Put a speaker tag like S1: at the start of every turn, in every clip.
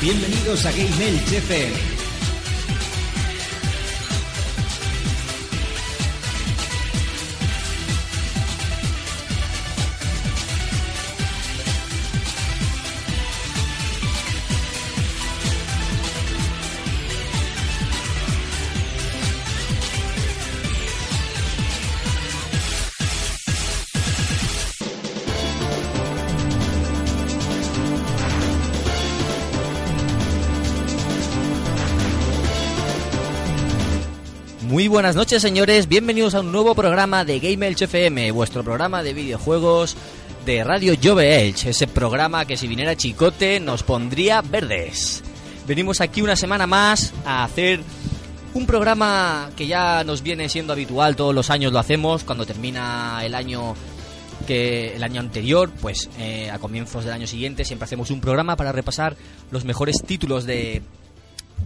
S1: Bienvenidos a Game Elche FM.
S2: Muy buenas noches, señores. Bienvenidos a un nuevo programa de Game Elche FM, vuestro programa de videojuegos de Radio Jove Elche, ese programa que si viniera Chicote nos pondría verdes. Venimos aquí una semana más a hacer un programa que ya nos viene siendo habitual, todos los años lo hacemos, cuando termina el año que el año anterior, pues eh, a comienzos del año siguiente siempre hacemos un programa para repasar los mejores títulos de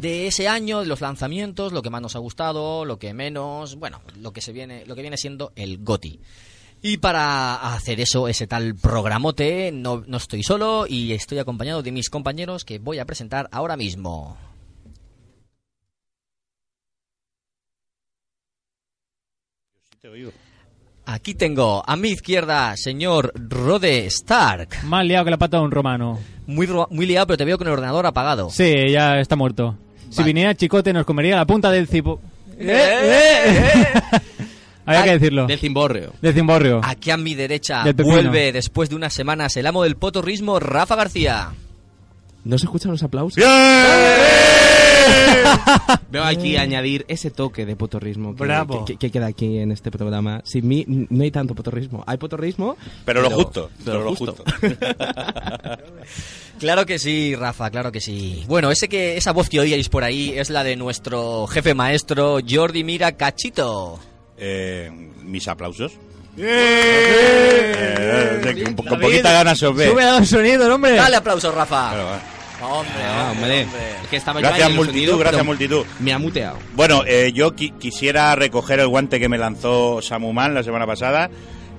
S2: de ese año, de los lanzamientos, lo que más nos ha gustado, lo que menos, bueno, lo que se viene, lo que viene siendo el GOTI. Y para hacer eso, ese tal programote, no, no estoy solo y estoy acompañado de mis compañeros que voy a presentar ahora mismo. Aquí tengo a mi izquierda, señor Rode Stark.
S3: Más liado que la pata de un romano.
S2: Muy, ro- muy liado, pero te veo con el ordenador apagado.
S3: Sí, ya está muerto. Si
S2: Vale.
S3: viniera Chicote nos comería la punta del cipo.
S2: eh,
S3: Había que
S2: Ay,
S3: decirlo.
S4: Del cimborreo.
S3: Del cimborrio.
S2: Aquí a mi derecha
S3: Del pepino.
S2: vuelve después de unas semanas el amo del potorrismo, Rafa García.
S4: ¿No se escuchan los aplausos? Veo aquí añadir ese toque de potorrismo que,
S5: Bravo.
S4: que- que queda aquí en este programa. Sin mí n- no hay tanto potorrismo. Hay potorrismo.
S5: Pero lo justo, pero lo
S2: Claro que sí, Rafa, claro que sí. Bueno, ese que esa voz que oíais por ahí es la de nuestro jefe maestro Jordi Mira Cachito.
S5: Eh, Mis aplausos. Eh, de que un po- con poquita ganas os ve.
S3: Sube a un sonido, hombre.
S2: Dale aplausos, Rafa.
S5: Claro, vale.
S2: Hombre,
S4: Ah,
S2: hombre,
S4: hombre. Es que estaba yo
S5: Gracias
S4: ahí en los
S5: multitud,
S4: sonidos,
S5: gracias
S4: pero
S5: multitud.
S4: Me ha muteado.
S5: Bueno, eh, yo qui- quisiera recoger el guante que me lanzó Samu Man la semana pasada,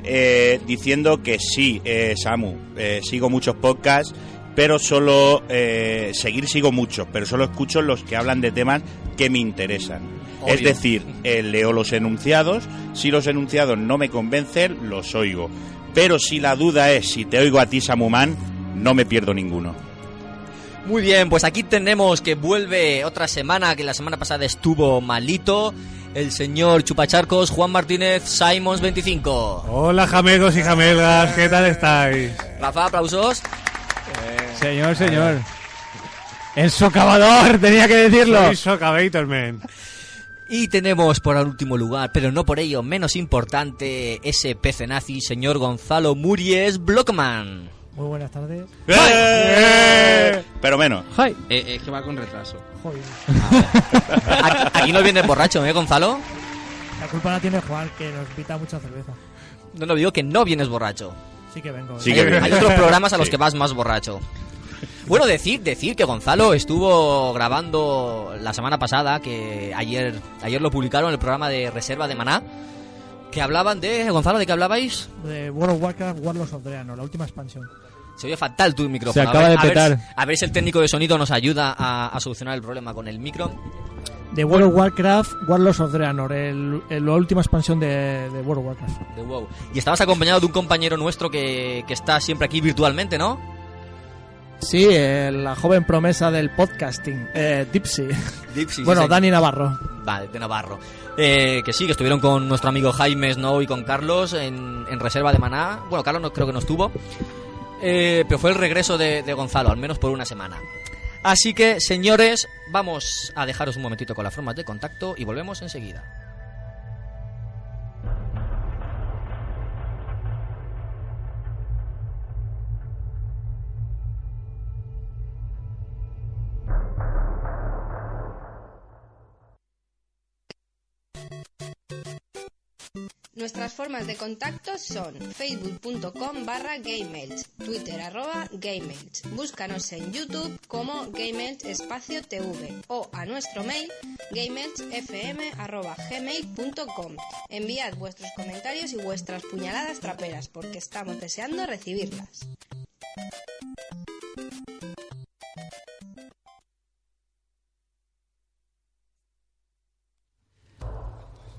S5: eh, diciendo que sí, eh, Samu, eh, sigo muchos podcasts, pero solo eh, seguir sigo muchos, pero solo escucho los que hablan de temas que me interesan.
S2: Obvio.
S5: Es decir, eh, leo los enunciados, si los enunciados no me convencen, los oigo. Pero si la duda es si te oigo a ti, Samu Man, no me pierdo ninguno.
S2: Muy bien, pues aquí tenemos que vuelve otra semana, que la semana pasada estuvo malito, el señor Chupacharcos, Juan Martínez, Simons 25.
S6: Hola jamegos y jamelgas, ¿qué tal estáis?
S5: Eh.
S2: Rafa, aplausos.
S3: Señor, señor. El socavador, tenía que decirlo.
S6: Soy Socavator Man.
S2: Y tenemos por último lugar, pero no por ello menos importante, ese pece nazi, señor Gonzalo Muries Blockman.
S7: Muy buenas tardes.
S5: ¡Eh! Pero menos.
S3: Ay,
S4: Eh, eh, es que va con retraso.
S7: Joder,
S2: Aquí, aquí no viene borracho, ¿eh, Gonzalo?
S7: la culpa la tiene Juan, que nos invita mucha cerveza.
S2: No, no digo que no vienes borracho.
S7: Sí que vengo.
S5: Sí
S7: ¿eh?
S5: que
S2: hay,
S5: viene.
S2: hay otros programas a los
S5: Sí.
S2: que vas más borracho. Bueno, decir, decir que Gonzalo estuvo grabando la semana pasada, que ayer, ayer lo publicaron en el programa de Reserva de Maná, que hablaban de... Gonzalo, ¿de qué hablabais?
S7: De World of Warcraft, Warlords of Draenor, la última expansión.
S2: Se oye fatal tu micrófono.
S3: Se acaba
S2: a ver,
S3: de
S2: a ver
S3: petar.
S2: si- A ver si el técnico de sonido nos ayuda a, a solucionar el problema con el micro.
S7: De World of Warcraft, Warlords of Draenor, el, el- la última expansión de, de World of Warcraft.
S2: de WoW. Y estabas acompañado de un compañero nuestro que, que está siempre aquí virtualmente, ¿no?
S7: Sí, eh, la joven promesa del podcasting, eh, Dipsy. bueno,
S2: sí,
S7: Dani Navarro.
S2: Vale, de Navarro. Eh, que sí, que estuvieron con nuestro amigo Jaime Snow y con Carlos en, en reserva de Maná. Bueno, Carlos no, creo que no estuvo. Eh, pero fue el regreso de, de Gonzalo, al menos por una semana. Así que, señores, vamos a dejaros un momentito con las formas de contacto y volvemos enseguida.
S8: Nuestras formas de contacto son facebook.com barra GameElch, twitter arroba GameElch. Búscanos en YouTube como GameElch Espacio TV o a nuestro mail gameelchfm arroba gmail.com. Enviad vuestros comentarios y vuestras puñaladas traperas porque estamos deseando recibirlas.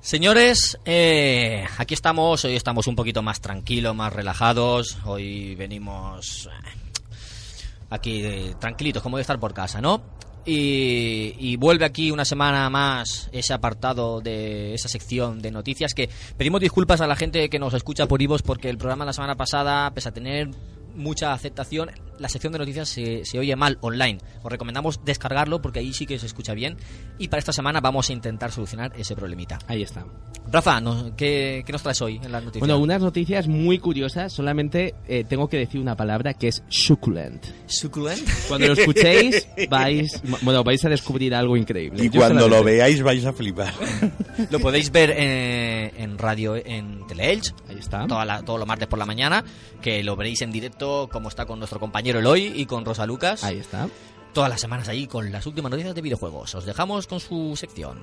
S2: Señores, eh, aquí estamos, hoy estamos un poquito más tranquilos, más relajados, hoy venimos eh, aquí eh, tranquilitos, como debe estar por casa, ¿no? Y, y vuelve aquí una semana más ese apartado de esa sección de noticias que pedimos disculpas a la gente que nos escucha por Ivos porque el programa la semana pasada, pese a tener mucha aceptación, la sección de noticias se, se oye mal online. Os recomendamos descargarlo porque ahí sí que se escucha bien y para esta semana vamos a intentar solucionar ese problemita.
S4: Ahí está.
S2: Rafa, no- ¿qué, qué nos traes hoy en las noticias?
S4: Bueno, unas noticias muy curiosas. Solamente eh, tengo que decir una palabra que es suculent.
S2: Suculent.
S4: Cuando lo escuchéis, vais, bueno, vais a descubrir algo increíble.
S5: Y
S4: Yo
S5: cuando lo
S4: solamente-
S5: veáis vais a flipar.
S2: Lo podéis ver eh, en radio, en Teleelch,
S4: Ahí está.
S2: toda la- todos los martes por la mañana, que lo veréis en directo como está con nuestro compañero Eloy y con Rosa Lucas,
S4: Ahí está.
S2: todas las semanas ahí con las últimas noticias de videojuegos. Os dejamos con su sección.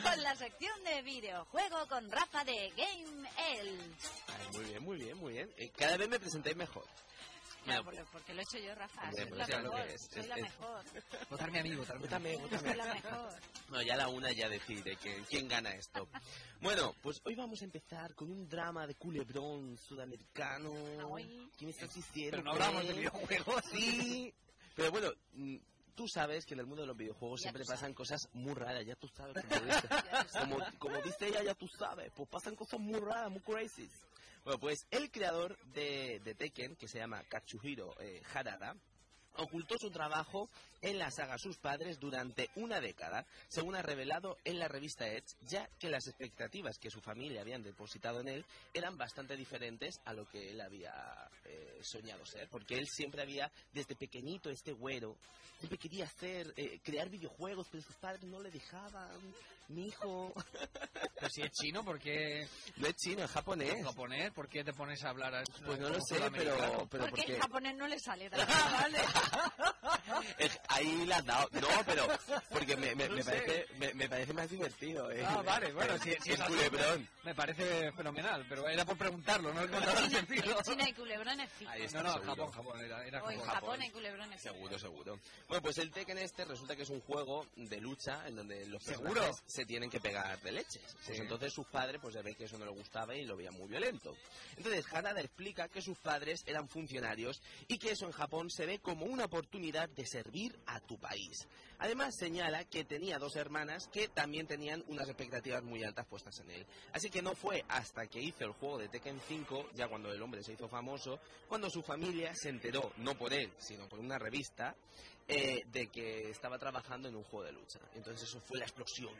S9: Con la sección de videojuego con Rafa de Game El.
S10: muy bien, muy bien, muy bien. Eh, Cada vez me presentáis mejor.
S9: No,
S10: pues
S9: porque, porque lo he hecho yo, Rafa.
S10: Hombre,
S9: Soy
S10: pues
S9: la
S10: ya lo
S9: mejor.
S10: que es,
S9: Soy
S10: es-
S9: la
S10: es-
S9: mejor.
S10: Votarme a mí, votarme.
S9: Soy la mejor.
S10: No, ya la una ya decide que, quién gana esto. Bueno, pues hoy vamos a empezar con un drama de culebrón sudamericano.
S9: Ay.
S10: ¿Qué me estás diciendo?
S6: Pero no hablamos de
S10: eh?
S6: videojuegos.
S10: Sí. Pero bueno, mm, tú sabes que en el mundo de los
S9: Ya
S10: videojuegos siempre
S9: tú sabes.
S10: pasan cosas muy raras, ya tú sabes. Como dice, como, como dice ella, ya tú sabes. Pues pasan cosas muy raras, muy crazy. Bueno, pues el creador de, de Tekken, que se llama Katsuhiro eh, Harada, ocultó su trabajo en la saga Sus Padres durante una década, según ha revelado en la revista Edge, ya que las expectativas que su familia habían depositado en él eran bastante diferentes a lo que él había eh, soñado ser, porque él siempre había, desde pequeñito, este güero, siempre quería hacer, eh, crear videojuegos, pero sus padres no le dejaban, mi hijo,
S11: Pero si es chino, ¿por qué
S10: no es chino, es japonés.
S11: es japonés? ¿Por qué te pones a hablar a
S10: Pues no lo sé, pero, pero
S9: porque
S10: porque
S9: en japonés no le sale. Ah, vale.
S10: Eh, ahí la has dado. No, pero porque me, me,
S11: No
S10: me
S11: sé.
S10: parece, me, me parece más divertido. Eh.
S11: Ah, vale, bueno, si, si
S10: Un
S11: es así,
S10: culebrón.
S11: Me parece fenomenal, pero era por preguntarlo, no no era por
S9: China,
S11: decirlo.
S9: China y culebrones fijo.
S10: Ahí
S11: No,
S10: está,
S11: no,
S10: seguro.
S11: Japón, Japón, era, era
S9: Hoy
S11: Japón.
S9: Japón y culebrones fijo.
S10: Seguro, seguro. Bueno, pues el Tekken este resulta que es un juego de lucha en donde los
S11: ¿Seguro?
S10: personajes se tienen que pegar de leches. Pues
S11: Sí.
S10: entonces sus padres pues ya veis que eso no le gustaba y lo veían muy violento. Entonces Hanada explica que sus padres eran funcionarios y que eso en Japón se ve como una oportunidad de servir a tu país. Además señala que tenía dos hermanas que también tenían unas expectativas muy altas puestas en él. Así que no fue hasta que hizo el juego de Tekken 5, ya cuando el hombre se hizo famoso, cuando su familia se enteró, no por él, sino por una revista, eh, de que estaba trabajando en un juego de lucha. Entonces eso fue la explosión.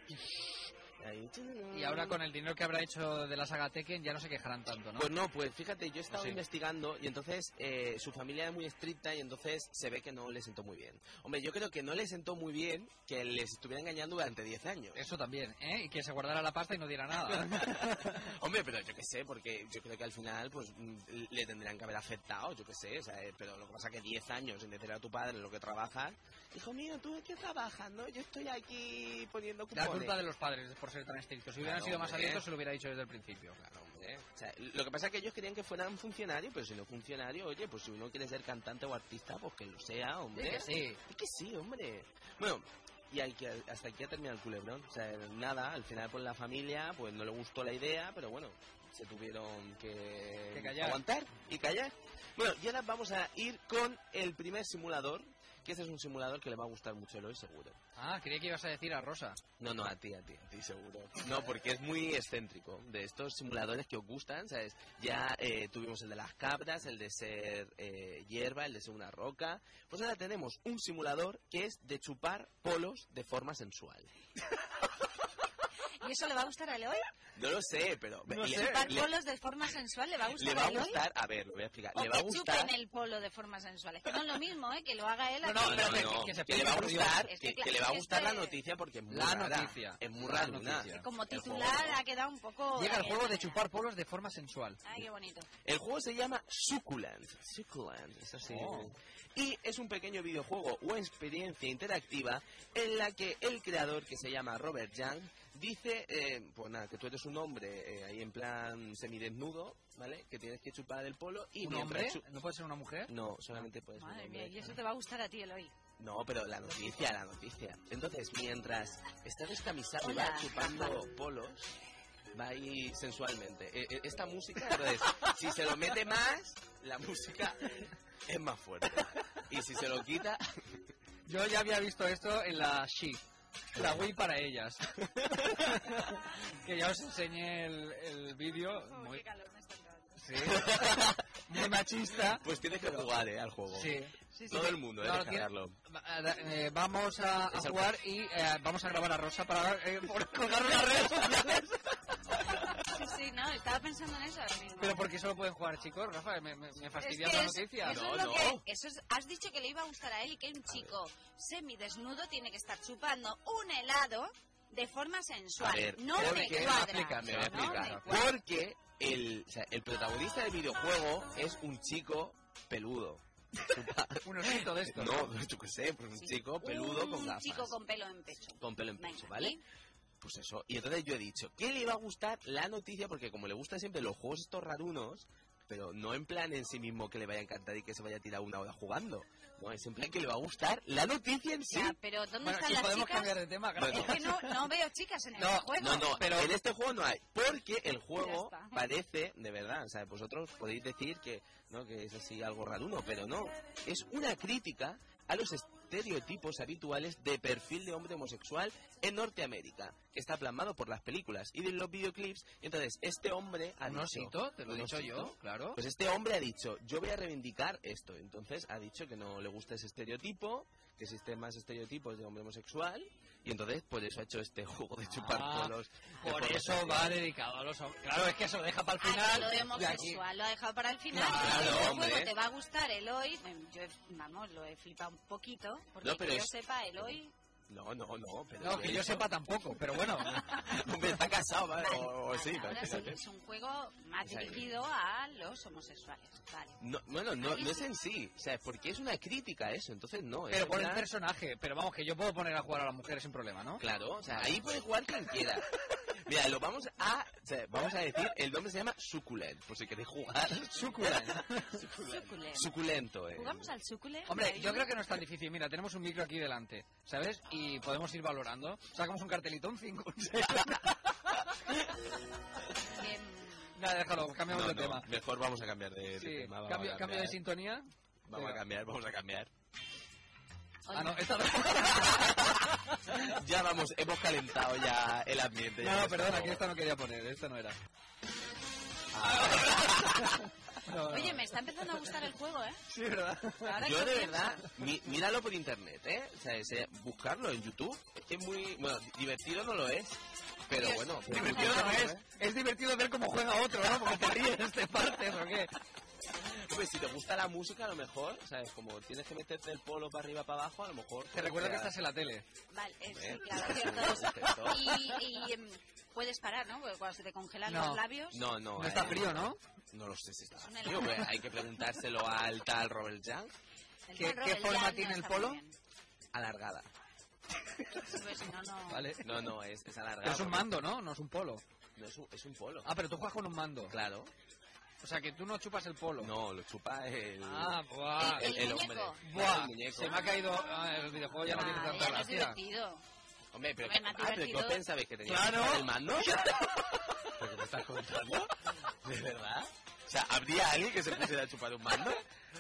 S10: Ahí, tchururú.
S11: Y ahora con el dinero que habrá hecho de la saga Tekken ya no se quejarán tanto, ¿no?
S10: Pues no, pues fíjate, yo estaba
S11: Sí.
S10: investigando y entonces eh, su familia es muy estricta y entonces se ve que no le sentó muy bien. Hombre, yo creo que no le sentó muy bien que les estuviera engañando durante 10 años.
S11: Eso también, ¿eh? Y que se guardara la pasta y no diera nada.
S10: Hombre, pero yo qué sé, porque yo creo que al final pues mm, le tendrán que haber afectado, yo qué sé, o sea, eh, pero lo que pasa que 10 años en decir a tu padre en lo que trabajas, hijo mío, tú es que trabajas, ¿no? Yo estoy aquí poniendo
S11: La
S10: cupones.
S11: culpa de los padres por ser tan estrictos. Si hubieran
S10: Claro,
S11: sido más
S10: hombre.
S11: abiertos, se lo hubiera dicho desde el principio.
S10: Claro, hombre. O sea, lo que pasa es que ellos querían que fueran funcionarios, pero si no funcionario, oye, pues si uno quiere ser cantante o artista, pues que lo sea,
S11: Sí,
S10: hombre.
S11: que sí.
S10: Es que sí, hombre. Bueno, y hay que- hasta aquí ha terminado el culebrón. O sea, nada, al final pues la familia, pues no le gustó la idea, pero bueno, se tuvieron que,
S11: Que callar.
S10: aguantar y callar. Bueno, y ahora vamos a ir con el primer simulador, que este es un simulador que le va a gustar mucho a Eloy, seguro.
S11: Ah, creía que ibas a decir a Rosa.
S10: No, no, a ti, a ti, a ti seguro. No, porque es muy excéntrico. De estos simuladores que os gustan, ¿sabes? Ya eh, tuvimos el de las cabras, el de ser eh, hierba, el de ser una roca. Pues ahora tenemos un simulador que es de chupar polos de forma sensual.
S12: ¿Y eso le va a gustar a Eloy?
S10: No lo sé, pero...
S12: ¿Y
S10: y-
S12: ¿Chupar
S10: le-
S12: polos de forma sensual le va a
S10: le
S12: gustar
S10: va
S12: a
S10: a
S12: Eloy?
S10: gustar... A ver, lo voy a explicar.
S12: O
S10: Le va a
S12: que
S10: gustar...
S12: chupen el polo de forma sensual. Es que no es lo mismo, ¿eh? Que lo haga él.
S10: No,
S12: a
S10: no,
S12: que lo
S10: no,
S12: haga él.
S10: no,
S12: se
S10: que le va
S12: pegue,
S10: a
S12: por
S10: gustar,
S12: Dios. Es
S10: que, que
S12: claro,
S10: le va a
S12: es que
S10: gustar
S12: esto
S10: la
S12: es-
S10: noticia porque es muy
S3: La
S10: rara,
S3: noticia.
S10: es muy
S3: La
S10: rara.
S3: noticia.
S12: Como
S10: El juego.
S12: titular ha quedado un poco...
S3: Llega el juego de
S12: chupen.
S3: chupar polos de forma sensual.
S12: Ay, qué bonito.
S10: El juego se llama Succulent. Succulent, es así. Y es un pequeño videojuego o experiencia interactiva en la que el creador, que se llama Robert Young, dice, eh, pues nada, que tú eres un hombre eh, ahí en plan semidesnudo, ¿vale? Que tienes que chupar el polo y
S3: ¿Un
S10: mientras
S3: hombre?
S10: chu-
S3: ¿No puede ser una mujer?
S10: No, solamente puedes ser un
S12: Madre
S10: hombre.
S12: mía, y eso te va a gustar a ti, Eloy.
S10: No, pero la noticia, la noticia. Entonces, mientras está descamisado y
S12: Hola.
S10: va chupando polos, va ahí sensualmente. E- e- Esta música, entonces, si se lo mete más, la música es más fuerte. Y si se lo quita,
S3: Yo ya había visto esto en la She, la Wii para ellas. que ya os enseñé el, el vídeo. Muy, sí, muy machista.
S10: pues tienes que jugar eh, al juego.
S3: Sí.
S10: Todo el mundo, eh,
S3: No,
S10: descargarlo.
S3: tiene- va- a- da- eh, vamos a, a
S10: Es el-
S3: jugar y eh, vamos a grabar a Rosa para eh, por colgarlo en las redes sociales.
S12: Sí, sí, no, estaba pensando en eso ahora mismo.
S3: Pero porque solo pueden jugar chicos, Rafa, me, me, me fastidia
S12: Es que
S3: la
S12: es-
S3: noticia.
S12: Eso es lo que- eso es- has dicho que le iba a gustar a él y que un chico semidesnudo tiene que estar chupando un helado de forma sensual.
S10: A ver,
S12: no
S10: creo
S12: me
S10: que-
S12: cuadra.
S10: me voy a
S12: no me
S10: explicar.
S12: cuadra.
S10: Porque el, o sea, el protagonista del videojuego es un chico peludo.
S3: Un osito de estos.
S10: No, yo qué sé, pues un chico peludo con
S12: Un
S10: gafas.
S12: chico con pelo en pecho.
S10: con pelo en pecho,
S12: Venga,
S10: ¿vale? Pues eso. Y entonces yo he dicho, ¿qué le iba a gustar la noticia? Porque como le gustan siempre los juegos estos rarunos, pero no en plan en sí mismo que le vaya a encantar y que se vaya a tirar una hora jugando. No, es en plan que le va a gustar la noticia en sí.
S12: Ya, pero ¿dónde
S3: Bueno,
S12: están
S3: si
S12: las
S3: podemos
S12: chicas?
S3: cambiar de tema,
S10: Bueno.
S12: Es que no, no veo chicas en el
S3: No,
S12: juego.
S10: No, no,
S3: pero-
S10: en este juego no hay. Porque el juego
S12: Ya está.
S10: parece, de verdad, o sea, vosotros podéis decir que, ¿no? que es así algo raruno, pero no. Es una crítica a los estereotipos habituales de perfil de hombre homosexual en Norteamérica, que está plasmado por las películas y de los videoclips. Entonces, este hombre ha
S3: Un
S10: dicho-
S3: osito, te lo he
S10: ¿Un
S3: dicho
S10: osito?
S3: yo, claro.
S10: Pues este hombre ha dicho, yo voy a reivindicar esto. Entonces ha dicho que no le gusta ese estereotipo, que existen más estereotipos de hombre homosexual. Y entonces por eso ha hecho este juego de chupar
S3: Ah,
S10: polos. de
S3: Por
S10: forma
S3: eso
S10: sexual.
S3: va dedicado a los hombres. Claro, es que eso lo deja para el
S12: Ah,
S3: final.
S12: lo de
S3: y aquí-
S12: homosexual lo ha dejado para el final.
S10: Claro,
S12: el juego
S10: hombre.
S12: te va a gustar, Eloy. Bueno, Yo, he- vamos, lo he flipado un poquito. Porque
S10: No, pero
S12: que yo
S10: es-
S12: sepa, Eloy...
S10: No, no, no. Pero
S3: No, que yo sepa tampoco, pero bueno.
S10: Hombre, está casado, ¿vale? O, o sí,
S12: Ahora sí,
S10: imagínate.
S12: es un juego más
S10: Exacto.
S12: dirigido a los homosexuales. Vale.
S10: No, bueno, no, no es en sí. O sea, es porque es una crítica a eso. Entonces no. es
S3: Pero por el
S10: una-
S3: personaje. Pero vamos, que yo puedo poner a jugar a las mujeres sin problema, ¿no?
S10: Claro, o sea, ahí puede jugar quien quiera. Mira, lo vamos a, o sea, vamos a decir, el nombre se llama Suculent, por si queréis jugar. Suculent.
S12: Suculent.
S10: Suculento, eh.
S12: ¿Jugamos al ¿eh? suculent?
S3: Hombre, yo creo que no es tan difícil. Mira, tenemos un micro aquí delante, ¿sabes? Y podemos ir valorando. Sacamos un cartelito, un 5, un 6. Nada, déjalo, cambiamos
S10: No,
S3: de
S10: no,
S3: tema.
S10: Mejor vamos a cambiar de, de
S3: Sí,
S10: tema. Vamos
S3: cambio,
S10: a
S3: cambio de
S10: cambiar.
S3: sintonía.
S10: Vamos a cambiar, vamos a cambiar.
S3: Ah, no, esta no.
S10: Ya vamos, hemos calentado ya el ambiente.
S3: No,
S10: ya
S3: no,
S10: hemos
S3: perdona,
S10: estado-
S3: que esta no quería poner, esta no era. No, no.
S12: Oye, me está empezando a gustar el juego, ¿eh?
S3: Sí, ¿verdad?
S12: Ahora
S10: Pues Yo
S12: que
S10: de
S12: pienso-
S10: verdad, mi- míralo por internet, ¿eh? O sea, ese- buscarlo en YouTube. Es que es muy... Bueno, divertido no lo es, pero
S12: Dios,
S10: bueno.
S12: qué
S3: Divertido no es. Es divertido ver cómo juega otro, ¿no? Porque te ríes, te partes, ¿o qué?
S10: Pues si te gusta la música, a lo mejor, ¿sabes? Como tienes que meterte el polo para arriba, para abajo, a lo mejor...
S3: Te recuerdo que estás en la tele.
S12: Vale, eh, sí,
S10: ¿Eh?
S12: claro, cierto. es. Y, y, em, puedes parar, ¿no? Porque cuando se te congelan
S3: No.
S12: los labios...
S10: No, no.
S3: No está
S10: eh,
S3: frío, ¿no?
S10: No lo sé si está
S12: un
S10: frío.
S12: helado.
S10: pues, hay que preguntárselo al tal Robert Young.
S12: el
S3: ¿Qué-
S12: perro
S3: qué
S12: del
S3: forma
S12: Jan no
S3: tiene el
S12: está muy
S3: polo?
S12: bien.
S10: Alargada.
S12: Sí, pues, si no, no...
S3: Vale.
S10: No, no, es, es alargada.
S3: Pero es un
S10: porque-
S3: mando, ¿no? No es un polo.
S10: No, es un, es un polo.
S3: Ah, pero tú juegas con un mando.
S10: Claro.
S3: O sea, que tú no chupas el polo.
S10: No, lo chupa el...
S3: Ah, buah.
S12: El- el
S10: hombre.
S12: muñeco.
S3: Buah,
S10: El muñeco.
S3: se me ha caído ah, el videojuego, ya no tiene
S12: Ah,
S3: tanta
S12: ya no es
S3: gracia.
S12: divertido.
S10: Hombre, pero,
S12: Hombre, más
S10: ah, pero
S12: divertido.
S10: ¿qué os pensabais que tenía
S3: Claro.
S10: que chupar el mando? ¿Por qué me estás contando? ¿De verdad? O sea, ¿habría alguien que se pusiera a chupar un mando?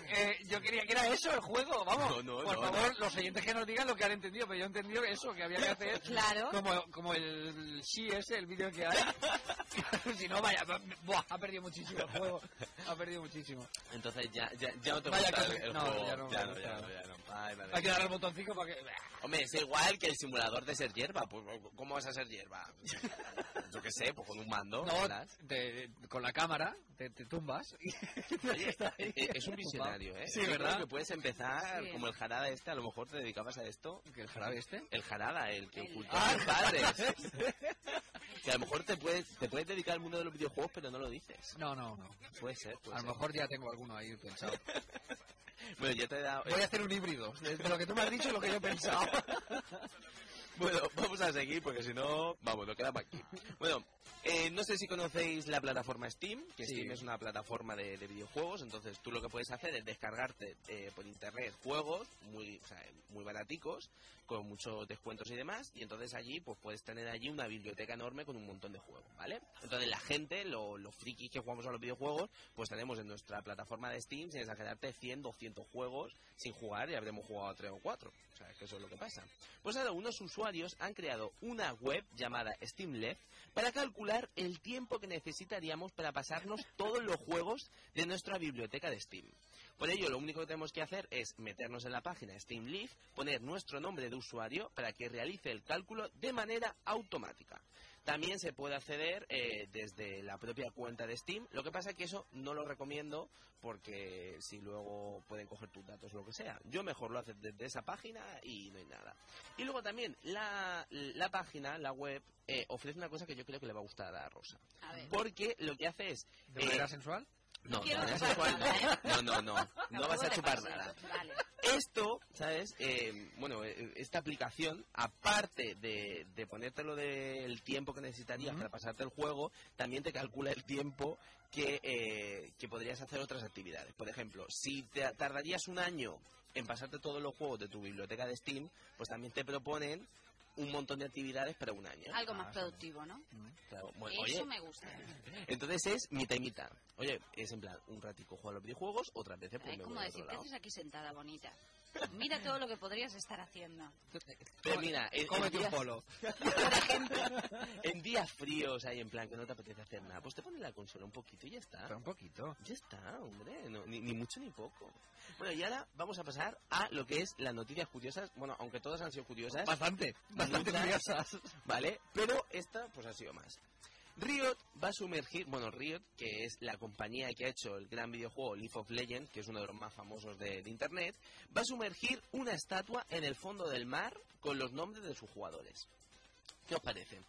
S3: Eh, yo quería que era eso el juego, vamos.
S10: No, no,
S3: Por
S10: no,
S3: favor, los oyentes que nos digan lo que han entendido, pero yo he entendido eso, que había que hacer.
S12: Claro.
S3: Como, como el sí ese, el vídeo que hay. si no, vaya, va- buah, ha perdido muchísimo el juego. Ha perdido muchísimo.
S10: Entonces ya, ya, ya no te
S3: Vaya
S10: gusta el,
S3: cosa-
S10: el
S3: no,
S10: juego.
S3: ya no me
S10: ya,
S3: gusta.
S10: ya no, ya no. Ay, madre
S3: Hay que
S10: mía.
S3: darle el botoncito para que.
S10: Hombre, es igual que el simulador de ser hierba. Pues, ¿Cómo vas a ser hierba? Yo qué sé, pues con un mando.
S11: No,
S10: ¿verdad?
S11: te- te- con la cámara te, te tumbas. y-
S10: Oye, eh, eh, es un visionario, ¿eh?
S11: Sí,
S10: Yo creo
S11: ¿verdad?
S10: que puedes empezar
S11: Sí.
S10: como el jarada este, a lo mejor te dedicabas a esto.
S11: ¿El jarabe este?
S10: El jarada, el que ocultó
S11: Ah,
S10: a tus padres. que a lo mejor te puedes, te puedes dedicar al mundo de los videojuegos, pero no lo dices.
S11: No, no, no.
S10: Puede ser, puede
S11: A lo
S10: ser.
S11: mejor ya tengo alguno ahí pensado.
S10: Bueno, yo te he dado... eh.
S11: Voy a hacer un híbrido. De de lo que tú me has dicho y lo que yo he pensado.
S10: Bueno, vamos a seguir porque si no, vamos, lo quedamos aquí. Bueno, eh, no sé si conocéis la plataforma Steam, que
S11: Sí.
S10: Steam es una plataforma de, de videojuegos, entonces tú lo que puedes hacer es descargarte eh, por internet juegos muy, o sea, muy baraticos, con muchos descuentos y demás, y entonces allí pues puedes tener allí una biblioteca enorme con un montón de juegos, ¿vale? Entonces la gente, lo- los frikis que jugamos a los videojuegos, pues tenemos en nuestra plataforma de Steam, sin exagerarte, 100, 200 juegos sin jugar y habremos jugado 3 o 4. O sea, es que eso es lo que pasa. Pues ahora unos usuarios han creado una web llamada SteamLeft para calcular el tiempo que necesitaríamos para pasarnos todos los juegos de nuestra biblioteca de Steam. Por ello, lo único que tenemos que hacer es meternos en la página SteamLeaf, poner nuestro nombre de usuario para que realice el cálculo de manera automática. También se puede acceder eh, desde la propia cuenta de Steam. Lo que pasa es que eso no lo recomiendo porque si luego pueden coger tus datos o lo que sea. Yo mejor lo haces desde esa página y no hay nada. Y luego también la, la página, la web, eh, ofrece una cosa que yo creo que le va a gustar a Rosa.
S12: A ver.
S10: Porque lo que hace es...
S11: ¿De
S10: eh,
S11: manera sensual?
S10: no, de
S12: Quiero
S10: manera
S12: chupar
S10: sexual
S12: nada, ¿eh?
S10: no, no, no, no, no
S12: Tampoco
S10: vas a
S12: te
S10: chupar
S12: pases,
S10: nada.
S12: Vale.
S10: Esto, ¿sabes? Eh, bueno, eh, esta aplicación, aparte de, de ponértelo del tiempo que necesitarías para pasarte el juego, también te calcula el tiempo que, eh, que podrías hacer otras actividades. Por ejemplo, si te tardarías un año en pasarte todos los juegos de tu biblioteca de Steam, pues también te proponen un montón de actividades para un año. mm,
S12: Algo más productivo, ¿no?
S10: Claro, Ah. bueno,
S12: Eso
S10: oye,
S12: me gusta.
S10: entonces es mitad y mitad. Oye, es en plan, un ratico juego a los videojuegos, otras veces pues
S12: Es
S10: me
S12: como
S10: voy a
S12: decir,
S10: otro
S12: ¿qué
S10: lado.
S12: haces aquí sentada, bonita? Mira todo lo que podrías estar haciendo.
S10: Pero mira, en, en
S11: Cómete un
S10: días,
S11: polo.
S10: en días fríos ahí en plan que no te apetece hacer nada, pues te pones la consola un poquito y ya está.
S11: Pero un poquito.
S10: Ya está, hombre, no, ni, ni mucho ni poco. Bueno, y ahora vamos a pasar a lo que es las noticias curiosas. Bueno, aunque todas han sido curiosas.
S11: Bastante. Bastante
S10: muchas,
S11: curiosas.
S10: ¿Vale? Pero esta, pues ha sido más. Riot va a sumergir, bueno, Riot, que es la compañía que ha hecho el gran videojuego League of Legends, que es uno de los más famosos de, de Internet, va a sumergir una estatua en el fondo del mar con los nombres de sus jugadores. ¿Qué os parece?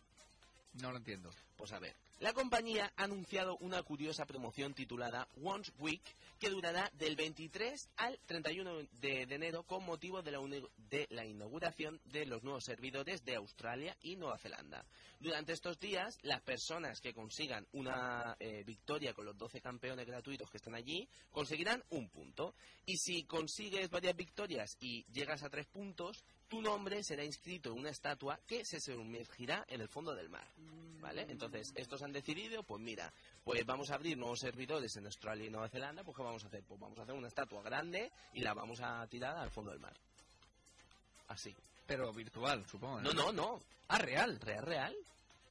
S11: No lo entiendo.
S10: Pues a ver, la compañía ha anunciado una curiosa promoción titulada Once Week que durará del 23 al 31 de, de enero con motivo de la, uni- de la inauguración de los nuevos servidores de Australia y Nueva Zelanda. Durante estos días, las personas que consigan una eh, victoria con los 12 campeones gratuitos que están allí conseguirán un punto. Y si consigues varias victorias y llegas a tres puntos, tu nombre será inscrito en una estatua que se sumergirá en el fondo del mar. ¿Vale? Entonces, estos han decidido, pues mira, pues vamos a abrir nuevos servidores en Australia y Nueva Zelanda, pues ¿qué vamos a hacer? Pues vamos a hacer una estatua grande y la vamos a tirar al fondo del mar. Así.
S11: Pero virtual, supongo.
S10: No, no, no.
S11: Ah, real.
S10: Real, real.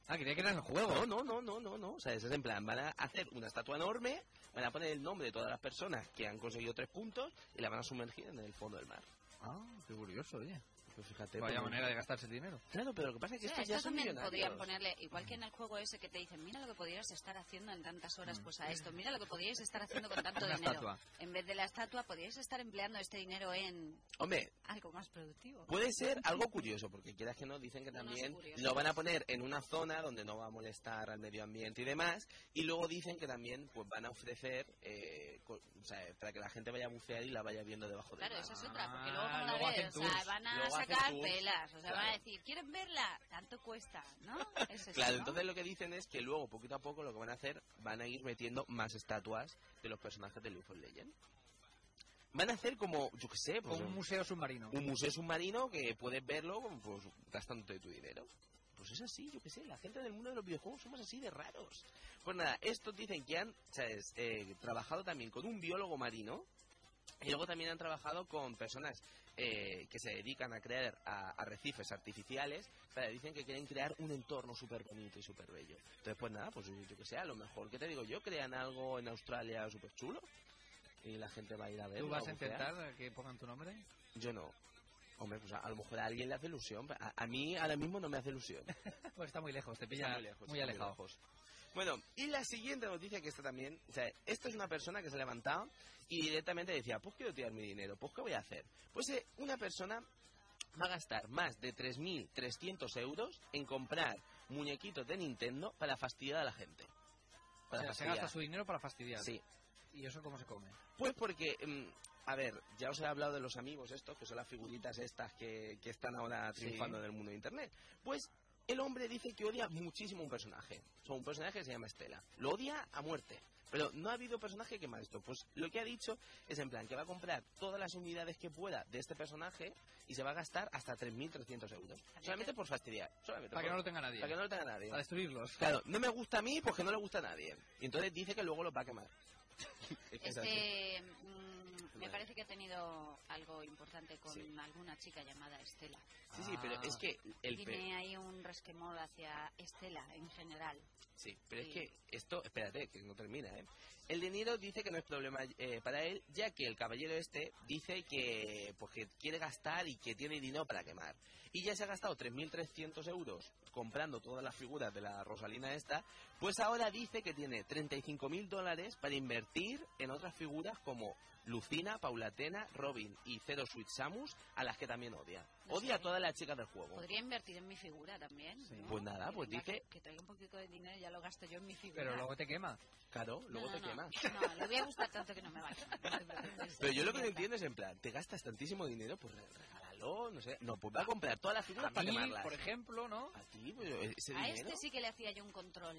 S11: Ah, creía que era el juego.
S10: No, no, no, no, no, no. O sea, eso es en plan, van a hacer una estatua enorme, van a poner el nombre de todas las personas que han conseguido tres puntos y la van a sumergir en el fondo del mar.
S11: Ah, qué curioso, oye.
S10: Pues fíjate.
S11: Vaya
S10: pues,
S11: manera de gastarse el dinero.
S10: Claro, pero lo que pasa es que
S12: Sí,
S10: estos
S12: esto
S10: ya son
S12: también podrían
S10: millonarios.
S12: ponerle, igual que en el juego ese que te dicen, mira lo que podrías estar haciendo en tantas horas,
S10: Mm.
S12: pues a esto, mira lo que podríais estar haciendo con tanto
S11: Una
S12: dinero.
S11: estatua.
S12: En vez de la estatua, podríais estar empleando este dinero en
S10: Hombre,
S12: algo más productivo.
S10: Puede ser algo curioso, porque quieras que no, dicen que
S12: No, no,
S10: también
S12: sí, curioso.
S10: lo van a poner en una zona donde no va a molestar al medio ambiente y demás, y luego dicen que también pues van a ofrecer eh, co- o sea, para que la gente vaya a bucear y la vaya viendo debajo del
S12: Claro,
S10: mar.
S12: esa es otra, porque luego,
S11: Ah,
S12: como la
S11: luego hacen
S12: ves, o sea,
S11: tours.
S12: van a
S10: Luego hacen
S12: sacar
S10: tours.
S12: pelas, o sea, van a
S10: Claro.
S12: decir, ¿quieren verla? Tanto cuesta, ¿no? Es eso,
S10: Claro,
S12: ¿no?
S10: entonces lo que dicen es que luego, poquito a poco, lo que van a hacer, van a ir metiendo más estatuas de los personajes de League of Legends. Van a hacer como, yo qué sé, pues,
S11: Como un museo submarino.
S10: un museo submarino que puedes verlo pues, gastándote tu dinero. Pues es así, yo qué sé, la gente del mundo de los videojuegos somos así de raros. Pues nada, estos dicen que han ¿sabes? Eh, trabajado también con un biólogo marino y luego también han trabajado con personas eh, que se dedican a crear a- arrecifes artificiales. ¿sabes? Dicen que quieren crear un entorno súper bonito y súper bello. Entonces, pues nada, pues yo qué sé, a lo mejor, ¿qué te digo yo? Crean algo en Australia súper chulo y la gente va a ir a verlo.
S11: ¿Tú vas a
S10: bucear.
S11: intentar que pongan tu nombre?
S10: Yo no. Hombre, pues a, a lo mejor a alguien le hace ilusión. pero A, a mí ahora mismo no me hace ilusión.
S11: Pues está muy lejos, te
S10: Está
S11: pilla
S10: muy
S11: muy,
S10: lejos, está muy
S11: alejado.
S10: lejos. Bueno, y la siguiente noticia que está también, o sea, esta es una persona que se levantaba y directamente decía, pues quiero tirar mi dinero, pues qué voy a hacer. Pues eh, una persona va a gastar más de 3.300 euros en comprar muñequitos de Nintendo para fastidiar a la gente.
S11: O sea, se
S10: fastidiar.
S11: gasta su dinero para fastidiar.
S10: Sí.
S11: ¿Y eso cómo se come?
S10: Pues porque, mm, a ver, ya os he hablado de los amigos estos, que son las figuritas estas que, que están ahora
S11: Sí.
S10: triunfando en el mundo de Internet. Pues el hombre dice que odia muchísimo a un personaje. O sea, un personaje que se llama Estela. Lo odia a muerte. Pero no ha habido personaje que más esto. Pues lo que ha dicho es en plan que va a comprar todas las unidades que pueda de este personaje y se va a gastar hasta 3.300 euros. Solamente por fastidiar. Solamente
S11: Para que
S10: por-
S11: no lo tenga nadie.
S10: Para que no lo tenga nadie.
S11: Para destruirlos.
S10: Claro, no me gusta a mí porque no le gusta a nadie. Y entonces dice que luego los va a quemar. Es que es así.
S12: Este, mm, me parece que ha tenido algo importante con alguna chica llamada Estela.
S10: Sí, sí, pero es que el pe-
S12: Tiene ahí un resquemor hacia Estela en general.
S10: Sí, pero
S12: Sí.
S10: es que esto, espérate, que no termina, ¿eh? El De Niro dice que no es problema eh, para él, ya que el caballero este dice que, pues, que quiere gastar y que tiene dinero para quemar. Y ya se ha gastado 3.300 euros comprando todas las figuras de la Rosalina esta, pues ahora dice que tiene 35.000 dólares para invertir en otras figuras como Lucina, Paulatena, Robin y Zero Switch Samus, a las que también odia.
S12: No
S10: Odia a
S12: sé.
S10: todas las chicas del juego.
S12: Podría invertir en mi figura también. ¿no?
S10: Pues nada,
S12: Que
S10: pues
S12: tenga
S10: dice-
S12: Que, que traiga un poquito de dinero y ya lo gasto yo en mi figura.
S11: Pero luego te quema.
S10: Claro,
S12: No,
S10: luego
S12: no,
S10: te
S12: no.
S10: quemas.
S12: No, le voy a gustar tanto que no me va a quemar. no te preocupes.
S10: Pero yo lo que no entiendo es en plan, te gastas tantísimo dinero, pues re- regálalo, no sé. No, pues va a comprar todas las figuras
S11: A
S10: para
S11: mí,
S10: quemarlas.
S11: por ejemplo, ¿no?
S10: A ti, pues ese
S12: A
S10: dinero.
S12: este sí que le hacía yo un control.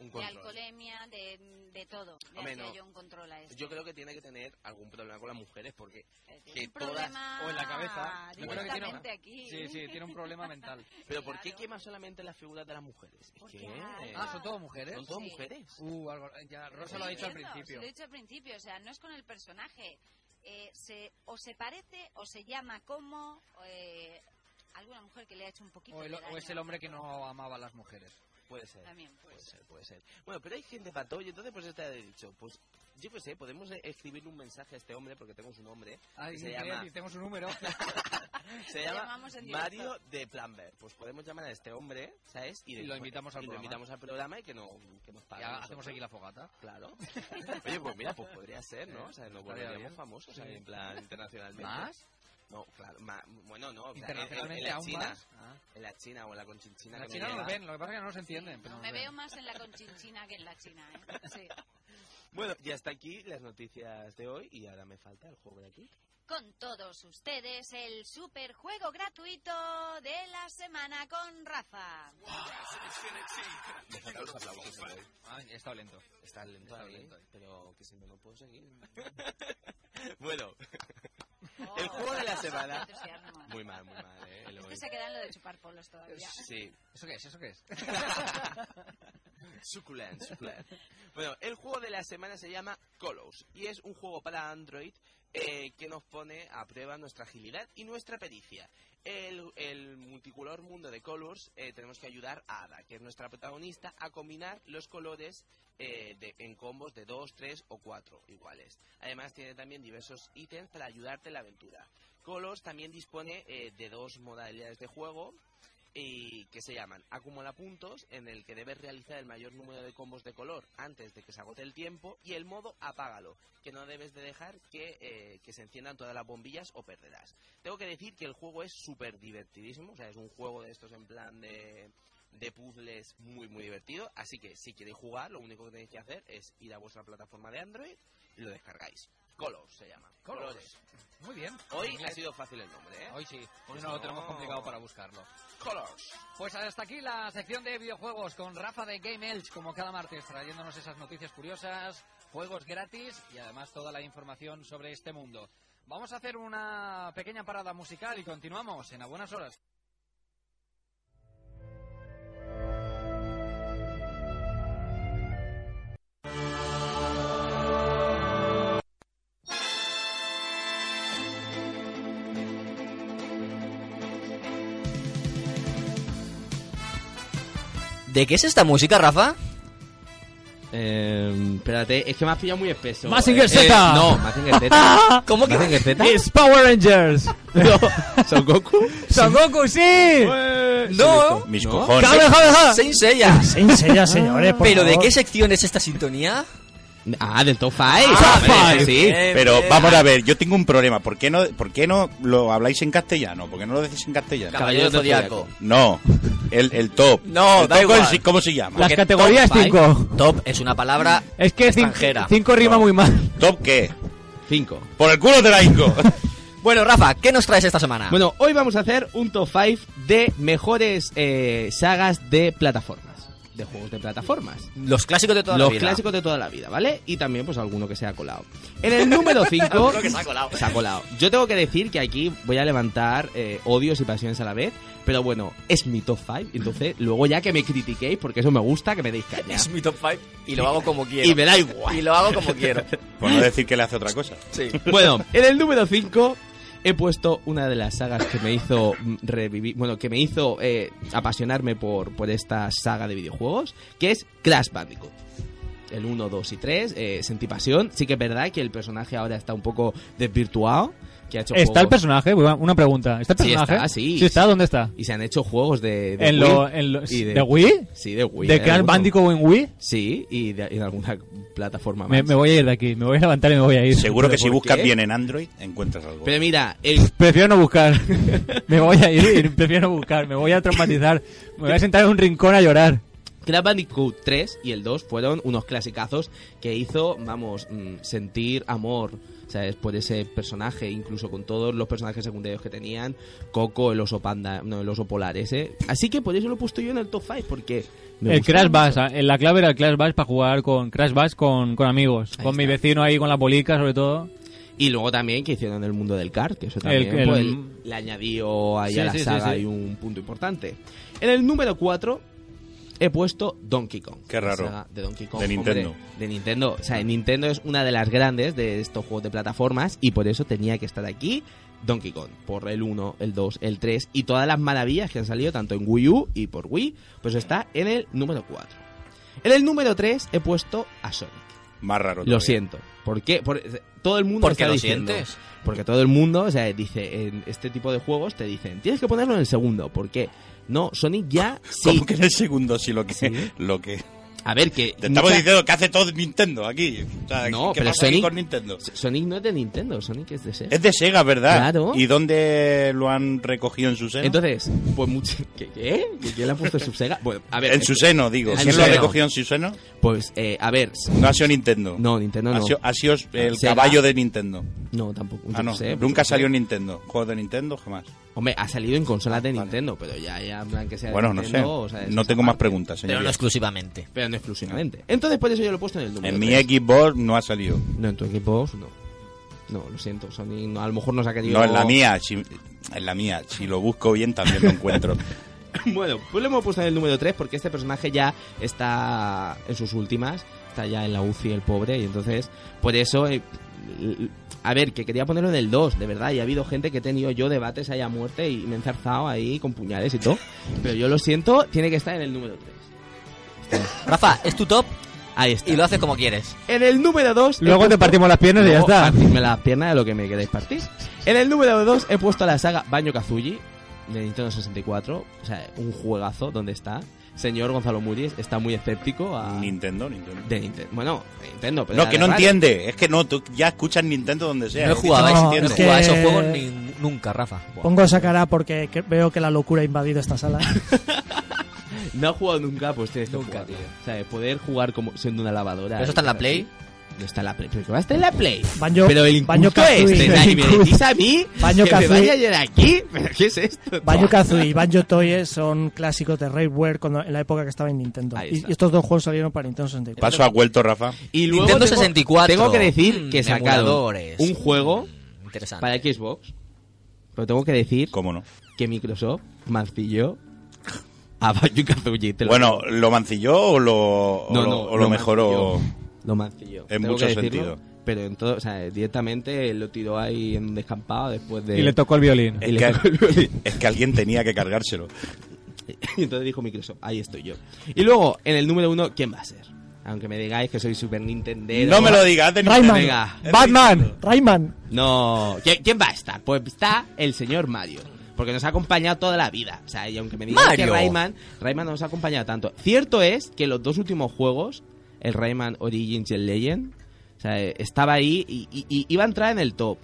S10: Un
S12: De este.
S10: control.
S12: alcoholemia, de, de todo. Le
S10: Hombre,
S12: hacía
S10: no.
S12: yo un control a este.
S10: Yo creo que tiene que tener algún problema con las mujeres porque
S12: Eh, tiene
S10: que
S12: un
S10: todas
S12: problema
S11: o en la cabeza. Yo creo que tiene-
S12: directamente aquí.
S11: Sí, sí, tiene un problema mental.
S10: Pero ¿por qué quema solamente las figuras de las mujeres? Es
S12: Porque
S10: que
S12: hay-
S11: Ah, son todas mujeres.
S10: son todas
S12: Sí.
S10: mujeres.
S11: Uh, algo- ya Rosa
S12: Sí,
S11: lo ha dicho al
S12: entiendo, sí
S11: principio.
S12: Lo he dicho al principio, o sea, no es con el personaje. Eh, se, o se parece o se llama como eh, alguna mujer que le ha hecho un poquito
S11: O, el-
S12: de
S11: o
S12: daño.
S11: es el hombre que no amaba a las mujeres.
S10: Puede ser.
S12: También, pues.
S10: Puede ser, puede ser. Bueno, pero hay gente patoya, entonces pues está dicho, pues yo qué sé, podemos eh, escribirle un mensaje a este hombre porque tengo su nombre.
S11: Ah,
S10: que se
S11: increíble,
S10: llama
S11: Tenemos un número.
S10: Se
S12: Le
S10: llama
S12: llamamos en directo.
S10: Mario de Planberg. Pues podemos llamar a este hombre, ¿sabes?
S11: Y
S10: después-
S11: lo invitamos al
S10: y
S11: programa.
S10: Lo invitamos al programa y que, no, que nos pague.
S11: Ya
S10: a
S11: hacemos
S10: nosotros.
S11: aquí la fogata. Eh,
S10: Claro. Oye, pues mira, pues podría ser, ¿no? O sea,
S11: Estaría
S10: nos volveríamos
S11: bien.
S10: famosos ahí
S11: Sí.
S10: en plan internacionalmente.
S11: ¿Más?
S10: No, claro. ma- bueno, no. o sea,
S11: Internacionalmente
S10: en, en la
S11: aún
S10: China,
S11: más. Ah.
S10: En la China o en la conchinchina.
S11: En la
S10: que
S11: China
S10: me
S11: no nos
S10: llega.
S11: ven, lo que pasa es que no nos entienden. pero
S12: No,
S11: nos
S12: me
S11: ven.
S12: veo más en la conchinchina que en la china, ¿eh? Sí.
S10: Bueno, y hasta aquí las noticias de hoy. Y ahora me falta el juego de aquí.
S12: Con todos ustedes, el superjuego gratuito de la semana con Rafa.
S10: Me faltan los aplausos. ¿no?
S11: Ah, he estado lento.
S10: Está lento
S11: Está
S10: ahí,
S11: lento eh. ahí.
S10: pero que si no, no puedo seguir. bueno, el juego de la semana.
S12: Qué Oh. entusiasmo.
S10: Muy mal, muy mal, ¿eh? El
S12: Este
S10: hoy.
S12: se queda en lo de chupar polos todavía.
S10: Sí.
S11: ¿Eso qué es? ¿Eso qué es?
S10: Suculent, suculent. Bueno, el juego de la semana se llama Colors y es un juego para Android eh, que nos pone a prueba nuestra agilidad y nuestra pericia. El, el multicolor mundo de Colors eh, tenemos que ayudar a Ada, que es nuestra protagonista, a combinar los colores eh, de- en combos de 2, 3 o 4 iguales. Además tiene también diversos ítems para ayudarte en la aventura. Colors también dispone eh, de dos modalidades de juego y que se llaman acumula puntos en el que debes realizar el mayor número de combos de color antes de que se agote el tiempo y el modo apágalo que no debes de dejar que, eh, que se enciendan todas las bombillas o perderás tengo que decir que el juego es súper divertidísimo o sea es un juego de estos en plan de de puzzles muy muy divertido así que si queréis jugar lo único que tenéis que hacer es ir a vuestra plataforma de Android y lo descargáis Colors se llama
S11: Colors. Muy bien.
S10: hoy ha sido fácil el nombre ¿eh?
S11: Hoy sí.
S10: Pues
S11: Hoy no lo
S10: no.
S11: tenemos complicado para buscarlo.
S10: Colors
S11: Pues hasta aquí la sección de videojuegos con Rafa de Game Elch, como cada martes, trayéndonos esas noticias curiosas, juegos gratis y además toda la información sobre este mundo. Vamos a hacer una pequeña parada musical y continuamos en a buenas horas.
S2: ¿De qué es esta música, Rafa?
S10: Eh, espérate, es que me has pillado muy espeso.
S3: Mazinger
S10: Eh,
S3: Z.
S10: eh, no, Mazinger Z.
S3: ¿Cómo que?
S10: Mazinger Z.
S3: Es Power Rangers.
S10: ¿Son Goku?
S3: Son Goku, sí.
S5: Pues,
S2: No,
S5: mis
S2: no.
S5: cojones.
S2: Cabe, cabe, cabe. Sin sellas.
S7: Sin sellas, señores, por
S2: ¿Pero de
S7: favor.
S2: qué sección es esta sintonía?
S10: Ah, del top 5.
S2: sí.
S5: Pero vamos a ver, yo tengo un problema. ¿Por qué no, por qué no lo habláis en castellano? ¿Por qué no lo decís en castellano?
S2: Caballero Zodíaco.
S5: No, el, el top.
S2: No,
S5: El
S2: da
S5: top,
S2: igual.
S5: ¿cómo se- ¿Cómo se llama?
S3: Las categorías
S2: top
S3: 5.
S2: Top es una palabra
S3: Es que cin-
S2: extranjera.
S3: cinco rima muy mal.
S5: ¿Top qué?
S10: 5.
S5: Por el culo de la Inco.
S2: Bueno, Rafa, ¿qué nos traes esta semana?
S10: Bueno, hoy vamos a hacer un top 5 de mejores eh, sagas de plataformas. De juegos de plataformas.
S2: los clásicos de toda
S10: Los
S2: la vida.
S10: clásicos de toda la vida, ¿vale? Y también, pues, alguno que se ha colado. En el número 5...
S2: Alguno que se ha colado.
S10: Se ha colado. Yo tengo que decir que aquí voy a levantar eh, odios y pasiones a la vez, pero bueno, es mi top 5, entonces luego ya que me critiquéis, porque eso me gusta, que me deis caña.
S2: Es mi top 5 y lo hago como quiero.
S10: Y me da igual.
S2: Y lo hago como quiero.
S5: Por no decir que le hace otra cosa.
S2: Sí.
S10: Bueno, en el número 5 he puesto una de las sagas que me hizo mm, revivir, bueno, que me hizo eh, apasionarme por, por esta saga de videojuegos, que es Crash Bandicoot. El 1, 2 y 3, eh, sentí pasión. Sí que es verdad que el personaje ahora está un poco desvirtuado. Que ha hecho
S3: ¿Está el
S10: juegos-
S3: personaje? Una una pregunta. ¿Está el
S10: Sí,
S3: personaje?
S10: está, sí.
S3: ¿Sí está? ¿Dónde está?
S10: Y se han hecho juegos de, de
S3: ¿En
S10: Wii.
S3: lo, en lo-
S10: y
S3: ¿De Wii?
S10: Sí, de Wii. eh,
S3: ¿De
S10: hay
S3: Crash
S10: alguno.
S3: Bandicoot en Wii?
S10: Sí, y de, y de alguna plataforma más.
S3: Me, me voy a ir de aquí. Me voy a levantar y me voy a ir.
S5: Seguro que
S10: ¿Pero
S5: si
S10: por
S5: buscas
S10: qué?
S5: bien en Android encuentras algo.
S10: Pero mira, el...
S3: Prefiero no buscar. me voy a ir. Prefiero no buscar. Me voy a traumatizar. Me voy a sentar en un rincón a llorar.
S10: Crash Bandicoot 3 y el 2 fueron unos clasicazos que hizo, vamos, mm, sentir amor, ¿sabes? Por ese personaje, incluso con todos los personajes secundarios que tenían, Coco, el oso panda, no, el oso polar ese. Así que por eso lo he puesto yo en el top 5, porque... me
S3: El
S10: gustó
S3: Crash
S10: mucho.
S3: Bash, ah, la clave era el Crash Bash para jugar con Crash Bash con, con amigos,
S10: Ahí
S3: con mi
S10: está.
S3: vecino ahí con la bolica sobre todo.
S10: Y luego también que hicieron el mundo del kart, que eso también
S3: El- el-
S10: pues, le añadió ahí
S3: Sí,
S10: a la
S3: sí, sí,
S10: saga
S3: sí.
S10: y un punto importante. En el número 4 he puesto Donkey Kong.
S5: Qué
S10: la
S5: raro.
S10: saga de Donkey Kong.
S5: De
S10: hombre,
S5: Nintendo.
S10: de Nintendo. O sea, Nintendo es una de las grandes de estos juegos de plataformas y por eso tenía que estar aquí Donkey Kong. Por el 1, el 2, el 3 y todas las maravillas que han salido tanto en Wii U y por Wii, pues está en el número 4. En el número 3 he puesto a Sonic.
S5: Más raro.
S10: Lo
S5: todavía.
S10: siento. ¿Por qué? Por- todo el mundo
S2: ¿Por
S10: está
S2: qué lo
S10: diciendo-
S2: sientes?
S10: Porque todo el mundo, o sea, dice, en este tipo de juegos te dicen, tienes que ponerlo en el segundo, porque no, Sonic ya sí.
S5: ¿Cómo que en el segundo si lo que
S10: Sí.
S5: lo que
S10: A ver, que
S5: te estamos
S10: mucha-
S5: diciendo que hace todo Nintendo aquí? O sea,
S10: No,
S5: ¿qué
S10: pero
S5: pasa aquí
S10: Sonic-
S5: con Nintendo?
S10: Sonic no es de Nintendo, Sonic es de Sega.
S5: Es de Sega, ¿verdad?
S10: Claro.
S5: ¿Y dónde lo han recogido en su seno?
S10: Entonces, pues mucho... ¿Qué? ¿Qué? ¿Que ¿Quién le ha puesto en su Sega? Bueno, a ver.
S5: en su seno, digo.
S10: en
S5: ¿Quién
S10: su
S5: lo ha
S10: seno.
S5: recogido en su seno?
S10: Pues, eh, a ver.
S5: No ha sido Nintendo.
S10: No, Nintendo
S5: Ha
S10: Eh, no.
S5: sido, ha sido el
S10: Sega.
S5: caballo de Nintendo.
S10: No, tampoco.
S5: Ah,
S10: yo
S5: no.
S10: qué sé, pues,
S5: Nunca
S10: yo qué
S5: salió
S10: sé.
S5: en Nintendo. Juegos de Nintendo, jamás.
S10: Hombre, ha salido en consolas de
S5: Ah, vale.
S10: Nintendo, pero ya, ya, en plan que sea de
S5: Bueno, no sé.
S10: Nintendo, o sea, es
S5: no
S10: esa
S5: tengo más
S10: parte.
S5: preguntas, eh,
S2: Pero
S5: señor.
S2: no exclusivamente.
S10: Pero no exclusivamente. Entonces, por eso yo lo he puesto en el número
S5: En mi
S10: tres.
S5: Xbox no ha salido.
S10: No, en tu Xbox no. No, lo siento, Sony no, a lo mejor nos ha querido...
S5: No, en la mía. Si, en la mía. Si lo busco bien, también lo encuentro.
S10: Bueno, pues lo hemos puesto en el número 3 porque este personaje ya está en sus últimas, está ya en la UCI el pobre y entonces por eso... eh, l- a ver, que quería ponerlo en el 2, de verdad, y ha habido gente que he tenido yo debates ahí a muerte y me he enzarzado ahí con puñales y todo, pero yo lo siento, tiene que estar en el número 3.
S2: Rafa, es tu top
S10: Ahí está.
S2: y lo haces como quieres.
S10: En el número 2...
S3: Luego te partimos las piernas y ya
S10: Luego,
S3: está.
S10: partidme las piernas de lo que me queréis partir. En el número 2 he puesto la saga Baño Kazooie de Nintendo 64. O sea, un juegazo donde está. Señor Gonzalo Muris está muy escéptico a.
S5: Nintendo, Nintendo.
S10: de Ninte- Bueno, de Nintendo, pero.
S5: No,
S10: era
S5: que
S10: de
S5: no
S10: radio.
S5: entiende. Es que no, tú ya escuchas Nintendo donde sea. ¿eh?
S2: No he jugado, a
S5: No,
S2: ese-
S7: no
S2: no he
S7: entiendo.
S2: jugado a esos
S7: Que-
S2: juegos ni- nunca, Rafa.
S7: Pongo esa cara porque que- veo que la locura ha invadido esta sala.
S10: No ha jugado nunca, pues tienes que
S2: Nunca,
S10: jugar.
S2: tío.
S10: O sea, poder jugar como siendo una lavadora.
S2: ¿Eso está en la
S10: y-
S2: Play?
S10: No está en la Play. ¿Pero qué va a estar en la Play?
S7: Baño-
S10: pero el
S7: Baño
S10: inculto
S7: Kazooie.
S10: este, Dani, me
S7: El inculto.
S10: decís a mí
S7: Baño
S10: que me
S7: Kazooie.
S10: vaya a llenar aquí. ¿Pero qué es esto?
S7: Banjo Kazooie y Banjo Toy son clásicos de Railware cuando, en la época que estaba en Nintendo.
S10: Ahí
S7: Y,
S10: está.
S7: y estos dos juegos salieron para Nintendo 64.
S5: Paso a vuelto, Rafa.
S10: Y luego
S2: Nintendo
S10: tengo-
S2: 64.
S10: Tengo que decir que
S2: Mm,
S10: sacaron
S2: emuladores.
S10: un juego
S2: Mm, Interesante.
S10: para Xbox. Pero tengo que decir
S5: ¿Cómo no?
S10: que Microsoft mancilló a Banjo Kazooie. te lo
S5: Bueno,
S10: digo.
S5: ¿lo mancilló o lo, o
S10: No,
S5: lo-
S10: no,
S5: o lo mejoró?
S10: mancilló. Lo mancilló.
S5: En
S10: Tengo
S5: muchos
S10: que decirlo,
S5: sentidos.
S10: Pero en todo, o sea, directamente lo tiró ahí en un descampado después de.
S3: Y le tocó el violín.
S10: y
S5: Es
S10: le
S5: que,
S10: tocó el violín.
S5: es que alguien tenía que cargárselo.
S10: Y entonces dijo Microsoft, ahí estoy yo. Y luego, en el número uno, ¿quién va a ser? Aunque me digáis que soy Super Nintendo.
S5: No me lo digas, de Nintendo.
S7: Rayman, Batman, Rayman.
S10: No. ¿Qui- ¿Quién va a estar? Pues está el señor Mario. Porque nos ha acompañado toda la vida. O sea, y aunque me digan
S2: ¡Mario!
S10: que Rayman, Rayman no nos ha acompañado tanto. Cierto es que los dos últimos juegos, el Rayman Origins y el Legend, o sea, eh, estaba ahí y, y- y iba a entrar en el top.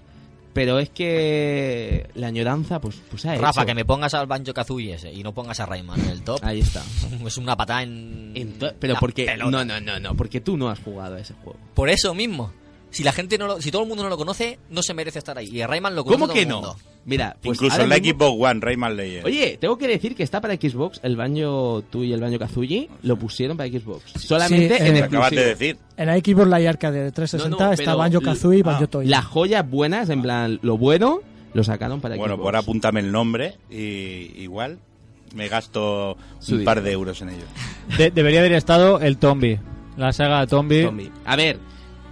S10: Pero es que la añoranza, pues, pues ha
S2: Rafa,
S10: hecho.
S2: que me pongas al Banjo Kazooie ese y no pongas a Rayman en el top.
S10: Ahí está.
S2: Es una patada en.
S10: Ento- pero
S2: la
S10: porque
S2: pelota.
S10: no, no, no, no, porque tú no has jugado a ese juego.
S2: Por eso mismo. Si la gente no lo- si todo el mundo no lo conoce, no se merece estar ahí. Y a Rayman lo conoce
S10: ¿Cómo
S2: todo
S10: que
S2: el
S10: no?
S2: mundo.
S10: Mira, pues
S5: Incluso
S10: ahora
S5: en la
S10: mismo-
S5: Xbox One, Rayman Legends.
S10: Oye, tengo que decir que está para Xbox el baño tú y el baño Kazuyi lo pusieron para Xbox. Solamente
S7: Sí,
S10: en
S7: eh,
S10: exclusivo.
S5: Acabas de decir.
S7: En la Xbox Live Arcade de 360
S10: No, no,
S7: está
S10: pero- ah,
S7: Banjo Kazooie y Banjo Toy.
S10: Las joyas buenas, en plan, lo bueno, lo sacaron para
S5: Bueno,
S10: Xbox.
S5: pues ahora apúntame el nombre y igual me gasto
S10: Su
S5: un par
S10: dinero.
S5: de euros en ello.
S10: pues,
S3: De- debería haber estado el Tombi. La saga Tombi.
S10: Zombie. A ver,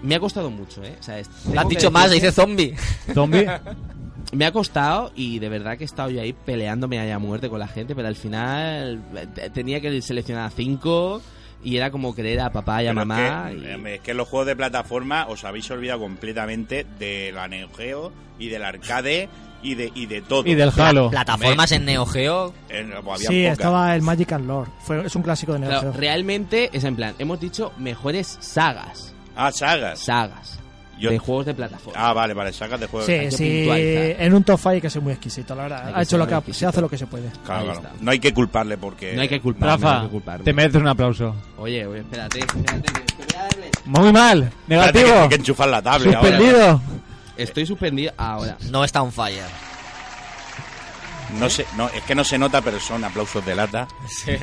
S10: me ha costado mucho, ¿eh? O sea, es-
S2: Le
S10: tengo
S2: has
S10: que
S2: dicho más, le
S10: decir que
S2: dice zombie.
S3: Tombi.
S10: Me ha costado y de verdad que he estado yo ahí peleándome a muerte con la gente, pero al final eh, te- tenía que seleccionar a cinco y era como creer a papá y a
S5: Pero es
S10: mamá.
S5: que,
S10: y-
S5: eh, Es que los juegos de plataforma os habéis olvidado completamente del anegeo y del arcade y de, y de todo.
S3: Y del Halo.
S2: Plataformas en Neo Geo.
S5: Eh, no, pues había
S7: Sí,
S5: pocas.
S7: estaba el Magic and Lore. Fue, es un clásico de
S10: Claro,
S7: negocio.
S10: realmente es en plan, hemos dicho mejores sagas.
S5: Ah, sagas.
S10: sagas
S5: Yo-
S10: de juegos de plataforma.
S5: Ah, vale, vale, sagas de juegos.
S7: sí,
S10: que
S7: sí.
S10: puntualizar.
S7: En un top 5 hay que ser muy exquisito, la
S10: Hay
S7: verdad.
S10: que
S7: Ha hecho
S10: ser
S7: lo
S10: muy
S7: que ha- se
S10: exquisito.
S7: hace lo que se puede.
S5: Claro,
S10: Ahí
S5: claro.
S10: está.
S5: No hay que culparle porque...
S10: no hay que culparme. no hay
S3: Rafa,
S10: que culparme.
S3: te mereces un aplauso.
S10: Oye, oye, espérate, espérate, que voy a darle.
S3: Muy mal.
S5: Espérate, que
S3: Negativo.
S5: hay que enchufar la tablet ahora.
S7: Suspendido.
S10: Estoy suspendido ahora.
S2: No está on fire.
S5: No sé, no, es que no se nota, pero son aplausos de lata. ¿Eh?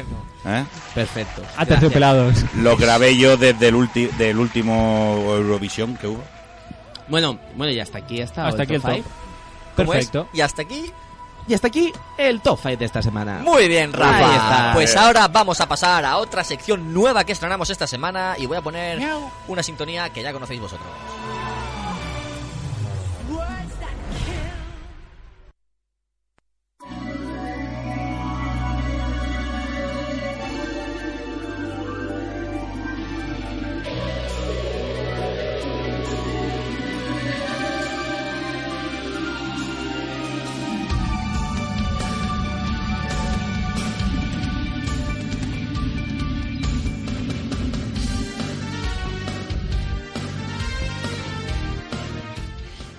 S10: Perfecto. Gracias.
S3: Aterciopelados.
S5: Los grabé yo desde el, ulti- del último Eurovisión que hubo.
S10: Bueno, bueno, y hasta aquí ha estado
S3: Hasta aquí el top.
S10: five.
S2: ¿Cómo es?
S3: Perfecto.
S2: Y hasta aquí.
S10: Y hasta aquí el top 5 de esta semana.
S2: Muy bien,
S10: Ahí
S2: Rafa.
S10: está.
S2: Pues ahora vamos a pasar a otra sección nueva que estrenamos esta semana y voy a poner una sintonía que ya conocéis vosotros.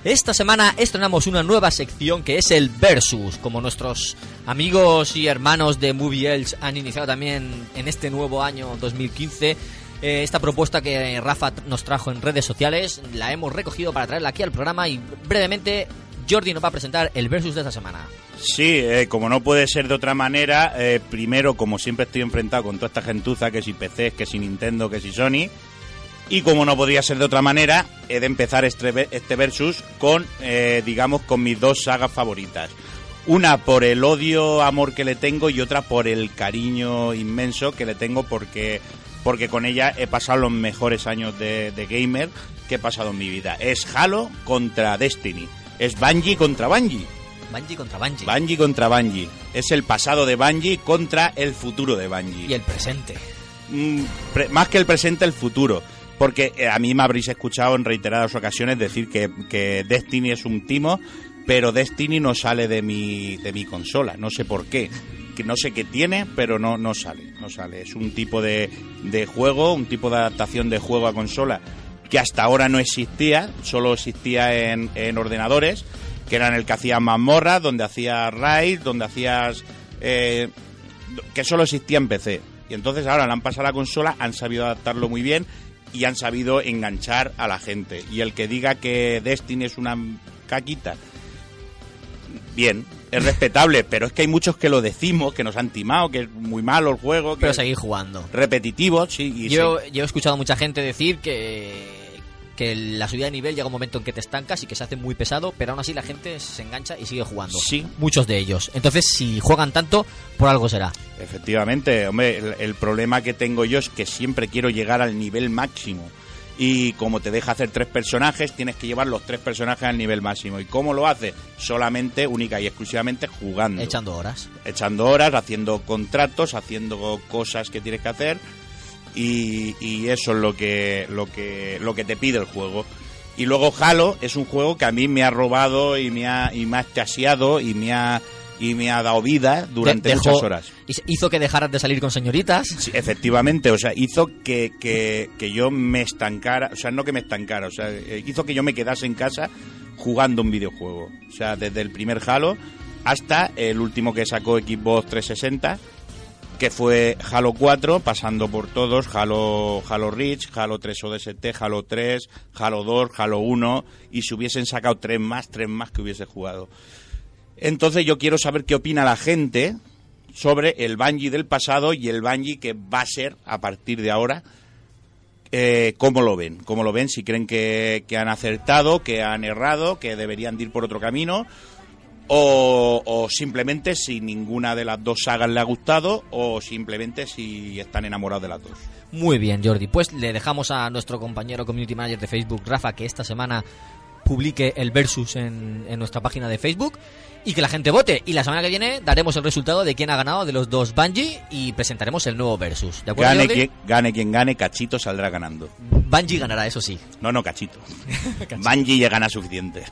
S2: Esta semana estrenamos una nueva sección que es el Versus, como nuestros amigos y hermanos de Movie Elch han iniciado también en este nuevo año 2015. eh, esta propuesta que Rafa tr- nos trajo en redes sociales la hemos recogido para traerla aquí al programa y brevemente Jordi nos va a presentar el Versus de esta semana.
S5: Sí, eh, como no puede ser de otra manera, eh, primero, como siempre estoy enfrentado con toda esta gentuza, que si PC, que si Nintendo, que si Sony, y como no podría ser de otra manera, he de empezar este, ve- este versus con, eh, digamos, con mis dos sagas favoritas. Una por el odio, amor que le tengo y otra por el cariño inmenso que le tengo porque, porque con ella he pasado los mejores años de, de gamer que he pasado en mi vida. Es Halo contra Destiny. Es Bungie contra Bungie.
S2: Bungie contra Bungie.
S5: Bungie contra Bungie. Es el pasado de Bungie contra el futuro de Bungie.
S2: y el presente.
S5: Mm, pre- más que el presente, el futuro. Porque eh, a mí me habréis escuchado en reiteradas ocasiones decir que, que Destiny es un timo, pero Destiny no sale de mi, de mi consola. No sé por qué. Que no sé qué tiene, pero no, no sale. No sale. Es un tipo de, de juego, un tipo de adaptación de juego a consola que hasta ahora no existía, solo existía en, en ordenadores, que eran el que hacía mazmorras, donde hacías raids, donde hacías eh, que solo existía en PC. Y entonces ahora la han pasado a la consola, han sabido adaptarlo muy bien y han sabido enganchar a la gente. Y el que diga que Destiny es una caquita, bien, es respetable, pero es que hay muchos que lo decimos, que nos han timado, que es muy malo el juego, que
S2: Pero
S5: es
S2: seguir jugando.
S5: repetitivo, sí. Y
S2: Yo, yo he escuchado mucha gente decir que, que la subida de nivel llega un momento en que te estancas y que se hace muy pesado, pero aún así la gente se engancha y sigue jugando.
S5: Sí.
S2: Muchos de ellos. Entonces, si juegan tanto, por algo será.
S5: Efectivamente, hombre, el, el problema que tengo yo es que siempre quiero llegar al nivel máximo. Y como te deja hacer tres personajes, tienes que llevar los tres personajes al nivel máximo. ¿Y cómo lo haces? Solamente, única y exclusivamente jugando.
S2: Echando horas.
S5: Echando horas, haciendo contratos, haciendo cosas que tienes que hacer. y, y eso es lo que, lo, que, lo que te pide el juego. Y luego Halo es un juego que a mí me ha robado y me ha, y me ha extasiado y me ha, y me ha dado vida durante
S2: Dejó-
S5: muchas horas.
S2: Hizo que dejaras de salir con señoritas.
S5: Sí, efectivamente, o sea, hizo que, que, que yo me estancara, o sea, no que me estancara, o sea, eh, hizo que yo me quedase en casa jugando un videojuego. O sea, desde el primer Halo hasta el último que sacó Xbox 360, que fue Halo 4, pasando por todos, Halo, Halo Reach, Halo 3 ODST, Halo 3, Halo 2, Halo 1, y si hubiesen sacado tres más, tres más que hubiese jugado. Entonces yo quiero saber qué opina la gente sobre el Bungie del pasado y el Bungie que va a ser a partir de ahora. Eh, ¿Cómo lo ven? ¿Cómo lo ven? Si creen que, que han acertado, que han errado, que deberían de ir por otro camino. O, o simplemente si ninguna de las dos sagas le ha gustado o simplemente si están enamorados de las dos.
S2: Muy bien, Jordi. Pues le dejamos a nuestro compañero community manager de Facebook, Rafa, que esta semana publique el versus en, en nuestra página de Facebook y que la gente vote. Y la semana que viene daremos el resultado de quién ha ganado de los dos Bungie y presentaremos el nuevo versus. ¿De acuerdo,
S5: Gane
S2: Jordi?
S5: quien, gane quien gane, Cachito saldrá ganando.
S2: Bungie ganará, eso sí.
S5: No, no, Cachito. Bungie ya gana suficiente.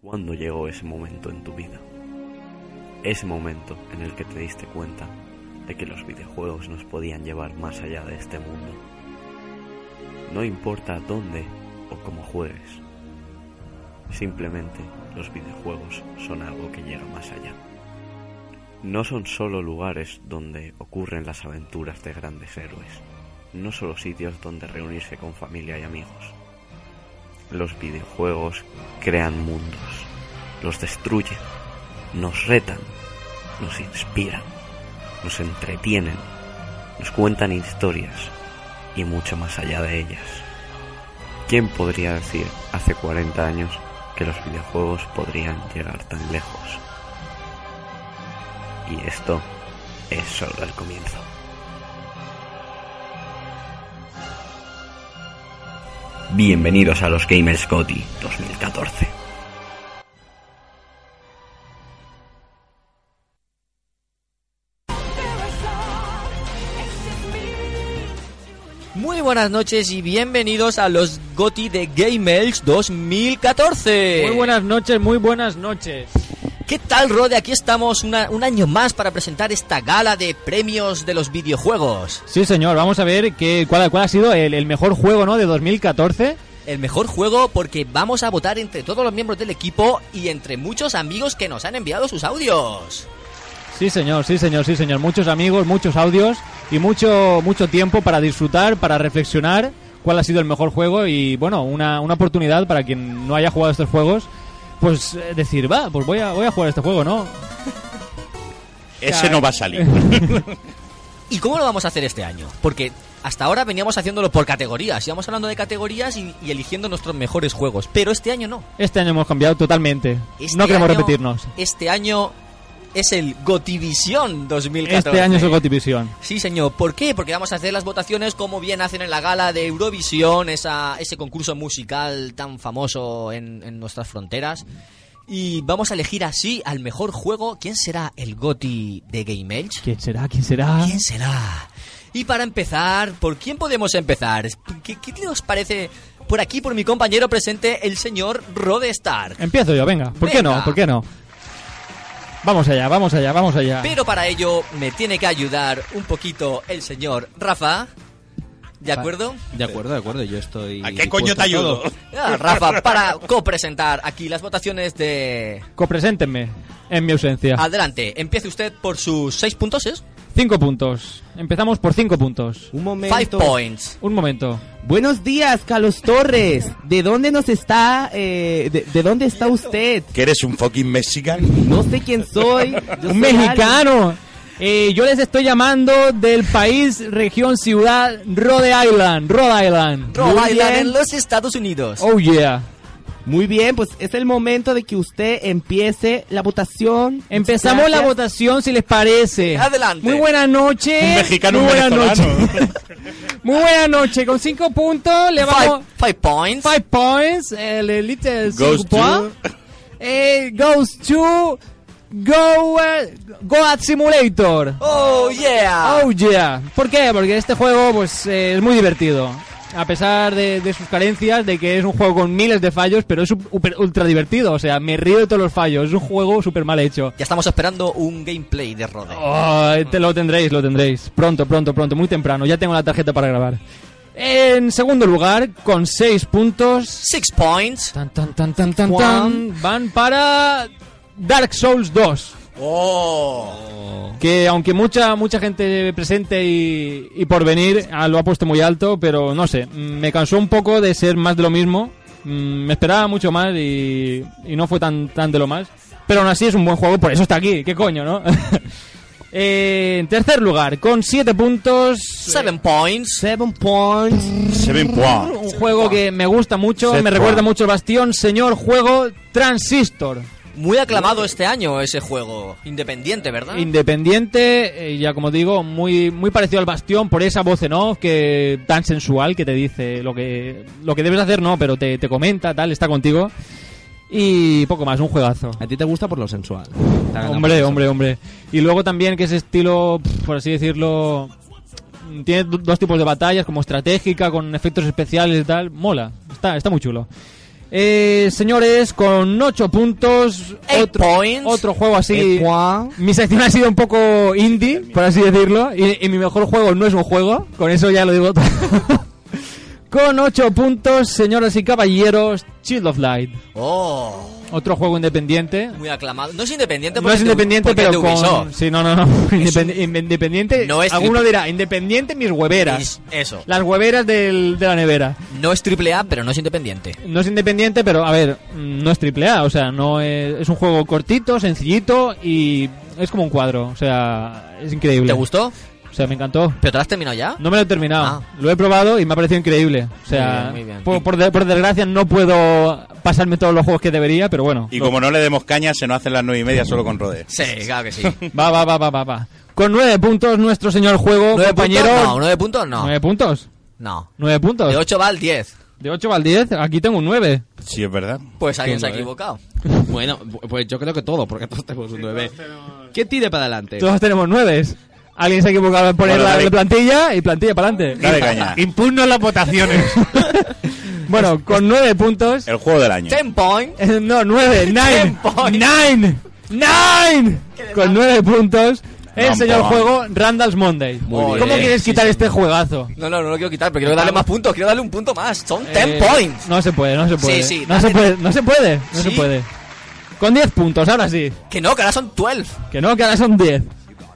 S13: ¿Cuándo llegó ese momento en tu vida? Ese momento en el que te diste cuenta de que los videojuegos nos podían llevar más allá de este mundo. No importa dónde o cómo juegues. Simplemente los videojuegos son algo que llega más allá. No son solo lugares donde ocurren las aventuras de grandes héroes. No solo sitios donde reunirse con familia y amigos. Los videojuegos crean mundos, los destruyen, nos retan, nos inspiran, nos entretienen, nos cuentan historias y mucho más allá de ellas. ¿Quién podría decir hace 40 años que los videojuegos podrían llegar tan lejos? Y esto es solo el comienzo. Bienvenidos a los Gamers GOTY 2014.
S2: Muy buenas noches y bienvenidos a los GOTI de GameElch 2014.
S3: Muy buenas noches, muy buenas noches.
S2: ¿Qué tal, Rode? Aquí estamos una- un año más para presentar esta gala de premios de los videojuegos.
S3: Sí, señor, vamos a ver qué, cuál, cuál ha sido el, el mejor juego ¿no? de 2014.
S2: El mejor juego porque vamos a votar entre todos los miembros del equipo y entre muchos amigos que nos han enviado sus audios.
S3: Sí, señor, sí, señor, sí, señor. Muchos amigos, muchos audios y mucho, mucho tiempo para disfrutar, para reflexionar cuál ha sido el mejor juego y, bueno, una, una oportunidad para quien no haya jugado estos juegos, pues eh, decir, va, pues voy a, voy a jugar este juego, ¿no?
S5: Ese no va a salir.
S2: ¿Y cómo lo vamos a hacer este año? Porque hasta ahora veníamos haciéndolo por categorías, íbamos hablando de categorías y, y eligiendo nuestros mejores juegos, pero este año no.
S3: Este año hemos cambiado totalmente.
S2: Este
S3: no queremos
S2: año-
S3: repetirnos.
S2: Este año es el Gotivisión 2014.
S3: Este año es el Gotivisión.
S2: Sí, señor. ¿Por qué? Porque vamos a hacer las votaciones como bien hacen en la gala de Eurovisión, esa, ese concurso musical tan famoso en, en nuestras fronteras. Y vamos a elegir así al mejor juego. ¿Quién será el Goti de Game Edge?
S3: ¿Quién será? ¿Quién será?
S2: ¿Quién será? Y para empezar, ¿por quién podemos empezar? ¿Qué, qué os parece? Por aquí, por mi compañero presente, el señor Rod Stark.
S3: Empiezo yo, venga. ¿Por qué
S2: Venga.
S3: no? ¿Por qué no? Vamos allá, vamos allá, vamos allá.
S2: Pero para ello me tiene que ayudar un poquito el señor Rafa. ¿De acuerdo?
S4: De acuerdo, de acuerdo, yo estoy.
S5: ¿A qué coño te ayudo?
S2: Ah, Rafa, para copresentar aquí las votaciones de.
S3: Copreséntenme en mi ausencia.
S2: Adelante, empiece usted por sus seis puntos, ¿es?
S3: Cinco puntos. Empezamos por cinco puntos.
S4: Un
S2: Five points.
S3: Un momento.
S4: Buenos días, Carlos Torres. ¿De dónde nos está? eh, de, de dónde está usted?
S5: ¿Que eres un fucking mexicano?
S4: No sé quién soy. Yo
S3: ¡Un
S4: soy
S3: mexicano! Eh, yo les estoy llamando del país, región, ciudad, Rhode Island. Rhode Island.
S2: Rhode
S4: Muy
S2: Island
S4: bien.
S2: en los Estados Unidos.
S3: Oh yeah.
S4: alguien. Muy bien, pues es el momento de que usted empiece la votación.
S3: Empezamos la
S4: Gracias.
S3: votación si les parece.
S2: Adelante.
S3: Muy buenas noches.
S5: Un mexicano,
S3: Muy
S5: un
S3: buenas
S5: venezolano.
S3: noches. Muy buenas noches. Con cinco puntos le
S2: Five,
S3: vamos.
S2: five points.
S3: Five points. El elite cinco
S5: Goes to-
S3: points. Eh, goes to. Go. eh, go at Simulator.
S2: Oh, yeah.
S3: Oh yeah. ¿Por qué? Porque este juego pues eh, es muy divertido. A pesar de, de sus carencias, de que es un juego con miles de fallos, pero es un- uper- ultra divertido. O sea, me río de todos los fallos. Es un juego súper mal hecho.
S2: Ya estamos esperando un gameplay de Rode.
S3: Oh, te lo tendréis, lo tendréis. Pronto, pronto, pronto. Muy temprano. Ya tengo la tarjeta para grabar. En segundo lugar, con seis puntos.
S2: Six points.
S3: Tan, tan, tan, tan, tan, tan. Van para Dark Souls 2.
S5: ¡Oh!
S3: Que aunque mucha mucha gente presente y, y por venir ah, lo ha puesto muy alto, pero no sé, mm, me cansó un poco de ser más de lo mismo. Mm, Me esperaba mucho más y, y no fue tan, tan de lo más. Pero aún así es un buen juego, por eso está aquí, qué coño, ¿no? Eh, en tercer lugar, con 7 puntos.
S2: Seven points.
S4: Seven points.
S5: Seven points.
S3: Un juego que me gusta mucho,
S5: Set
S3: me recuerda
S5: point.
S3: mucho al Bastión, señor juego Transistor.
S2: Muy aclamado este año ese juego. Independiente, ¿verdad?
S3: Independiente, eh, ya como digo, muy, muy parecido al Bastión por esa voz en off que tan sensual que te dice lo que, lo que debes hacer, no, pero te, te comenta, tal, está contigo. Y poco más, un juegazo.
S4: A ti te gusta por lo sensual. Te ha ganado por
S3: Hombre,
S4: eso.
S3: hombre, hombre. Y luego también que ese estilo, pf, por así decirlo, tiene do- dos tipos de batallas, como estratégica, con efectos especiales y tal. Mola, está, está muy chulo. Eh, señores, con 8 puntos,
S2: Eight
S3: otro,
S2: points.
S3: otro juego así.
S4: Eh, cuá.
S3: Mi sección ha sido un poco indie, por así decirlo, y, y mi mejor juego no es un juego, con eso ya lo digo todo. con 8 puntos, señoras y caballeros, Child of Light.
S2: Oh,
S3: Otro juego independiente.
S2: muy aclamado. No es independiente
S3: No
S2: porque
S3: es
S2: es de-
S3: independiente,
S2: porque es
S3: pero
S2: de
S3: con...
S2: Ubisoft.
S3: Sí, no, no, no. Independ- Independiente...
S2: No es
S3: Alguno
S2: triple-
S3: dirá, independiente mis hueveras.
S2: Es- Eso.
S3: Las hueveras del- de la nevera.
S2: No es triple A, pero no es independiente.
S3: No es independiente, pero a ver, mm, no es triple A, o sea, no es, es un juego cortito, sencillito y es como un cuadro, o sea, es increíble.
S2: ¿Te gustó?
S3: O sea, me encantó.
S2: ¿Pero te lo has terminado ya?
S3: No me lo he terminado.
S2: Ah.
S3: Lo he probado y me ha parecido increíble. O sea,
S2: Muy bien, muy bien.
S3: Por, por de- por desgracia no puedo pasarme todos los juegos que debería, pero bueno.
S5: Y como no le demos caña, se nos hacen las nueve y media solo con Rode.
S2: Sí, claro que sí.
S3: Va, va, va, va, va, va. Con nueve puntos nuestro señor juego,
S2: ¿Nueve
S3: compañero.
S2: puntos? No, nueve puntos no.
S3: ¿Nueve puntos?
S2: No.
S3: ¿Nueve puntos?
S2: De 8 va al 10.
S3: De ocho al 10, aquí tengo un 9.
S5: Sí, es verdad. ¿eh?
S2: Pues alguien
S4: Qué
S2: se ha
S4: nueve.
S2: equivocado.
S4: Bueno, bu- pues yo creo que todo, porque todos tenemos un 9. ¿Qué tire para adelante?
S3: Todos tenemos 9. Alguien se ha equivocado en poner
S5: Bueno,
S3: la,
S5: dale.
S3: la plantilla y plantilla para adelante.
S5: Dale caña.
S6: Impugno las votaciones.
S3: Bueno, con 9 puntos.
S5: El juego del año.
S2: 10 point.
S3: Eh, No, 9, 9, 9, 9. Con 9 puntos. El
S5: Rampa,
S3: señor
S5: va.
S3: juego Randall's Monday.
S4: Muy
S3: ¿Cómo
S4: bien.
S3: quieres
S4: Sí,
S3: quitar
S4: señor.
S3: este juegazo?
S2: No, no, no lo quiero quitar, pero quiero darle más puntos. Quiero darle un punto más. Son 10
S3: Eh,
S2: points.
S3: No se puede, no se puede.
S2: sí,
S3: no se
S2: dale.
S3: puede, no se puede, no se
S2: Sí.
S3: puede. Con 10 puntos, ahora sí.
S2: Que no, que ahora son 12.
S3: Que no, que ahora son 10.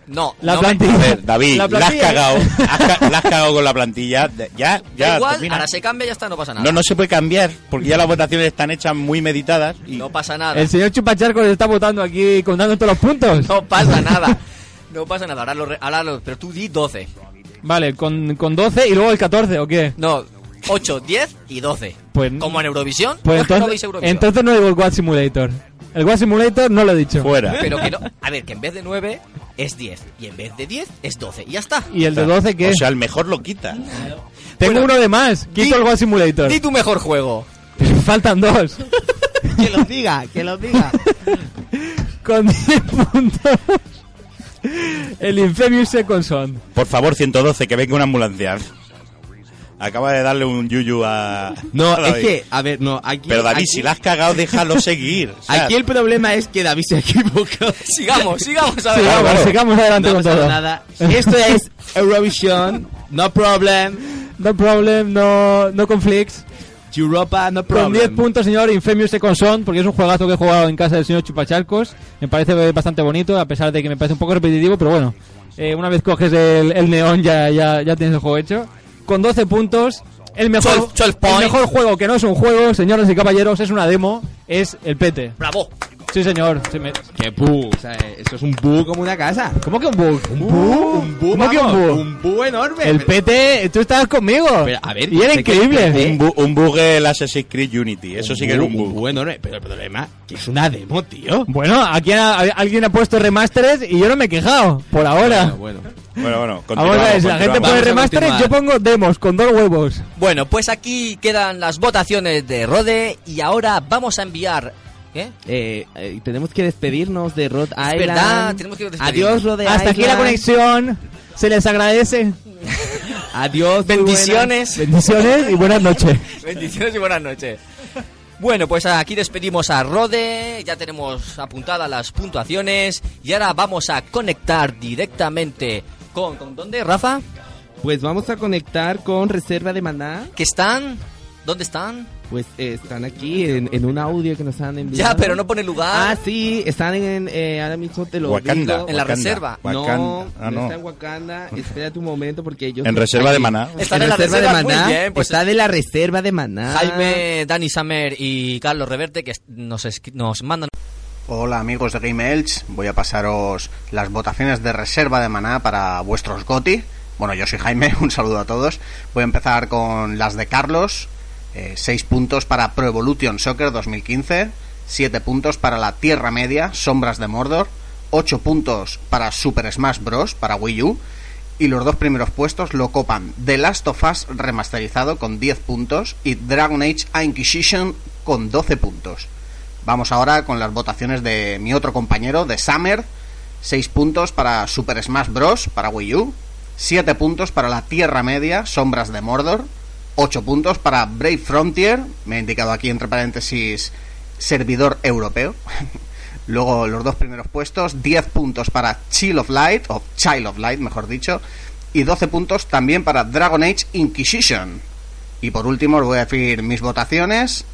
S2: No,
S3: La
S2: no me-
S3: plantilla.
S5: A ver, David, la, has
S3: plantilla- ¿eh?
S5: cagado. Has ca- la has cagado con la plantilla. De- Ya, ya.
S2: Da igual,
S5: termina.
S2: ahora se cambia y ya está, no pasa nada.
S5: No, no se puede cambiar, porque ya las votaciones están hechas muy meditadas. Y...
S2: No pasa nada.
S3: El señor Chupacharco le está votando aquí contando todos los puntos.
S2: No pasa nada. No pasa nada. Ahora lo, re- ahora lo- pero tú di 12.
S3: Vale, con, con 12 y luego el 14, ¿o qué?
S2: No, 8, 10 y 12.
S3: Pues-
S2: Como en Eurovisión.
S3: Pues
S2: no
S3: entonces,
S2: veis Eurovisión.
S3: entonces no digo el Watt Simulator. El Watt Simulator no lo he dicho.
S5: Fuera.
S2: Pero que no. A ver, que en vez de 9 es 10. Y en vez de 10 es 12. Y ya está.
S3: ¿Y el de 12 qué?
S5: O sea, el mejor lo quita.
S3: Tengo
S2: bueno,
S3: uno de más. Quito
S2: di-
S3: el Watt Simulator.
S2: Di tu mejor juego.
S3: Pero faltan dos.
S4: Que lo diga, que lo diga.
S3: Con 10 puntos. El Infamous Second Son.
S5: Por favor, 112, que venga una ambulancia. Acaba de darle un yuyu a.
S10: No,
S5: a
S10: es
S5: David.
S10: que, a ver, no, aquí...
S5: Pero David,
S10: aquí-
S5: si la has cagado, déjalo seguir. o sea,
S10: Aquí el problema es que David se ha equivocado.
S2: Sigamos, sigamos, a ver.
S10: Sigamos,
S2: Claro, claro.
S10: sigamos
S3: adelante
S10: no ha
S3: con
S10: pasado
S3: todo.
S10: nada. Esto es Eurovision, no problem.
S3: No problem, no, no conflicts.
S10: Europa, no
S3: Con 10
S10: problem.
S3: puntos, señor, Infamous Second Son, porque es un juegazo que he jugado en casa del señor Chupachalcos. Me parece bastante bonito, a pesar de que me parece un poco repetitivo, pero bueno. Eh, una vez coges el, el neón, ya, ya, ya tienes el juego hecho. Con 12 puntos, el mejor, el mejor juego que no es un juego, señores y caballeros, es una demo, es el Pete.
S2: ¡Bravo!
S3: Sí, señor. se me-
S10: Qué pu, o sea, eso es un pu como una casa.
S3: ¿Cómo que un bug? ¿Un
S10: bug? ¿Un bug?
S3: ¿Cómo que un
S10: vamos,
S3: bug?
S10: Un bug enorme.
S3: El
S10: Pero-
S3: Pete, tú estabas conmigo.
S10: Pero, a ver,
S3: y era
S10: sé que el PT-
S3: increíble.
S5: un, bu- un bug el Assassin's Creed Unity. Eso sí que era un bug.
S10: enorme. Pero el problema que es una demo, tío.
S3: Bueno, aquí ha- alguien ha puesto remasteres y yo no me he quejado, por ahora.
S10: Bueno,
S5: Bueno, bueno, continuamos.
S3: Ahora es, la gente
S5: continuamos.
S3: pone
S5: Vamos a
S3: remasteres, yo
S5: continuar.
S3: pongo demos con dos huevos.
S2: Bueno, pues aquí quedan las votaciones de Rode y ahora vamos a enviar. ¿Qué?
S10: Eh, eh, tenemos que despedirnos de Rod Island.
S2: verdad, tenemos que despedirnos.
S10: Adiós, Rod Island.
S3: Hasta aquí la conexión. Se les agradece.
S10: Adiós. muy
S2: Bendiciones.
S3: Bendiciones y buenas noches.
S2: Bendiciones y buenas noches. Bueno, pues aquí despedimos a Rode, ya tenemos apuntadas las puntuaciones y ahora vamos a conectar directamente con... ¿Con dónde, Rafa?
S10: buenas. Pues vamos a conectar con Reserva de Maná.
S2: ¿Que están? ¿Dónde están?
S10: Pues eh, están aquí en, en un audio que nos han enviado.
S2: Ya, pero no pone
S10: Ah,
S2: lugar.
S10: sí, están en. eh, ahora mismo te lo
S5: Wakanda.
S10: digo.
S2: En la
S5: Wakanda,
S2: reserva.
S5: Wakanda.
S10: No,
S5: Ah,
S10: no
S5: no.
S10: está en Wakanda. Espérate un momento porque yo.
S5: En reserva de Maná.
S2: Están en la reserva, muy bien, pues-
S10: está de la reserva de Maná.
S2: Jaime, Dani Samer y Carlos Reverte que nos, esqui- nos mandan...
S1: Hola amigos de Game Elch, voy a pasaros las votaciones de reserva de maná para vuestros GOTI. Bueno, yo soy Jaime, un saludo a todos. Voy a empezar con las de Carlos. 6 puntos para Pro Evolution Soccer 2015, 7 puntos para la Tierra Media, Sombras de Mordor, 8 puntos para Super Smash Bros. para Wii U y los dos primeros puestos lo copan The Last of Us remasterizado con 10 puntos y Dragon Age Inquisition con 12 puntos. Vamos ahora con las votaciones de mi otro compañero, de Summer. 6 puntos para Super Smash Bros. para Wii U. 7 puntos para la Tierra Media, Sombras de Mordor. 8 puntos para Brave Frontier. Me he indicado aquí entre paréntesis servidor europeo. Luego los dos primeros puestos, 10 puntos para Child of Light, o Child of Light, mejor dicho, y 12 puntos también para Dragon Age Inquisition. Y por último os voy a decir mis votaciones.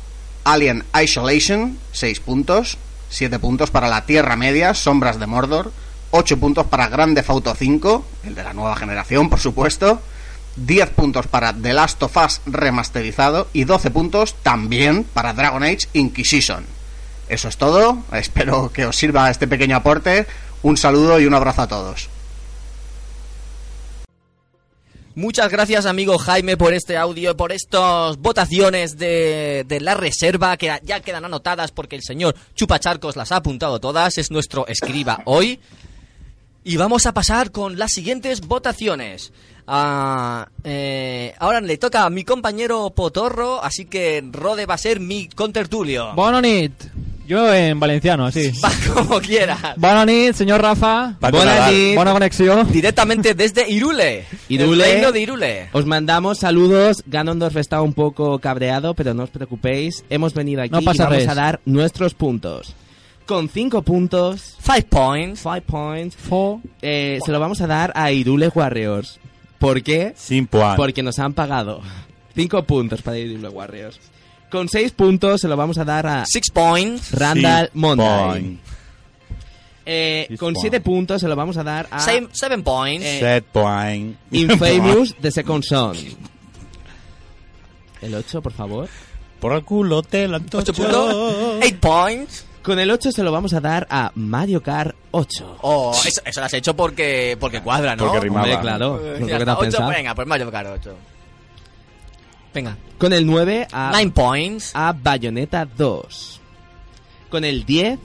S1: Alien Isolation, 6 puntos, 7 puntos para la Tierra Media, Sombras de Mordor, 8 puntos para Grand Theft Auto 5, el de la nueva generación, por supuesto, 10 puntos para The Last of Us remasterizado y 12 puntos también para Dragon Age Inquisition. Eso es todo. Espero que os sirva este pequeño aporte. Un saludo y un abrazo a todos.
S2: Muchas gracias, amigo Jaime, por este audio, por estas votaciones de, de la reserva que ya quedan anotadas porque el señor Chupacharcos las ha apuntado todas. Es nuestro escriba hoy. Y vamos a pasar con las siguientes votaciones. Ah, eh, ahora le toca a mi compañero Potorro, así que Rode va a ser mi contertulio.
S3: Bononit. Yo en valenciano, así.
S2: Va como quieras.
S3: Bononit, señor Rafa.
S5: Paco Nadal.
S3: Buena conexión.
S2: Directamente desde Irule.
S10: Irule.
S2: El reino de Irule.
S10: Os mandamos saludos. Ganondorf está un poco cabreado, pero no os preocupéis. Hemos venido aquí
S3: No pasa
S10: y vamos
S3: res.
S10: a dar nuestros puntos. Con 5 puntos,
S2: Five points.
S10: 5 points,
S3: Fo.
S10: eh, se lo vamos a dar a Irule Warriors. ¿Por qué?
S5: Sin puan.
S10: Porque nos han pagado. 5 puntos para Irule Warriors. Con 6 puntos se lo vamos a dar a
S2: Six points.
S10: Randall
S5: Sin
S10: Monday.
S5: puan.
S10: Eh,
S5: Six
S10: con
S5: point.
S10: 7 puntos se lo vamos a dar a
S2: Seven, seven points.
S10: Eh,
S5: Set puan.
S10: Infamous The Second Son. El 8, por favor.
S5: Por el culo te la
S2: 8
S5: antocho.
S2: puntos. 8 points.
S10: Con el 8 se lo vamos a dar a Mario Kart 8.
S2: Oh, eso, eso lo has hecho porque, porque cuadra, ¿no?
S5: Porque rimaba.
S10: Hombre, claro.
S2: Eh,
S10: no
S2: ya
S10: creo que te
S2: está,
S10: has
S2: ocho,
S10: pensado.
S2: venga, pues Mario Kart 8. Venga.
S10: Con el 9 a,
S2: 9 points.
S10: a Bayonetta 2. Con el 10,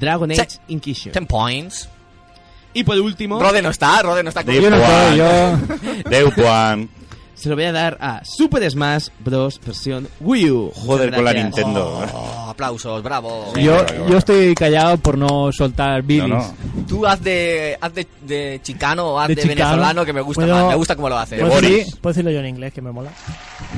S10: Dragon Age
S2: Se-
S10: Inquisition.
S2: 10 points.
S10: Y por último,
S2: Rode no está, Rode no está con...
S5: Sí.
S3: Yo no soy, yo.
S5: Deu puan.
S10: se lo voy a dar a Super Smash Bros. versión Wii U.
S5: Joder
S10: Muchas
S5: con la
S10: gracias.
S5: Nintendo. ¿eh?
S2: Oh, aplausos, bravo.
S3: yo, yo estoy callado por no soltar bilis.
S2: Tú haz de, haz de, de chicano o haz de,
S3: De chicano.
S2: venezolano que me gusta
S3: Puedo-
S2: más. Me gusta cómo lo haces.
S14: ¿Puedo, decir- puedo decirlo yo en inglés, que me mola.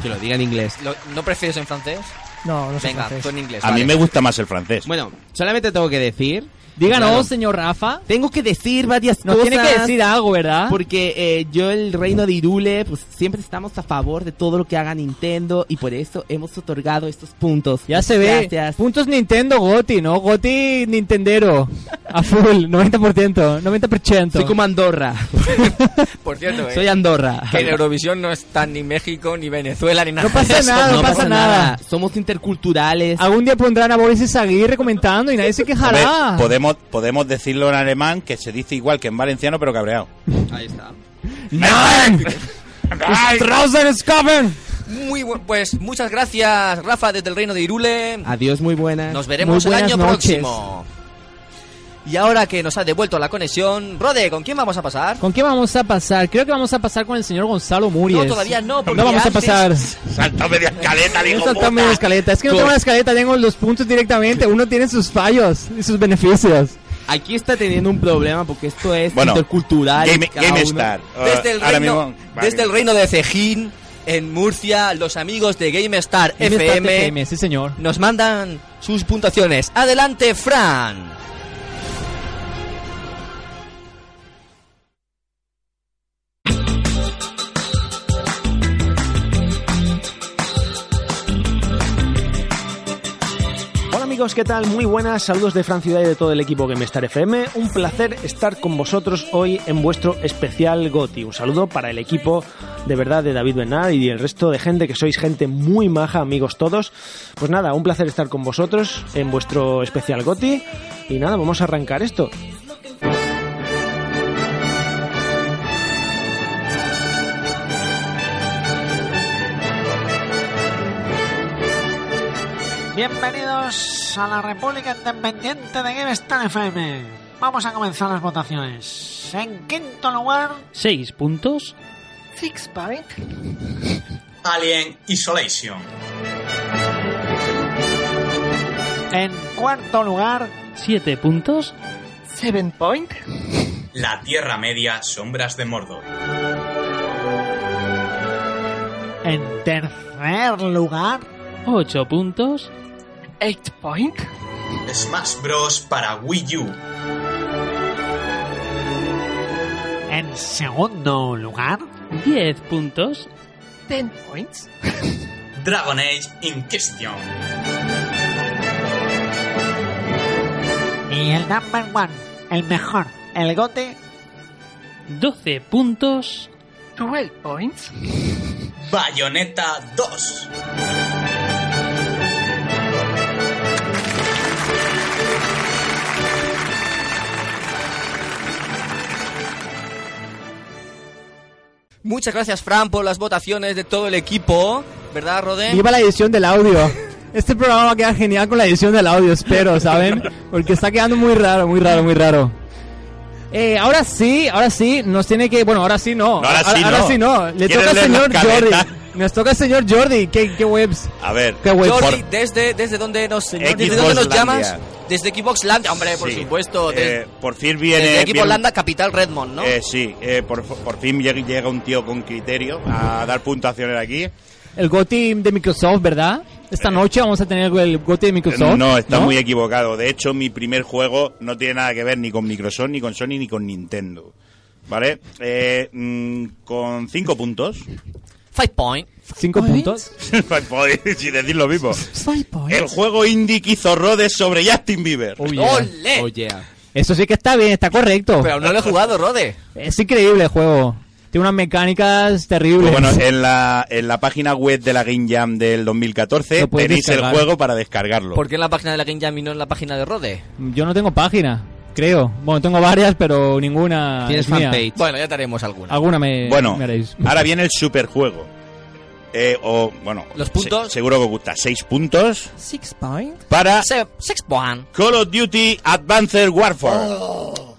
S10: Que lo diga en inglés.
S2: Lo- ¿No prefieres en francés?
S14: No, no sé
S2: Venga,
S14: francés.
S2: tú en inglés.
S5: A mí me gusta más el francés.
S10: Bueno, solamente tengo que decir.
S3: Díganos,
S10: Claro.
S3: señor Rafa.
S10: Tengo que decir varias
S3: Nos tiene
S10: cosas.
S3: que decir algo, ¿verdad?
S10: Porque eh, yo, el reino de Irule, pues siempre estamos a favor de todo lo que haga Nintendo y por eso hemos otorgado estos puntos.
S3: Ya se ve.
S10: Gracias.
S3: Puntos Nintendo Goti, ¿no? Goti Nintendero. A full, 90%. 90%.
S10: Soy como Andorra.
S2: Por cierto, eh,
S10: Soy Andorra.
S2: Que en Eurovisión no está ni México, ni Venezuela, ni nada.
S3: No pasa
S2: de eso.
S3: nada, no, pasa, nada.
S10: Somos interculturales.
S3: Algún día pondrán a Boris Izaguirre comentando y nadie se
S5: Hombre,
S3: quejará.
S5: podemos, podemos decirlo en alemán, que se dice igual que en valenciano, pero cabreado.
S10: Ahí está.
S3: ¡Nein!
S10: Pues,
S2: Muy bu- pues muchas gracias, Rafa, desde el reino de Irule.
S10: Adiós, muy buenas.
S2: Nos veremos
S10: Muy
S2: el
S10: buenas
S2: año
S10: noches.
S2: próximo. Y ahora que nos ha devuelto la conexión, Rode, ¿con quién vamos a pasar?
S3: ¿Con qué vamos a pasar? Creo que vamos a pasar con el señor Gonzalo Muries.
S2: No, todavía no, porque
S3: No vamos
S2: antes-
S3: a pasar.
S5: Saltó media escaleta,
S3: He
S5: digo.
S3: saltado medio escaleta. Es que no tengo la escaleta, tengo los puntos directamente. Uno tiene sus fallos y sus beneficios.
S10: Aquí está teniendo un problema porque esto es
S5: Bueno,
S10: intercultural.
S5: Game,
S10: cada uno-
S5: GameStar. Uh,
S2: Desde el,
S5: ahora
S2: reino,
S5: mismo-
S2: desde el reino de Cejín, en Murcia, los amigos de GameStar FM,
S3: FM, sí señor.
S2: nos mandan sus puntuaciones. Adelante, Fran.
S7: Hola amigos, ¿qué tal? Muy buenas, saludos de Fran Ciudad y de todo el equipo GameStar FM. Un placer estar con vosotros hoy en vuestro especial GOTI. Un saludo para el equipo de verdad de David Bernal y el resto de gente que sois gente muy maja, amigos todos. Pues nada, un placer estar con vosotros en vuestro especial GOTI. Y nada, vamos a arrancar esto.
S13: Bienvenidos a la República Independiente de GameStar FM. Vamos a comenzar las votaciones. ¿eh? En quinto lugar,
S15: Seis puntos.
S13: Sixpack.
S16: Alien Isolation.
S13: En cuarto lugar,
S15: Siete puntos.
S13: Seven Point.
S16: La Tierra Media, Sombras de Mordor.
S13: En tercer lugar,
S15: Ocho puntos.
S13: Eight Point.
S16: Smash Bros. para Wii U.
S13: En segundo lugar,
S15: Diez puntos.
S13: Ten Points.
S16: Dragon Age Inquisition.
S13: Y el number one, el mejor, el gote.
S15: 12 puntos.
S13: 12 points.
S16: Bayonetta 2.
S2: Muchas gracias, Fran, por las votaciones de todo el equipo. ¿Verdad, Rode?
S3: Viva la edición del audio. Este programa va a quedar genial con la edición del audio, espero, ¿saben? Porque está quedando muy raro, muy raro, muy raro. Eh, ahora sí, ahora sí, nos tiene que... Bueno, ahora sí no.
S5: No, ahora sí no.
S3: no. Le
S5: ¿Quieres
S3: toca al
S5: leer la
S3: señor Jordi.
S5: escaleta?
S3: Nos toca al señor Jordi. ¿Qué, qué webs?
S5: A ver,
S3: Qué webs?
S2: Jordi, ¿desde, desde dónde nos, ¿desde dónde nos
S5: Xboxlandia.
S2: llamas? Desde Xbox Land, hombre, por
S5: Sí.
S2: supuesto.
S5: Eh,
S2: Desde,
S5: por fin viene.
S2: desde Xbox
S5: viene-
S2: Landa, capital Redmond, ¿no?
S5: Eh, sí, eh, por, por fin lleg- llega un tío con criterio a dar puntuaciones aquí.
S3: El GOTI de Microsoft, ¿verdad? Esta noche vamos a tener el GOTI de Microsoft.
S5: Eh. No, está muy equivocado. De hecho, mi primer juego no tiene nada que ver ni con Microsoft, ni con Sony, ni con Nintendo. ¿Vale? Eh, mm, con cinco puntos.
S2: Five Point.
S3: ¿Cinco puntos?
S5: Five points, sin decir lo mismo. El juego indie que hizo Rhodes sobre Justin Bieber.
S3: Oh, yeah. Eso sí que está bien, está correcto.
S2: Pero aún no lo he jugado, Rode.
S3: Es increíble el juego. Tiene unas mecánicas este, terribles.
S5: Pues bueno, en la, en la página web de la Game Jam del 2014
S3: Lo puedes
S5: tenéis
S3: descargar.
S5: el juego para descargarlo.
S2: ¿Por qué en la página de la Game Jam y no en la página de Rode?
S3: Yo no tengo página, creo. Bueno, tengo varias, pero ninguna. Ah, es mía.
S2: Bueno, ya te haremos alguna.
S3: Alguna me,
S5: Bueno,
S3: me haréis.
S5: ahora viene el superjuego. Eh, o, bueno,
S2: Los
S5: se-
S2: puntos.
S5: seguro que os gusta. Seis puntos
S14: Six Point.
S5: para
S2: Se- Six Point. Oh.
S5: Call of Duty Advanced Warfare.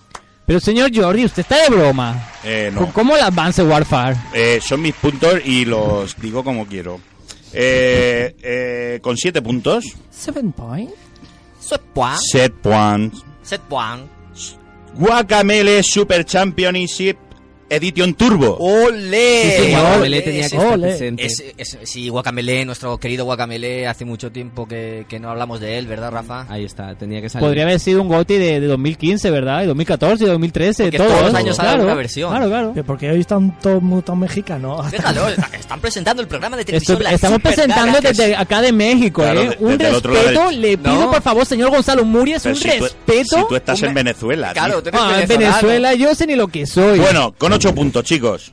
S3: Pero señor Jordi, usted está de broma.
S5: Eh, no.
S3: ¿Cómo el Advanced Warfare?
S5: Eh, son mis puntos y los digo como quiero. eh, eh, con 7 puntos.
S7: Seven point.
S2: Sepuan.
S5: 7 points.
S2: Sepuan.
S5: Guacamele Super Championship Edition Turbo.
S2: ¡Ole!
S4: Sí, señor. Guacamele tenía que estar
S2: Ole.
S4: presente.
S2: Es- es- sí, Guacamele, nuestro querido Guacamele, hace mucho tiempo que, que no hablamos de él, ¿verdad, Rafa?
S4: Ahí está, tenía que salir.
S3: Podría haber sido un GOTI de, de 2015, ¿verdad? De 2014, de 2013,
S2: Porque
S3: todos.
S2: todos los años sale
S3: claro,
S2: una versión.
S3: Claro, claro.
S7: Pero porque hoy tanto muto mexicano.
S2: Déjalo, está- están presentando el programa de
S3: Esto-
S2: televisión. La
S3: estamos
S2: Super
S3: presentando
S2: Gaga, que
S3: desde
S2: es-
S3: acá de México,
S5: Claro,
S3: ¿eh?
S5: de-
S3: un
S5: desde el otro lado
S3: respeto,
S5: del-
S3: le pido
S2: No.
S3: por favor, señor Gonzalo Murias,
S5: Pero
S3: un
S5: si tú-
S3: respeto.
S5: si tú estás en Venezuela. tío.
S2: Claro, tú eres
S3: Ah, en
S2: venezolano.
S3: Venezuela yo sé ni lo que soy.
S5: Bueno, con 8 puntos, chicos.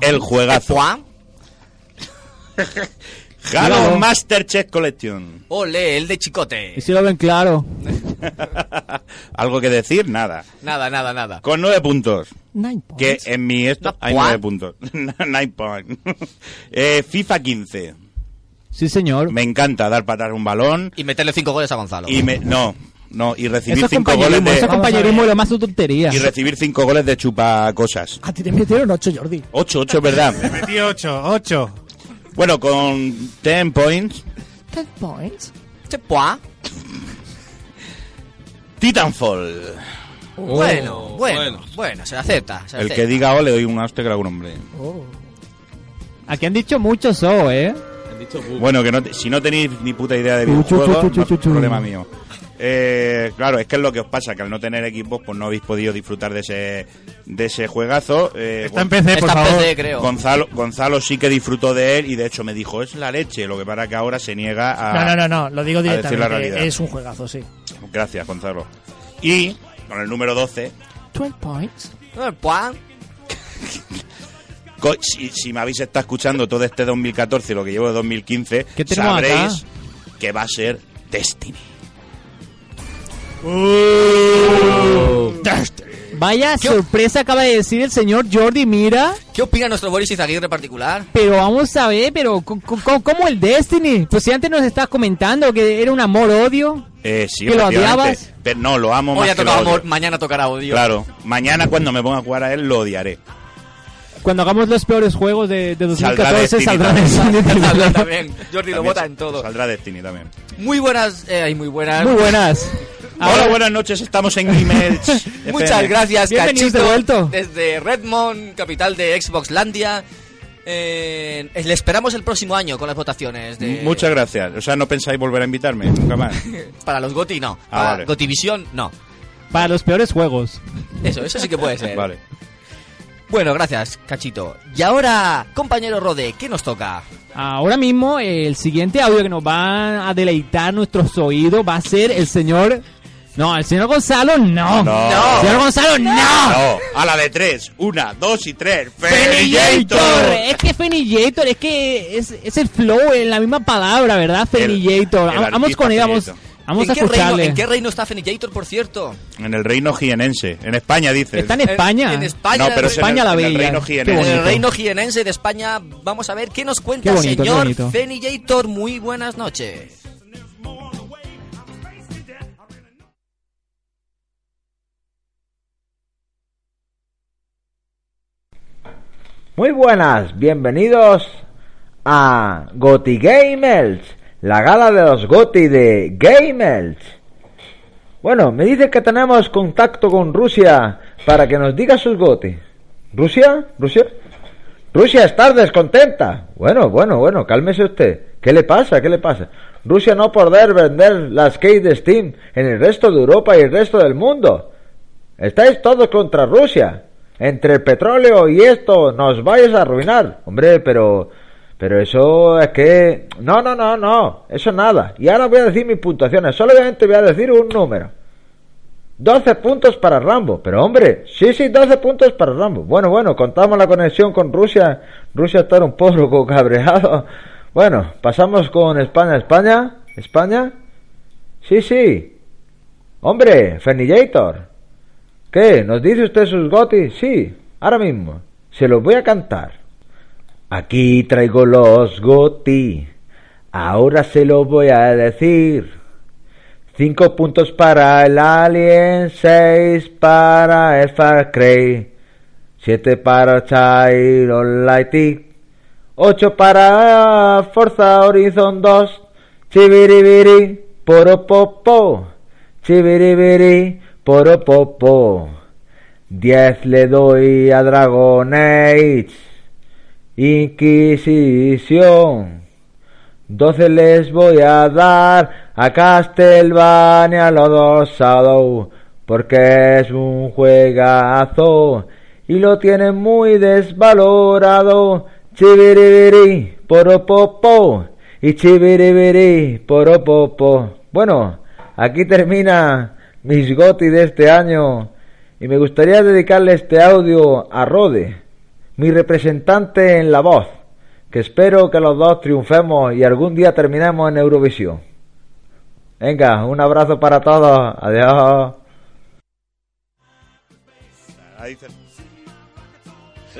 S5: El juegazo.
S2: Juan.
S5: Halo
S3: Dígalo.
S5: Masterchef Collection.
S2: Ole, el de Chicote.
S3: Y si lo ven claro.
S5: Algo que decir, nada.
S2: Nada, nada, nada.
S5: Con 9 puntos.
S7: Nine point.
S5: Que en mi esto hay
S2: point.
S5: 9 puntos. Nine point. Eh, FIFA 15.
S3: Sí, señor.
S5: Me encanta dar patar un balón
S2: Y meterle cinco goles a Gonzalo.
S5: y me no, no, y
S3: Eso
S5: recibir
S3: es
S5: 5 goles
S3: compañerismo,
S5: de
S3: eso es compañerismo y lo más su tontería.
S5: y recibir cinco goles de chupa cosas.
S7: A ti te metieron ocho, Jordi.
S5: 8, 8 es verdad.
S6: Metí 8, 8.
S5: Bueno, con 10 points
S7: Ten points.
S2: Sepuan.
S5: Titanfall.
S3: Oh.
S5: Ah,
S2: Bueno, bueno, bueno, se acepta. se
S5: Oh, El
S2: acepta.
S5: que diga o le doy un hashtag a algún hombre.
S7: Oh.
S3: Aquí han dicho mucho so, ¿eh?
S4: Han dicho bu-
S5: Bueno, que no te- si no tenéis ni puta idea de
S3: Chu, chu,
S5: videojuegos,
S3: chu, chu,
S5: no es
S3: chu, chu.
S5: problema mío. Eh, claro, es que es lo que os pasa, que al no tener equipos, pues no habéis podido disfrutar de ese, de ese juegazo. Eh,
S6: Está en PC, por
S2: Esta
S6: favor.
S2: PC, creo.
S5: Gonzalo, Gonzalo sí que disfrutó de él y de hecho me dijo, es la leche, lo que para que ahora se niega a...
S7: No, no, no, no, lo digo
S5: a decir la
S7: directamente.
S5: realidad.
S7: Es un juegazo, sí.
S5: Gracias, Gonzalo. Y con el número 12,
S7: 12 points.
S2: Sepuan.
S5: co- si, si me habéis estado escuchando todo este 2014 y lo que llevo de 2015,
S3: ¿Qué tenemos acá?
S5: sabréis que va a ser Destiny.
S2: Uh.
S3: Vaya sorpresa acaba de decir el señor Jordi Mira.
S2: ¿Qué opina nuestro Boris Izaguirre particular?
S3: Pero vamos a ver, pero co- co- co- ¿cómo, el Destiny? Pues si antes nos estás comentando que era un amor-odio.
S5: Eh, sí,
S3: ¿Que lo
S5: efectivamente.
S3: odiabas?
S5: Pero no, lo amo
S2: Hoy
S5: más
S2: ha
S5: que lo
S2: tocado
S5: odio.
S2: amor, mañana tocará odio.
S5: Claro, mañana cuando me ponga a jugar a él lo odiaré.
S3: Cuando hagamos los peores juegos de, de
S5: Saldrá
S3: 2014
S5: Destiny
S3: saldrá
S5: también.
S3: Destiny.
S2: Saldrá también. Jordi lo
S5: También
S2: vota
S5: sa- pues
S2: en todo.
S5: Saldrá Destiny también.
S2: Muy buenas, eh, ay, muy buenas.
S3: Muy buenas.
S5: Hola, buenas noches, estamos en Gmail.
S2: Muchas gracias,
S3: Bienvenidos
S2: Cachito,
S3: de vuelta.
S2: desde Redmond, capital de Xbox Landia. Eh, le esperamos el próximo año con las votaciones de
S5: Muchas gracias. O sea, no pensáis volver a invitarme nunca más.
S2: para los Goti no,
S5: Ah,
S2: para
S5: vale.
S2: Gotivisión no.
S3: Para los peores juegos.
S2: Eso, eso sí que puede ser.
S5: Vale.
S2: Bueno, gracias, Cachito. Y ahora, compañero Rode, ¿qué nos toca?
S3: Ahora mismo, eh, el siguiente audio que nos va a deleitar nuestros oídos va a ser el señor. No, el señor Gonzalo, no.
S5: No.
S3: El señor Gonzalo, no.
S5: Ah. No, a la de tres. Una, dos y tres.
S3: Fenillator.
S5: ¡Felillator!
S3: Es que Fenillator, es que es, es el flow en la misma palabra, ¿verdad?
S5: El-
S3: Fenillator.
S5: el
S3: Vamos con él,
S5: artista
S3: vamos,
S5: Fenillator.
S3: vamos a
S2: ¿En, qué reino,
S3: escucharle.
S2: ¿En qué reino está Fenillator, por cierto?
S5: En el reino jienense. En España, dice.
S3: Está en España.
S2: En, en España.
S5: No, pero
S2: en
S5: es
S2: el-
S3: España
S5: en el,
S3: la
S5: en el
S3: bella.
S5: reino
S3: Qué
S2: en
S5: jienense.
S2: el reino jienense de España, vamos a ver qué nos cuenta
S3: Qué bonito, qué
S2: señor
S3: bonito.
S2: Fenillator. Muy buenas noches.
S17: Muy buenas, bienvenidos a Goti Gamers, la gala de los Goti de Gamers. Bueno, me dice que tenemos contacto con Rusia para que nos diga sus Goti. ¿Rusia? ¿Rusia? Rusia está descontenta. Bueno, bueno, bueno, cálmese usted. ¿Qué le pasa? ¿Qué le pasa? Rusia no poder vender las keys de Steam en el resto de Europa y el resto del mundo. Estáis todos contra Rusia. Entre el petróleo y esto nos vais a arruinar. Hombre, pero... Pero eso es que... No, no, no, no. Eso nada. Y ahora voy a decir mis puntuaciones. Solamente voy a decir un número. 12 puntos para Rambo. Pero hombre, sí, sí, 12 puntos para Rambo. Bueno, bueno, contamos la conexión con Rusia. Rusia está un poco cabreado. Bueno, pasamos con España. España. España. Sí, sí. Hombre, Fernillator. ¿Qué? ¿Nos dice usted sus gotis? Sí, ahora mismo. Se los voy a cantar. Aquí traigo los goti. Ahora se los voy a decir. Cinco puntos para el Alien, seis para el Far Cry, siete para Child Online, 8 para Forza Horizon 2. Chibiribiri, poropopo. Chibiribiri, poropopo. 10 le doy a Dragon Age. Inquisición. 12 les voy a dar a Castlevania los dos Shadow. Porque es un juegazo y lo tienen muy desvalorado. Chibiribiri, poropopo y chibiribiri, poropopo. Bueno, aquí termina mis goti de este año y me gustaría dedicarle este audio a Rode, mi representante en la voz, que espero que los dos triunfemos y algún día terminemos en Eurovisión. Venga, un abrazo para todos. Adiós.
S5: Ahí dice-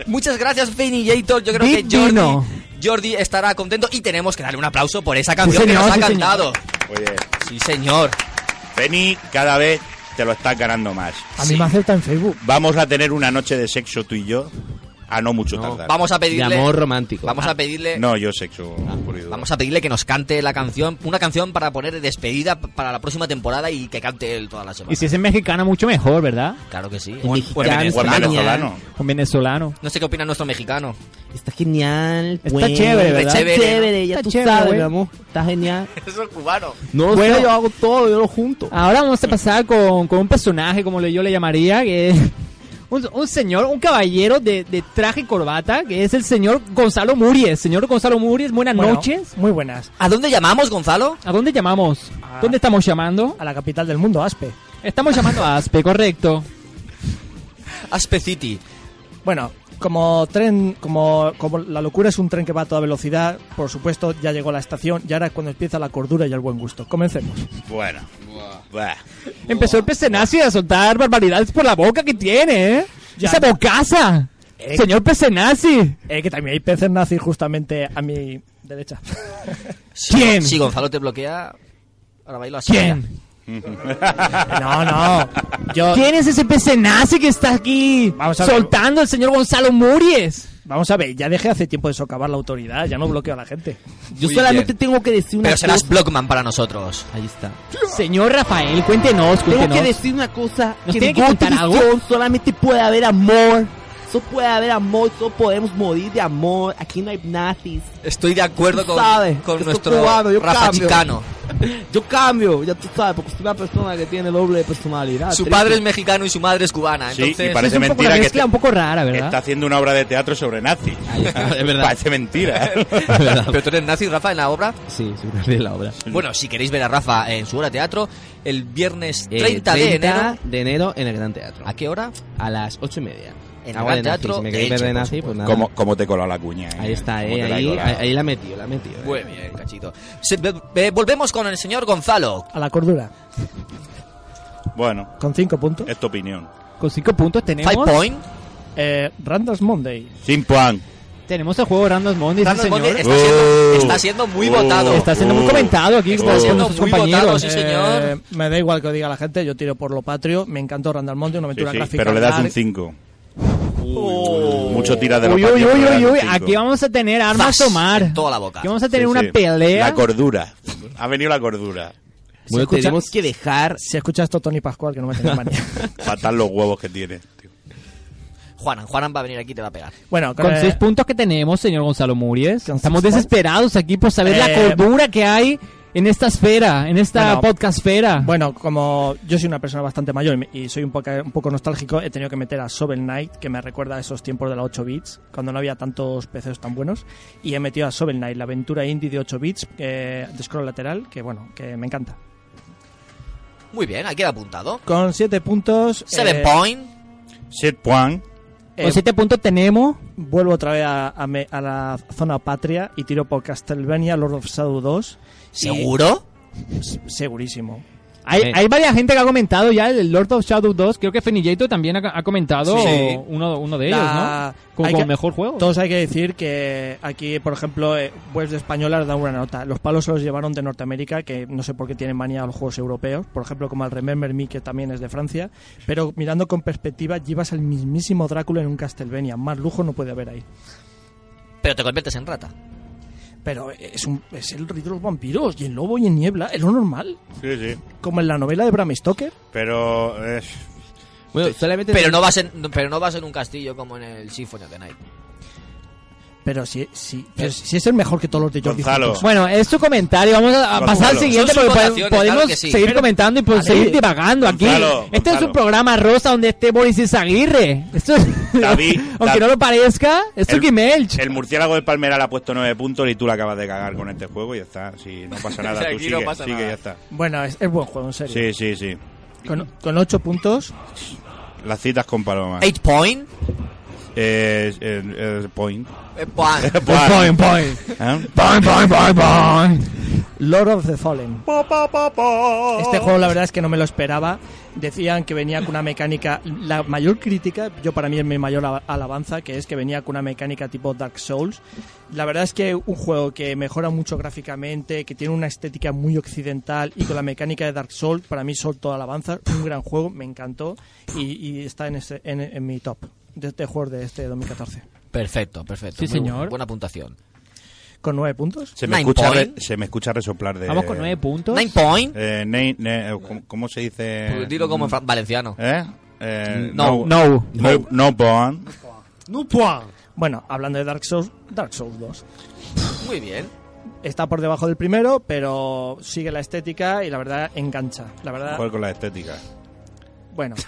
S2: Muchas gracias, Fini Jator. Yo creo que Jordi,
S7: Divino.
S2: Jordi estará contento y tenemos que darle un aplauso por esa canción
S5: señor,
S2: que nos ha
S5: sí, señor.
S2: cantado.
S5: Muy bien.
S2: Sí, señor.
S5: Penny, cada vez te lo estás ganando más.
S7: A mí me acepta en Facebook.
S5: Vamos a tener una noche de sexo tú y yo. A no mucho tardar.
S2: Vamos a pedirle. Vamos
S5: Ah.
S2: a pedirle. Ah,
S5: No, yo sexo. puro y duro.
S2: Vamos a pedirle que nos cante la canción, una canción para poner de despedida p- para la próxima temporada y que cante él toda la semana.
S3: Y si es en mexicana, mucho mejor, ¿verdad?
S2: Claro que sí.
S3: O en- o en venezolano. Un venezolano.
S2: No sé qué opina nuestro mexicano.
S4: Está genial.
S3: Está chévere, ¿verdad?
S4: Está chévere, ya
S3: Está
S4: tú
S3: chévere,
S4: sabes,
S3: güey.
S4: mi amor. Está genial.
S2: Eso es cubano.
S4: No
S3: Bueno.
S4: sé, yo hago todo, yo lo junto.
S3: Ahora vamos a pasar con, con un personaje, como le- yo le llamaría, que es un, un señor, un caballero de, de traje y corbata, que es el señor Gonzalo Muries. Señor Gonzalo Muries, buenas
S7: Bueno,
S3: noches.
S7: Muy buenas.
S2: ¿A dónde llamamos, Gonzalo?
S3: ¿A dónde llamamos? ¿Dónde estamos llamando?
S7: A la capital del mundo, Aspe.
S3: Estamos llamando a Aspe, correcto.
S2: Aspe City.
S7: Bueno, como tren, como, como la locura es un tren que va a toda velocidad, por supuesto ya llegó la estación y ahora es cuando empieza la cordura y el buen gusto. Comencemos.
S5: Bueno. Buah.
S3: Empezó el Pesenazi Pues a soltar barbaridades por la boca que tiene, ¿eh?
S7: Ya.
S3: ¡Esa bocaza!
S7: Eh.
S3: ¡Señor Pesenazi!
S7: Eh, que también hay peces nazis justamente a mi derecha.
S2: Si-
S7: ¿Quién?
S2: Si Gonzalo te bloquea, ahora bailo así.
S3: ¿Quién?
S7: No, no. Yo,
S3: ¿Quién es ese Pesenazi que está aquí
S7: Ah. Vamos a ver.
S3: soltando el señor Gonzalo Muries?
S7: Vamos a ver, ya dejé hace tiempo de socavar la autoridad, ya no bloqueo a la gente.
S4: Yo solamente tengo que decir una
S2: Pero serás
S4: cosa.
S2: Blockman para nosotros.
S4: Ahí está.
S3: Señor Rafael, cuéntenos,
S4: Tengo
S3: cuéntenos.
S4: que decir una cosa.
S3: ¿Nos
S4: que
S3: tiene
S4: en
S3: que contar algo?
S4: Constitución solamente puede haber amor. Solo puede haber amor, solo podemos morir de amor. Aquí no hay nazis.
S2: Estoy de acuerdo
S4: Tú
S2: con,
S4: sabes
S2: con
S4: que soy
S2: nuestro
S4: cubano, yo
S2: Rafa
S4: cambio.
S2: Chicano.
S4: Yo cambio, ya tú sabes, porque soy una persona que tiene doble personalidad.
S2: Su
S4: Triste.
S2: padre es mexicano y su madre es cubana.
S5: Sí,
S2: entonces,
S5: y parece
S3: es un poco una
S5: mentira que
S3: mezcla
S5: te-
S3: un poco rara,
S5: Está
S3: ¿verdad?
S5: haciendo una obra de teatro sobre nazis.
S4: Es verdad.
S5: Parece mentira. Mm.
S2: Pero tú eres nazi, Rafa, en la obra.
S4: Sí, sí, una vez la obra.
S2: Eh. Bueno, si queréis ver a Rafa en su hora de teatro, el viernes
S4: Eh,
S2: 30, de enero.
S4: de enero en el Gran Teatro.
S2: ¿A qué hora?
S4: A las ocho y media.
S2: En el
S4: Ahora
S2: Gran
S4: de nazis,
S2: Teatro
S4: Si me
S2: de
S4: queréis ver
S2: Elche,
S4: de
S2: por
S4: nazi, pues nada.
S5: ¿Cómo, cómo te coló la cuña? eh?
S4: Ahí está,
S5: ¿Cómo
S4: eh,
S5: te la
S4: ahí,
S5: coló?
S4: ahí, ahí la he metido, la he metido. eh.
S2: Muy bien, cachito. Se- ve- ve- volvemos con el señor Gonzalo.
S7: A la cordura,
S5: Bueno,
S7: con cinco puntos.
S5: es tu opinión.
S3: Con cinco puntos tenemos.
S2: Five Point.
S7: Eh, Randos Monday.
S5: Simpuan.
S3: Tenemos el juego Randos Monday, sí,
S2: Carlos
S3: señor.
S2: Bondi está, siendo, está siendo muy
S5: Oh.
S2: votado.
S3: Está siendo muy comentado aquí
S2: Está
S3: por, por
S2: siendo
S3: nuestros
S2: muy votado,
S3: compañeros.
S2: sí, señor.
S7: Eh, me da igual que diga la gente, yo tiro por lo patrio. Me encantó Randall Monday, una
S5: Sí,
S7: aventura
S5: sí,
S7: gráfica.
S5: pero le das un
S7: larga.
S5: 5. Mucho tira de la
S3: Uy, uy,
S5: patria,
S3: uy,
S5: pero le das
S3: uy,
S5: un
S3: uy,
S5: cinco.
S3: aquí vamos a tener armas
S2: Zas,
S3: a tomar.
S2: en toda la boca.
S3: Aquí vamos a tener
S5: Sí,
S3: una
S5: sí.
S3: pelea.
S5: La cordura. Ha venido la cordura.
S4: Bueno,
S7: escucha-
S4: tenemos que dejar
S7: Si escuchas esto, Tony Pascual, que no me tenía manía.
S5: Fatal los huevos que tiene. tío.
S2: Juanan, Juanan va a venir aquí y te va a pegar.
S7: bueno,
S3: Con
S7: eh,
S3: seis puntos que tenemos, señor Gonzalo Muries.
S7: ¿Con
S3: Estamos
S7: seis
S3: desesperados aquí por saber la
S7: Eh,
S3: cordura que hay en esta esfera, en esta
S7: Bueno,
S3: podcastfera.
S7: Bueno, como yo soy una persona bastante mayor y me- y soy un poco, un poco nostálgico, he tenido que meter a Shovel Knight, que me recuerda a esos tiempos de la 8 bits, cuando no había tantos PCs tan buenos, y he metido a Shovel Knight, la aventura indie de 8 bits, eh, de scroll lateral, que bueno, que me encanta.
S2: Muy bien, aquí queda apuntado.
S7: Con 7 puntos...
S2: Seven
S7: eh,
S2: Point.
S5: Simpuan.
S7: eh,
S3: Con siete puntos tenemos.
S7: Vuelvo otra vez a, a me- a la zona patria y tiro por Castlevania Lord of Shadow 2. y-
S2: ¿Seguro?
S7: s- segurísimo.
S3: Hay,
S4: Eh.
S3: hay varias gente que ha comentado ya el Lord of Shadow 2. Creo que Fenillato también ha, ha comentado
S7: Sí.
S3: uno, uno de ellos,
S7: La-
S3: ¿no? Con,
S7: hay
S3: con
S7: que-
S3: mejor juego.
S7: Todos hay que decir que aquí, por ejemplo, eh, webs españolas dan una nota. Los palos se los llevaron de Norteamérica, que no sé por qué tienen manía a los juegos europeos. Por ejemplo, como el Remember Me, que también es de Francia. Pero mirando con perspectiva, llevas al mismísimo Drácula en un Castlevania. Más lujo no puede haber ahí.
S2: pero te conviertes en rata.
S7: Pero es, un, es el rey de los vampiros y el lobo y en niebla, es lo normal.
S5: Sí, sí.
S7: Como en la novela de Bram Stoker.
S5: Pero. eh,
S2: pero, no vas en, pero no vas en un castillo como en el Symphony of the Night.
S7: Pero si, si, pero si es el mejor que todos los de Jordi
S5: Gonzalo.
S7: Fox.
S3: Pues Bueno, es tu comentario. Vamos a a
S7: Gonzalo.
S3: pasar al
S7: Son
S3: siguiente
S7: sus
S3: porque po-
S7: votaciones,
S3: podemos
S7: claro que sí.
S3: seguir
S7: Pero-
S3: comentando y po-
S7: Vale.
S3: seguir divagando aquí.
S5: Gonzalo,
S3: este es
S5: Gonzalo.
S3: un programa rosa donde esté Boris Aguirre. Esto es-
S5: David,
S3: aunque
S5: David.
S3: no lo parezca, esto es Gimelch.
S5: El murciélago del Palmeral ha puesto 9 puntos y tú la acabas de cagar con este juego y ya está. Si no pasa nada, tú
S7: Aquí
S5: sigue,
S7: no pasa
S5: sigue,
S7: nada.
S5: ya está.
S7: Bueno, es, es buen juego, en serio.
S5: Sí, sí, sí.
S7: Con, con ocho puntos.
S5: Las citas con Paloma.
S2: Eight point.
S5: Eh, eh, eh, point.
S2: Eh, point.
S5: Point,
S7: point.
S5: ¿Eh?
S7: Lord of the Fallen. Este juego la verdad es que no me lo esperaba. Decían que venía con una mecánica, la mayor crítica, yo para mí es mi mayor ala- alabanza, que es que venía con una mecánica tipo Dark Souls. La verdad es que un juego que mejora mucho gráficamente, que tiene una estética muy occidental y con la mecánica de Dark Souls, para mí son toda alabanza, un gran juego, me encantó y, y está en, este- en, en mi top de este juego de este 2014.
S2: Perfecto, perfecto.
S7: Sí,
S2: Muy bu-
S7: señor.
S2: Buena puntuación.
S7: Con nueve puntos.
S5: Se me, escucha re- se me escucha resoplar de.
S2: Vamos con nueve
S3: puntos.
S2: Nine point.
S5: Eh, ne- ne- eh, ¿cómo, cómo se dice?
S2: Pues dilo como en fran- valenciano. Mm,
S5: ¿Eh? Eh,
S2: No.
S5: No.
S2: No.
S5: No, no point.
S7: Bueno, hablando de Dark Souls, Dark Souls 2.
S2: Muy bien.
S7: Está por debajo del primero, pero sigue la estética y la verdad engancha. La verdad,
S5: Jugar con la estética.
S7: bueno.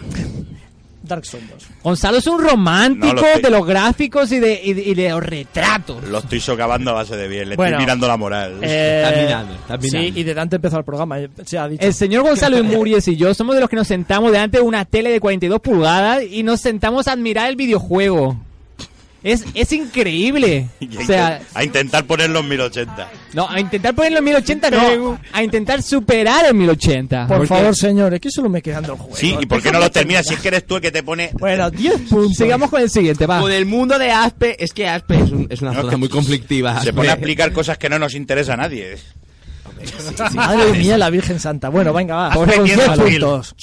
S7: Dark Souls 2.
S3: Gonzalo es un romántico
S5: No, lo estoy-
S3: de los gráficos y de, y de- y de los retratos.
S5: Lo estoy socavando a base de bien. Le
S3: Bueno.
S5: estoy mirando la moral.
S7: Eh, Sí, y delante empezó el programa. eh, Se ha dicho.
S3: El señor Gonzalo y Muries y yo somos de los que nos sentamos delante de una tele de 42 pulgadas y nos sentamos a admirar el videojuego. Es, es increíble.
S5: Y a,
S3: O sea,
S5: inten- a intentar ponerlo en 1080.
S3: no, a intentar ponerlo en 1080 no, a intentar superar el 1080.
S7: Por
S3: Porque-
S7: favor, señores, que solo me quedan dos juegos.
S5: Sí, ¿y por qué no lo terminas? Si es que eres tú el que te pone.
S7: Bueno, 10 puntos.
S3: Sigamos con el siguiente, va.
S4: Con el mundo de Aspe, es que Aspe es, un- es una zona muy conflictiva.
S5: Se
S4: Aspe.
S5: pone a explicar cosas que no nos interesa a nadie.
S7: Madre mía, la Virgen Santa. Bueno, venga, va.
S5: Pobre
S7: Con
S5: Diego
S7: 10
S5: Gil.
S7: puntos.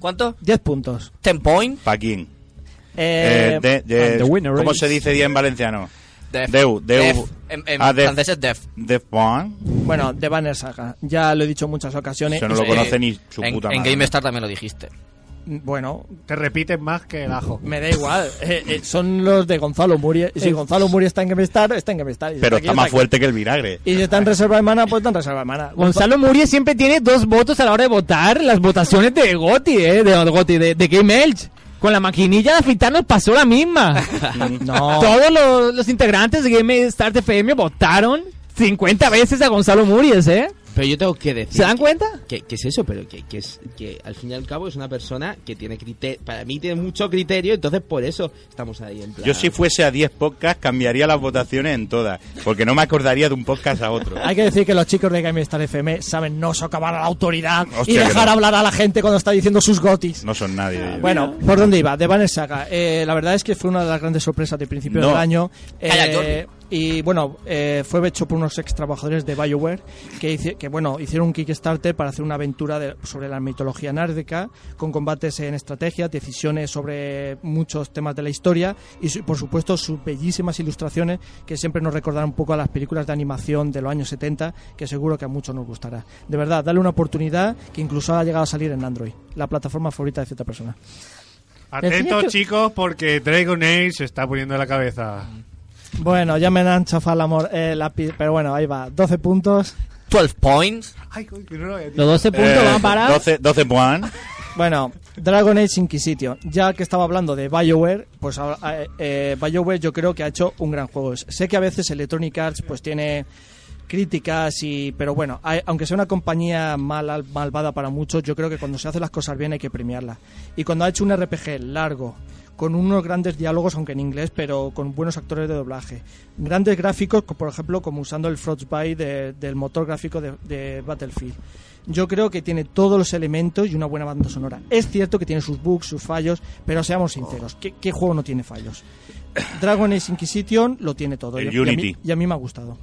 S2: ¿Cuánto?
S7: 10 puntos.
S2: Ten point.
S5: Paquín.
S7: Eh,
S5: Eh, de- de-
S7: and the winner
S5: ¿Cómo
S7: is-
S5: se dice 10 en valenciano?
S2: Def.
S5: Deu. Deu.
S2: Def. En, en
S5: Ah, def.
S2: francés es def.
S5: Def One.
S7: Bueno, The Banner Saga. Ya lo he dicho en muchas ocasiones.
S5: Eso no lo
S2: Eh,
S5: conoce ni su
S2: en,
S5: puta
S2: en
S5: madre.
S2: GameStar también lo dijiste.
S7: Bueno,
S6: Te repiten más que el ajo.
S7: Me da igual, eh, eh, son los de Gonzalo Muria. Y Si
S6: Eh.
S7: Gonzalo Muria está en GameStar, está en GameStar. Y si
S5: Pero
S7: aquí,
S5: está más
S7: aquí.
S5: fuerte que el vinagre.
S7: Y si está en reserva de mana, pues está en reserva de mana.
S3: Gonzalo Muries siempre tiene dos votos a la hora de votar las votaciones de Goti, eh, de Goti, de, de Game Elch. Con la maquinilla de afeitar nos pasó la misma.
S6: Oh.
S7: No.
S3: Todos los, los integrantes de Game Start FM votaron 50 veces a Gonzalo Muries, ¿eh?
S4: Pero yo tengo que decir.
S3: ¿Se dan cuenta?
S4: ¿Qué, qué es eso? Pero que, que es, que al fin y al cabo es una persona que tiene criterio. Para mí tiene mucho criterio, entonces por eso estamos ahí en plan.
S5: Yo si fuese a 10 podcasts cambiaría las votaciones en todas, porque no me acordaría de un podcast a otro.
S7: Hay que decir que los chicos de GameStar FM saben no socavar a la autoridad y
S5: Hostia, que
S7: dejar
S5: no.
S7: hablar a la gente cuando está diciendo sus gotis.
S5: No son nadie. ellos.
S7: Bueno, ¿por dónde iba? The Banner Saga. Eh, la verdad es que fue una de las grandes sorpresas de principio
S5: No.
S7: del año. Eh,
S2: Calla, Jordi.
S7: y bueno, eh, fue hecho por unos ex trabajadores de BioWare que, hici- que bueno, hicieron un Kickstarter para hacer una aventura de- sobre la mitología nórdica, con combates en estrategia, decisiones sobre muchos temas de la historia y, su- por supuesto, sus bellísimas ilustraciones que siempre nos recordaron un poco a las películas de animación de los años 70, que seguro que a muchos nos gustará. De verdad, dale una oportunidad que incluso ha llegado a salir en Android, la plataforma favorita de cierta persona.
S6: Atentos,
S7: Decía que-
S6: chicos, porque Dragon Age se está poniendo en la cabeza.
S7: Bueno, ya me han chafado el amor, eh, la pi- pero bueno, ahí va, 12 puntos.
S2: 12 points.
S6: Ay, coño, que no lo había dicho.
S3: Los 12 puntos
S5: Eh,
S3: van para...
S5: 12, 12 Juan.
S7: Bueno, Dragon Age Inquisition. Ya que estaba hablando de BioWare, pues ahora, eh, eh, BioWare yo creo que ha hecho un gran juego. Sé que a veces Electronic Arts pues tiene críticas y pero bueno, hay- aunque sea una compañía mala, malvada para muchos, yo creo que cuando se hacen las cosas bien hay que premiarla. Y cuando ha hecho un RPG largo, con unos grandes diálogos, aunque en inglés, pero con buenos actores de doblaje. Grandes gráficos, co- por ejemplo, como usando el Frostbite de- del motor gráfico de, de Battlefield. Yo creo que tiene todos los elementos y una buena banda sonora. Es cierto que tiene sus bugs, sus fallos, pero seamos sinceros, ¿qué, qué juego no tiene fallos? Dragon Age Inquisition lo tiene todo.
S5: El
S7: y, a- y a mí-
S5: Unity.
S7: y a mí me ha gustado.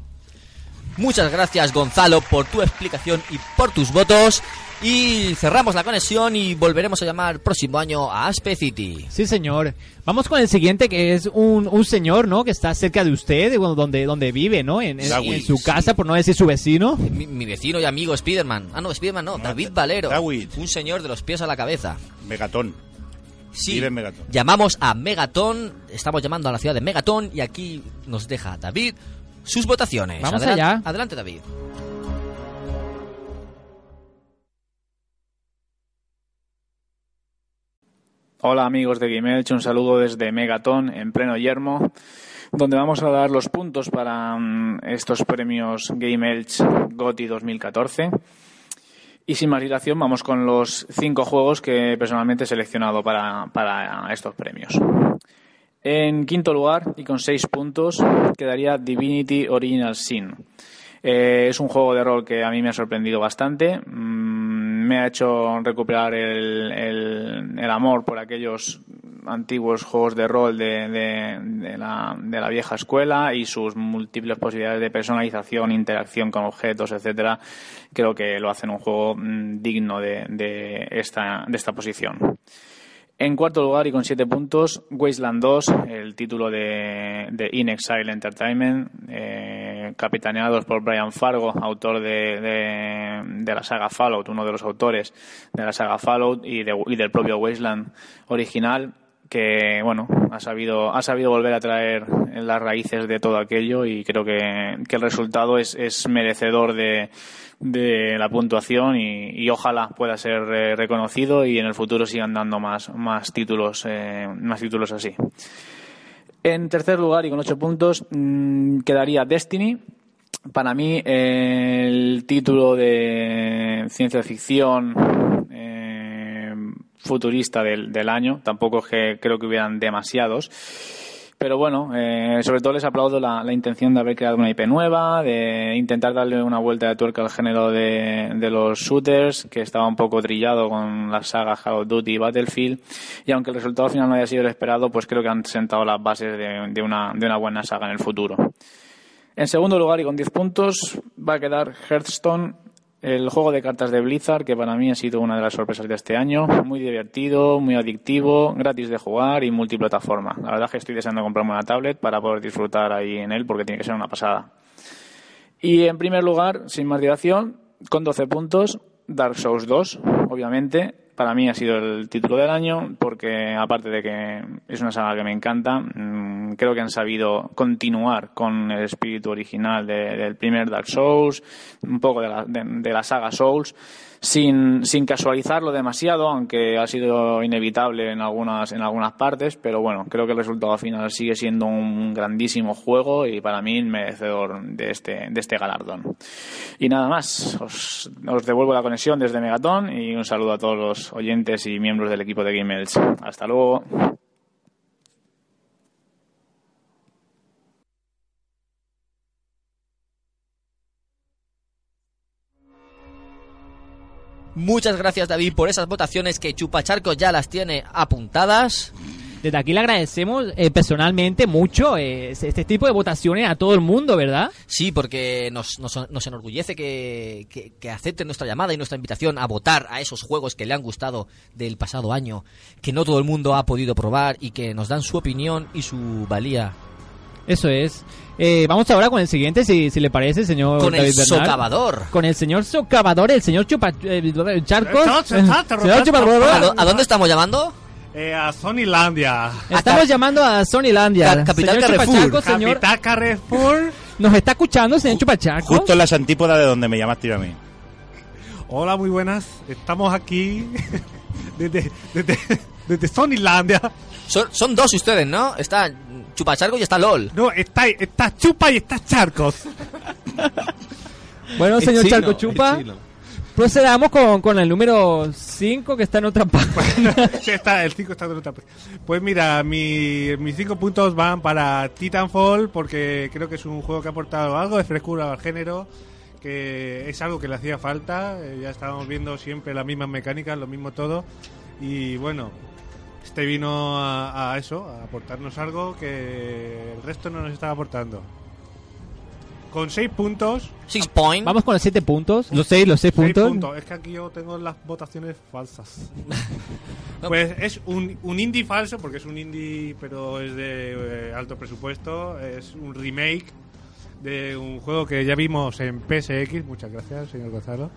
S2: Muchas gracias Gonzalo por tu explicación y por tus votos. Y cerramos la conexión y volveremos a llamar próximo año a Aspe City.
S3: Sí, señor. Vamos con el siguiente, que es un, un señor, ¿no? Que está cerca de usted, de donde, donde vive, ¿no? En, en-
S2: Dawi,
S3: en su casa, por no decir su vecino.
S2: Mi, mi vecino y amigo Spiderman. Ah, no, Spiderman no, David Valero. Un señor de los pies a la cabeza.
S5: Megatón.
S2: Sí.
S5: Vive en Megatón.
S2: Llamamos a Megatón, estamos llamando a la ciudad de Megatón y aquí nos deja David sus votaciones.
S3: Vamos
S2: Adelan-
S3: allá.
S2: Adelante, David.
S16: Hola amigos de Gimelch, un saludo desde Megaton en pleno yermo, donde vamos a dar los puntos para mm, estos premios Gimelch GOTY 2014. Y sin más dilación, vamos con los cinco juegos que personalmente he seleccionado para, para estos premios. En quinto lugar, y con seis puntos, quedaría Divinity Original Sin. Eh, es un juego de rol que a mí me ha sorprendido bastante. Mm, me ha hecho recuperar el, el- el amor por aquellos antiguos juegos de rol de, de- de la, de la vieja escuela y sus múltiples posibilidades de personalización, interacción con objetos, etcétera. Creo que lo hacen un juego mm, digno de- de esta- de esta posición. En cuarto lugar y con siete puntos, Wasteland 2, el título de, de In Exile Entertainment, eh, capitaneados por Brian Fargo, autor de, de- de la saga Fallout, uno de los autores de la saga Fallout y, de- y del propio Wasteland original, que bueno, ha sabido, ha sabido volver a traer las raíces de todo aquello y creo que, que el resultado es, es merecedor de, de la puntuación y, y ojalá pueda ser eh, reconocido y en el futuro sigan dando más, más títulos eh, más títulos así. En tercer lugar y con ocho puntos mm, quedaría Destiny. Para mí eh, el título de ciencia ficción eh, futurista del, del año. Tampoco es que creo que hubieran demasiados. Pero bueno, eh, sobre todo les aplaudo la, la intención de haber creado una IP nueva, de intentar darle una vuelta de tuerca al género de, de los shooters, que estaba un poco trillado con las sagas Call of Duty y Battlefield. Y aunque el resultado final no haya sido el esperado, pues creo que han sentado las bases de, de una, de una buena saga en el futuro. En segundo lugar y con 10 puntos va a quedar Hearthstone, el juego de cartas de Blizzard, que para mí ha sido una de las sorpresas de este año. Muy divertido, muy adictivo, gratis de jugar y multiplataforma. La verdad es que estoy deseando comprarme una tablet para poder disfrutar ahí en él porque tiene que ser una pasada. Y en primer lugar, sin más dilación, con 12 puntos, Dark Souls 2, obviamente. Para mí ha sido el título del año porque, aparte de que es una saga que me encanta, mm, creo que han sabido continuar con el espíritu original de- del primer Dark Souls, un poco de la, de- de la saga Souls, sin, sin casualizarlo demasiado, aunque ha sido inevitable en algunas, en algunas partes, pero bueno, creo que el resultado final sigue siendo un grandísimo juego y para mí merecedor de este, de este galardón. Y nada más, os, os devuelvo la conexión desde Megatón y un saludo a todos los oyentes y miembros del equipo de Gamels. Hasta luego.
S2: Muchas gracias, David, por esas votaciones que Chupacharco ya las tiene apuntadas.
S3: Desde aquí le agradecemos eh, personalmente mucho eh, este tipo de votaciones a todo el mundo, ¿verdad?
S2: Sí, porque nos, nos- nos enorgullece que, que- que acepten nuestra llamada y nuestra invitación a votar a esos juegos que le han gustado del pasado año, que no todo el mundo ha podido probar y que nos dan su opinión y su valía.
S3: Eso es. Eh, vamos ahora con el siguiente, si, si le parece, señor.
S2: Con el
S3: David Bernal.
S2: socavador.
S3: Con el señor socavador, el señor chupa, eh, charcos. Señor chupa-
S6: ¿A dó- a dónde
S2: estamos llamando?
S6: Eh, a Sonylandia.
S3: Estamos llamando a Sonylandia.
S6: Ca- Capital
S3: señor
S6: Carrefour.
S3: Chupacharco, señor.
S6: Capital Carrefour.
S3: Nos está escuchando, señor Chupacharco.
S5: Justo en las antípodas de donde me llamaste yo a mí.
S6: Hola, muy buenas. Estamos aquí desde, desde, desde Sonylandia.
S2: Son, son dos ustedes, ¿no? Está Chupacharco y está LOL.
S6: No, está, está Chupa y está Charcos.
S3: Bueno,
S6: El
S3: señor
S6: chino,
S3: Charco
S6: el
S3: Chupa.
S6: chino.
S3: Procedamos con, con el número 5 que está en otra página.
S6: Sí, está, el 5 está en otra parte. Pues mira, mi- mis 5 puntos van para Titanfall porque creo que es un juego que ha aportado algo de frescura al género, que es algo que le hacía falta. eh, ya estábamos viendo siempre las mismas mecánicas, lo mismo todo. Y bueno, este vino a, a eso, a aportarnos algo que el resto no nos estaba aportando. con 6 puntos.
S2: Six point.
S3: Vamos con los 7 puntos. Los 6, los 6
S6: Seis
S3: puntos.
S6: puntos. Es que aquí yo tengo las votaciones falsas. pues es un, un indie falso, porque es un indie, pero es de eh, alto presupuesto. Es un remake de un juego que ya vimos en PSX. Muchas gracias, señor Gonzalo.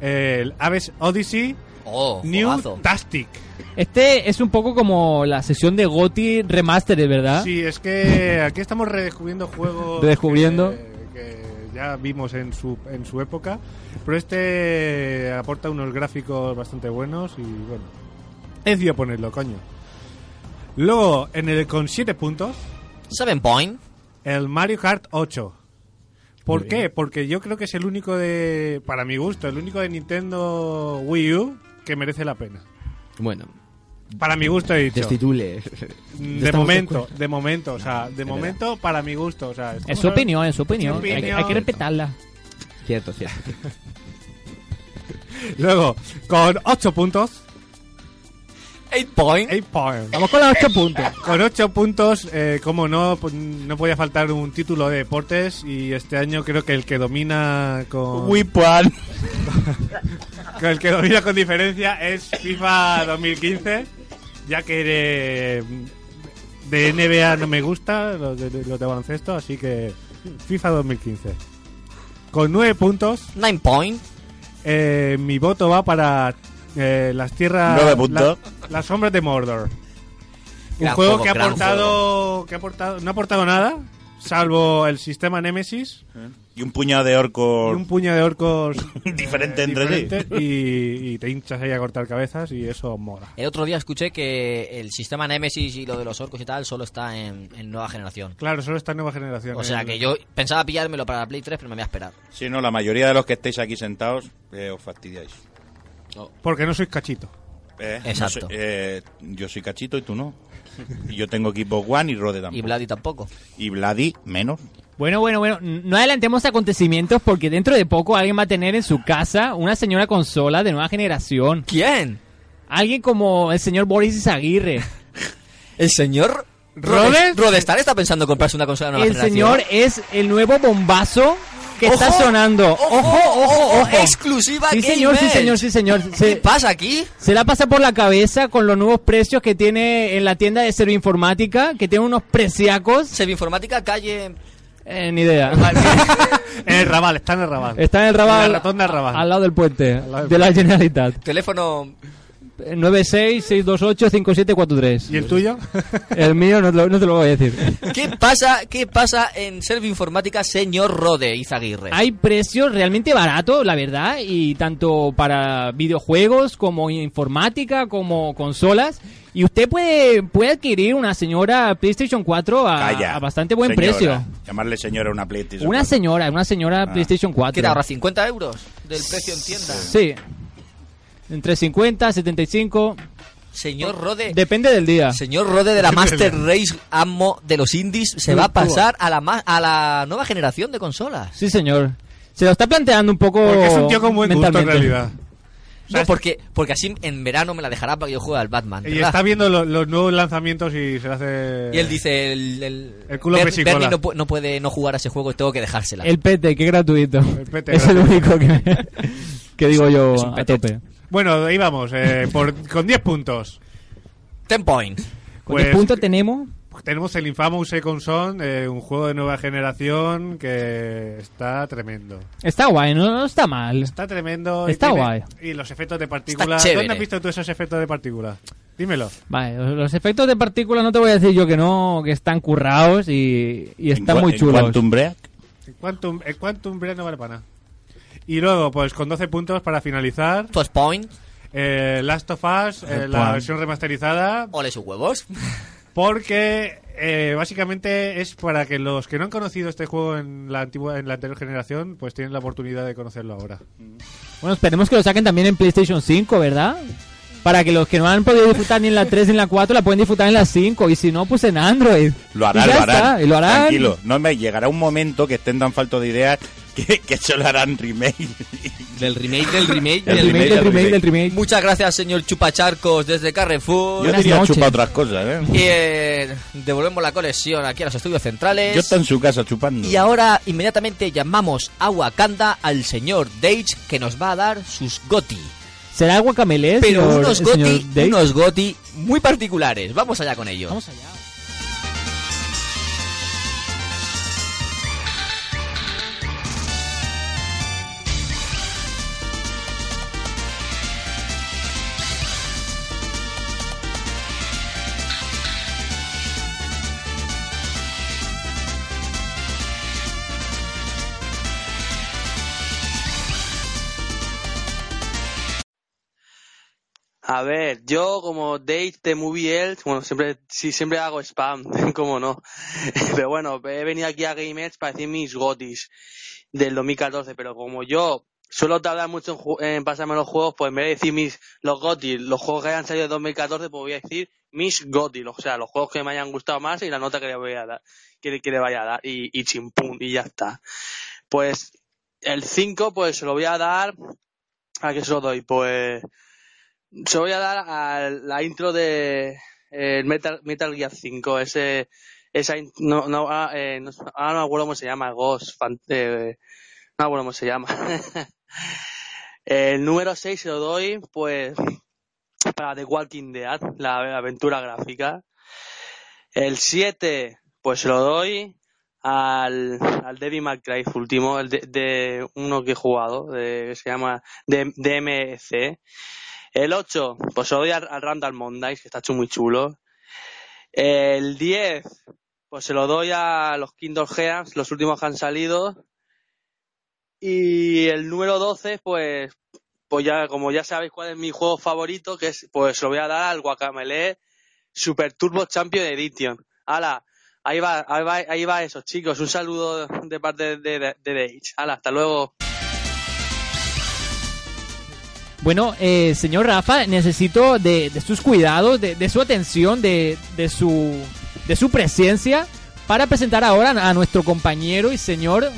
S6: El Aves Odyssey
S2: Oh,
S6: New
S2: juegazo.
S6: Tastic.
S3: Este es un poco como la sesión de Goti Remastered, ¿verdad?
S6: Sí, es que aquí estamos redescubriendo juegos.
S3: Redescubriendo.
S6: ya vimos en su, en su época. Pero este aporta unos gráficos bastante buenos y bueno. Es yo ponerlo, coño. Luego, en el con 7 puntos.
S2: 7 point.
S6: El Mario Kart 8. ¿Por
S2: Muy
S6: qué? Porque yo creo que es el único de. Para mi gusto, el único de Nintendo Wii U que merece la pena.
S4: Bueno.
S6: Para mi gusto he dicho.
S4: Destitule.
S6: De momento, de momento, o sea, de momento para mi gusto, o sea,
S3: Es su opinión, es su opinión. Hay,
S6: Mi
S3: que-
S6: opinión.
S3: hay que respetarla.
S4: Cierto, cierto.
S6: Luego, con 8 puntos.
S2: 8 points.
S3: Vamos con los 8 puntos.
S6: Con 8 puntos, eh, como no, pues, no podía faltar un título de deportes y este año creo que el que domina con...
S5: Wipan.
S6: el que domina con diferencia es FIFA 2015, ya que de, de NBA no me gusta, los de, los de baloncesto, así que FIFA 2015. Con 9 puntos. Eh,
S2: 9 points.
S6: mi voto va para eh, las tierras...
S5: Nueve puntos.
S6: la- las sombras de Mordor. Un
S5: Gran
S6: juego,
S5: juego,
S6: que ha
S5: gran
S6: aportado, que ha aportado, no ha aportado nada, salvo el sistema Nemesis
S7: Eh.
S5: Y un puñado de orcos.
S6: y un puño de orcos
S5: Diferente entre sí.
S6: diferentes y, y te hinchas ahí a cortar cabezas y eso mola.
S2: El otro día escuché que el sistema Nemesis y lo de los orcos y tal solo está en, en nueva generación.
S6: Claro, solo esta nueva generación. eh,
S2: O sea
S6: El-
S2: que yo pensaba pillármelo para la Play 3, pero me voy a esperar.
S5: Si no, la mayoría de los que estáis aquí sentados eh, os fastidiáis.
S6: Porque no sois cachito.
S5: Eh,
S2: Exacto.
S5: no soy- eh, yo soy cachito y tú no. Y yo tengo equipo One y Rode tampoco.
S2: Y Vladi tampoco.
S5: Y Vladi menos.
S3: Bueno, bueno, bueno, n- no adelantemos acontecimientos porque dentro de poco alguien va a tener en su casa una señora consola de nueva generación.
S2: ¿Quién?
S3: Alguien como el señor Boris Aguirre.
S2: ¿El señor
S3: Rodes?
S2: Rodestar está pensando en comprarse una consola de nueva
S3: El
S2: generación.
S3: señor es el nuevo bombazo que está
S2: Ojo,
S3: sonando. Ojo, ojo, ojo.
S2: Exclusiva
S3: Sí,
S2: Game
S3: señor, sí,
S2: Edge.
S3: señor, sí, señor. Se,
S2: pasa aquí?
S3: Se la pasa por la cabeza con los nuevos precios que tiene en la tienda de Servinformática, que tiene unos preciacos.
S2: Servinformática, calle...
S3: Eh, ni idea.
S6: En el Raval, está en el Raval.
S3: Está en el
S6: En
S3: Raval.
S6: la rotonda del Raval.
S3: Al lado del puente.
S6: lado del
S3: de la
S6: puente.
S3: Generalitat. Eh,
S2: Teléfono...
S3: 966285743.
S6: ¿Y el tuyo?
S3: El mío no te, lo, no te lo voy a decir.
S2: ¿Qué pasa, qué pasa en Servinformática, señor Rode Izaguirre?
S3: Hay precios realmente baratos, la verdad, y tanto para videojuegos como informática, como consolas. Y usted puede, puede adquirir una señora PlayStation 4 a,
S5: Calla.
S3: a bastante buen
S5: Señora.
S3: precio.
S5: Llamarle señora a una PlayStation.
S3: Una señora, una señora
S5: Ah.
S3: PlayStation 4.
S2: ¿Qué te ahorra 50 euros del precio en tienda?
S3: Sí. Entre 50, 75.
S2: Señor Rode...
S3: Depende del día.
S2: Señor Rode de la Master Race Amo de los Indies se va a pasar a la, ma- a la nueva generación de consolas.
S3: Sí, señor. Se lo está planteando un poco.
S2: Porque es un
S6: tío con buen gusto, en
S3: mentalmente.
S6: realidad.
S2: No, porque, porque así en verano me la dejará para que yo juegue al Batman.
S6: Y
S2: ¿verdad?
S6: está viendo lo- los nuevos lanzamientos y se le hace...
S2: Y él dice, el, el,
S6: El culo pesicola.
S2: Bernie no, pu- no puede no jugar a ese juego, tengo que dejársela.
S3: El pete, que gratuito.
S6: pete
S3: es
S6: gratuito.
S3: el único que, que digo yo
S6: Es un
S3: a
S6: pete.
S3: tope.
S6: Bueno, ahí vamos, eh, por, con 10 puntos. Pues
S2: 10 points.
S3: ¿Con qué punto tenemos?
S6: Tenemos el Infamous Second Son, eh, un juego de nueva generación que está tremendo.
S3: Está guay, no, no está mal.
S6: Está tremendo. y
S3: Está
S6: tiene-
S3: guay.
S6: Y los efectos de partículas.
S3: Está chévere.
S6: ¿Dónde has visto tú esos efectos de partículas? Dímelo.
S3: Vale, los- los efectos de partículas no te voy a decir yo que no, que están currados y, y están
S5: cua-
S3: muy
S5: en
S3: chulos.
S5: Quantum Break?
S6: El Quantum, el Quantum Break no eh, vale para nada. Y luego, pues con 12 puntos para finalizar.
S2: First point.
S6: Eh, Last of Us, eh,
S2: First
S6: la
S2: point.
S6: versión remasterizada.
S2: Ole sus huevos.
S6: Porque eh, básicamente es para que los que no han conocido este juego en la antigua, en la anterior generación, pues tienen la oportunidad de conocerlo ahora.
S2: Mm.
S3: Bueno, esperemos que lo saquen también en PlayStation 5, ¿verdad? Para que los que no han podido disfrutar ni en la 3 ni en la 4 la pueden disfrutar en la 5 y si no, pues en Android.
S5: Lo harán,
S3: Y ya
S5: lo harán.
S3: está, y lo harán.
S5: Tranquilo. No me llegará un momento que estén tan faltos de ideas que que, que eso lo harán remake.
S11: Del remake, del remake,
S5: del remake, del remake.
S2: Muchas gracias, señor Chupacharcos, desde Carrefour.
S5: Yo diría chupa otras cosas, ¿eh?
S2: Y eh, devolvemos la colección aquí a los estudios centrales.
S5: Yo está en su casa chupando.
S2: Y ahora inmediatamente llamamos a Wakanda al señor Dage que nos va a dar sus goti.
S3: ¿Será guacamele?
S2: Pero
S3: señor-
S2: unos
S3: señor
S2: goti,
S3: Dave?
S2: unos goti muy particulares. Vamos allá con ellos. Vamos
S18: allá.
S15: A ver, yo como date de movie Elf, bueno, siempre, sí, siempre hago spam, como no. Pero bueno, he venido aquí a Game Edge para decir mis gotis del 2014, pero como yo suelo tardar mucho en, ju- en pasarme los juegos, pues en vez de decir mis, los gotis, los juegos que hayan salido en 2014, pues voy a decir mis gotis, o sea, los juegos que me hayan gustado más y la nota que le voy a dar, que, le- que le vaya a dar, y, y chimpún, y ya está. Pues, el 5, pues se lo voy a dar, ¿a qué se lo doy? Pues, se voy a dar a la intro de eh, Metal, Metal Gear 5, ese, esa in- no, no, ah, eh, no, ahora no me acuerdo cómo se llama, Ghost, fan- eh, no me acuerdo cómo se llama. El número 6 se lo doy, pues, para The Walking Dead, la aventura gráfica. El 7, pues se lo doy al, al Devil May Cry último, el de, de uno que he jugado, de- que se llama D- DMC. El 8, pues se lo doy al, al Randall Mondays, que está hecho muy chulo. El 10, pues se lo doy a los Kindle Hearts, los últimos que han salido. Y el número 12, pues, pues ya, como ya sabéis cuál es mi juego favorito, que es, pues se lo voy a dar al Guacamele Super Turbo Champion Edition. ¡Hala! Ahí va, ahí va, ahí va eso, chicos. Un saludo de parte de, de, de Dage. ¡Hala! Hasta luego.
S3: Bueno, eh, señor Rafa, necesito de, de sus cuidados, de, de su atención, de, de su, de su presencia para presentar ahora a nuestro compañero y señor,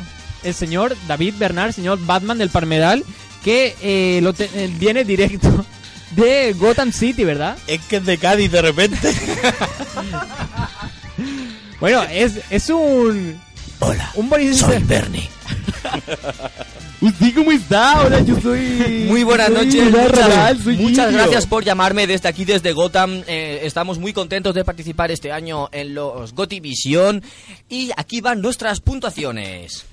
S3: el señor David Bernard, señor Batman del Parmedal, que eh, lo te- eh, viene directo de Gotham City, ¿verdad?
S5: Es que es de Cádiz de repente.
S3: bueno, es, es un... Hola, un soy Bernie. ¿Usted cómo está? Hola, yo soy...
S2: Muy buenas
S3: soy
S2: noches.
S3: Bernard Raval,
S2: Muchas,
S3: soy
S2: muchas
S3: indio.
S2: gracias por llamarme desde aquí, desde Gotham. Eh, estamos muy contentos de participar este año en los Gotivisión. Y aquí van nuestras puntuaciones.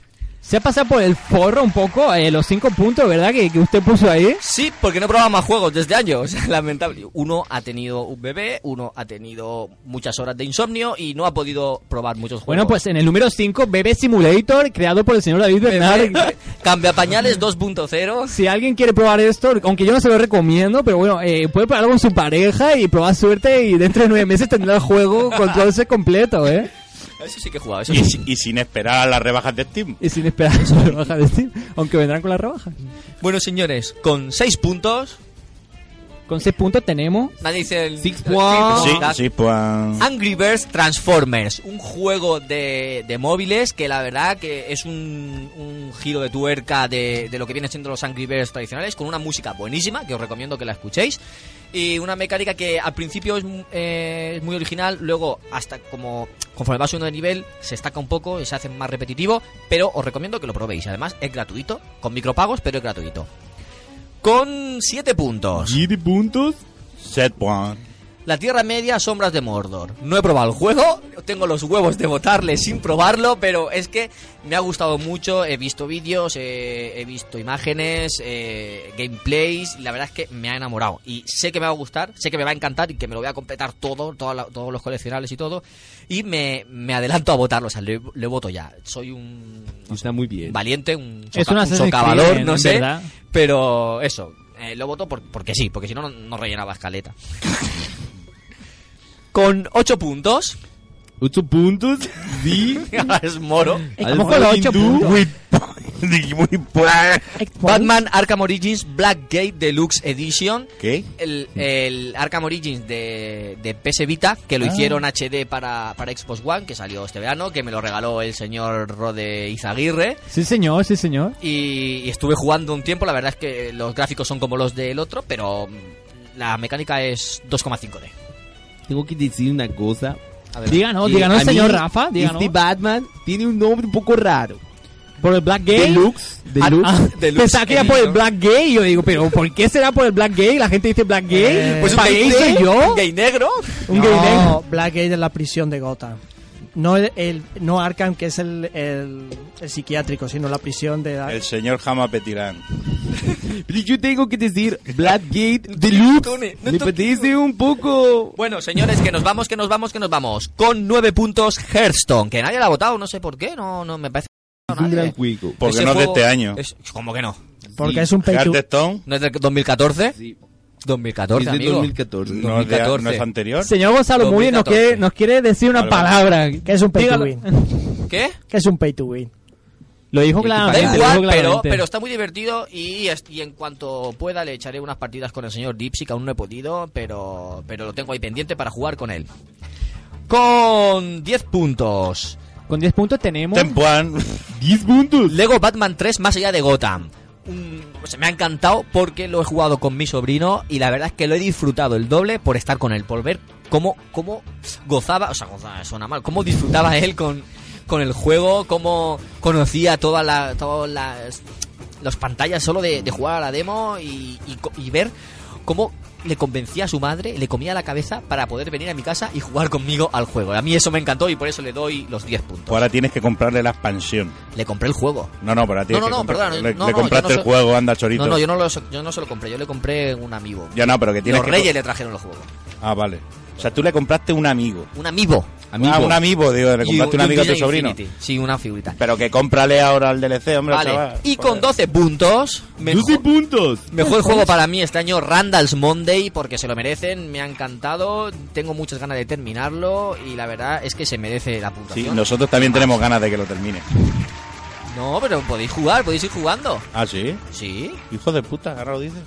S3: Se ha pasado por el forro un poco, eh, los cinco puntos, ¿verdad? Que, que usted puso ahí.
S2: Sí, porque no probaba más juegos desde años. Lamentable. Uno ha tenido un bebé, uno ha tenido muchas horas de insomnio y no ha podido probar muchos juegos.
S3: Bueno, pues en el número 5, Bebé Simulator, creado por el señor David Bernard.
S2: Cambia pañales 2.0.
S3: Si alguien quiere probar esto, aunque yo no se lo recomiendo, pero bueno, eh, puede probarlo con su pareja y probar suerte y dentro de nueve meses tendrá el juego con todo ese completo, ¿eh?
S2: Eso sí que he jugado.
S5: Y, si- y sin esperar a las rebajas de Steam.
S3: Y sin esperar su rebaja de Steam, aunque vendrán con la rebaja.
S2: Bueno, señores, con 6 puntos.
S3: Con seis puntos tenemos...
S2: Nadie dice el. Six
S3: Wow.
S5: Sí, sí, pues.
S2: Angry Birds Transformers, un juego de, de móviles que la verdad que es un, un giro de tuerca de, de lo que viene siendo los Angry Birds tradicionales, con una música buenísima, que os recomiendo que la escuchéis, y una mecánica que al principio es mu- eh, es muy original, luego hasta como conforme va subiendo de nivel se estaca un poco y se hace más repetitivo, pero os recomiendo que lo probéis, además es gratuito, con micropagos, pero es gratuito. Con 7 puntos.
S5: ¿7 puntos? 7 puntos.
S2: La Tierra Media, Sombras de Mordor. No he probado el juego, tengo los huevos de votarle sin probarlo, pero es que me ha gustado mucho, he visto vídeos, eh, he visto imágenes, eh, gameplays, y la verdad es que me ha enamorado. Y sé que me va a gustar, sé que me va a encantar y que me lo voy a completar todo, toda la- todos los coleccionables y todo, y me, me adelanto a votarlo, o sea, le, le voto ya. Soy un
S11: Está muy bien.
S2: valiente, un,
S11: Es
S2: soca-
S11: un
S2: un
S11: Assassin's
S2: socavador,
S11: Creed,
S2: no
S11: en
S2: sé,
S11: verdad.
S2: pero eso, eh, lo voto por- porque sí, porque si no, no, no rellenaba escaleta. Con 8 puntos.
S11: ¿Ocho puntos? Sí.
S2: es moro.
S11: Al moro hindú.
S2: Batman Arkham Origins Blackgate Deluxe Edition.
S5: ¿Qué?
S2: El, el Arkham Origins de, de PS Vita, que lo
S5: Ah.
S2: hicieron HD para, para Xbox One, que salió este verano, que me lo regaló el señor Rode Izaguirre.
S3: Sí, señor, sí, señor.
S2: Y, y estuve jugando un tiempo, la verdad es que los gráficos son como los del otro, pero mm, la mecánica es 2,5D.
S4: Tengo que decir una cosa.
S2: Adelante.
S3: Díganos, díganos,
S4: a mí,
S3: señor Rafa, díganos.
S4: Este Batman tiene un nombre un poco raro.
S3: ¿Por el Black Gay?
S4: Deluxe. Deluxe.
S3: Ah, ah,
S4: Deluxe
S3: pensaba que era por el
S4: Edition.
S3: Black Gay. Yo digo, ¿pero por qué será por el Black Gay? La gente dice Black Gay.
S2: Pues un
S3: ¿Para
S2: gay
S3: gay soy
S2: negro,
S3: yo?
S2: un gay negro.
S3: Un gay negro.
S7: Blackgate es la prisión de Gotham. No, el, el- no Arkham, que es el, el- el psiquiátrico, sino la prisión de...
S5: El señor Jama Petirán.
S4: Pero yo tengo que decir Blackgate Deluxe.
S2: no
S4: Me
S2: toque.
S4: parece un poco.
S2: Bueno, señores, que nos vamos, que nos vamos, que nos vamos. Con nueve puntos Hearthstone, que nadie la ha votado, no sé por qué, no, no me parece. que no
S4: un
S2: nadie.
S4: gran juego.
S5: Porque
S2: Ese
S5: no es de
S2: juego
S5: este año.
S2: es- ¿Cómo que no?
S7: Porque es un pay to-
S5: Hearthstone.
S2: ¿No es del 2014?
S4: Sí.
S2: 2014,
S4: Es de
S2: amigo.
S4: 2014.
S5: No es de-
S2: 2014.
S5: no es anterior.
S3: Señor Gonzalo Muri nos
S2: 2014.
S3: quiere, nos quiere decir una
S5: Algo.
S3: palabra.
S7: Que es un pay
S3: Dígalo.
S7: to win.
S2: ¿Qué?
S7: Que es un pay to win.
S3: Lo dijo claramente.
S2: Da
S3: lo dijo
S2: igual, pero,
S3: claramente.
S2: pero está muy divertido y, es- y en cuanto pueda le echaré unas partidas con el señor Dipsy, que aún no he podido, pero, pero lo tengo ahí pendiente para jugar con él. Con 10 puntos.
S3: Con 10 puntos tenemos...
S5: Tempuan.
S4: 10 puntos.
S2: Lego Batman 3 más allá de Gotham. Un- o sea, me ha encantado porque lo he jugado con mi sobrino y la verdad es que lo he disfrutado el doble por estar con él, por ver cómo, cómo gozaba, o sea, gozaba, suena mal, cómo disfrutaba él con, con el juego, cómo conocía todas la, todas las, las pantallas solo de, de jugar a la demo y, y co- y ver cómo le convencía a su madre, le comía la cabeza para poder venir a mi casa y jugar conmigo al juego. A mí eso me encantó y por eso le doy los 10 puntos.
S5: Ahora tienes que comprarle la expansión.
S2: Le compré el juego.
S5: No, no, pero ahora
S2: No,
S5: tienes
S2: no,
S5: que
S2: no,
S5: comprar-
S2: perdona.
S5: le,
S2: no,
S5: le
S2: no,
S5: compraste
S2: yo no
S5: el
S2: se-
S5: juego, anda chorito.
S2: No, no, yo no, lo, yo no se lo compré, yo le compré un amigo.
S5: Ya no, pero que tienes
S2: Los
S5: que...
S2: Reyes le trajeron los juegos.
S5: Ah, vale. O sea, tú le compraste un amigo.
S2: Un amigo.
S4: Amigo.
S5: Ah, un amigo, digo, le
S2: Y
S5: compraste
S2: un-
S5: un,
S2: y un
S5: amigo a tu
S2: Disney
S5: sobrino.
S2: Infinity. Sí, una figurita.
S5: Pero que cómprale ahora el DLC, hombre,
S2: vale,
S5: chaval.
S2: y con 12 puntos. Mejor,
S4: 12 puntos.
S2: mejor juego para mí este año, Randall's Monday, porque se lo merecen, me ha encantado, tengo muchas ganas de terminarlo y la verdad es que se merece la
S5: Sí,
S2: puntuación.
S5: nosotros también tenemos ganas de que lo termine.
S2: No, pero podéis jugar, podéis ir jugando.
S5: Ah, sí.
S2: Sí.
S5: Hijo de puta, ahora lo dices.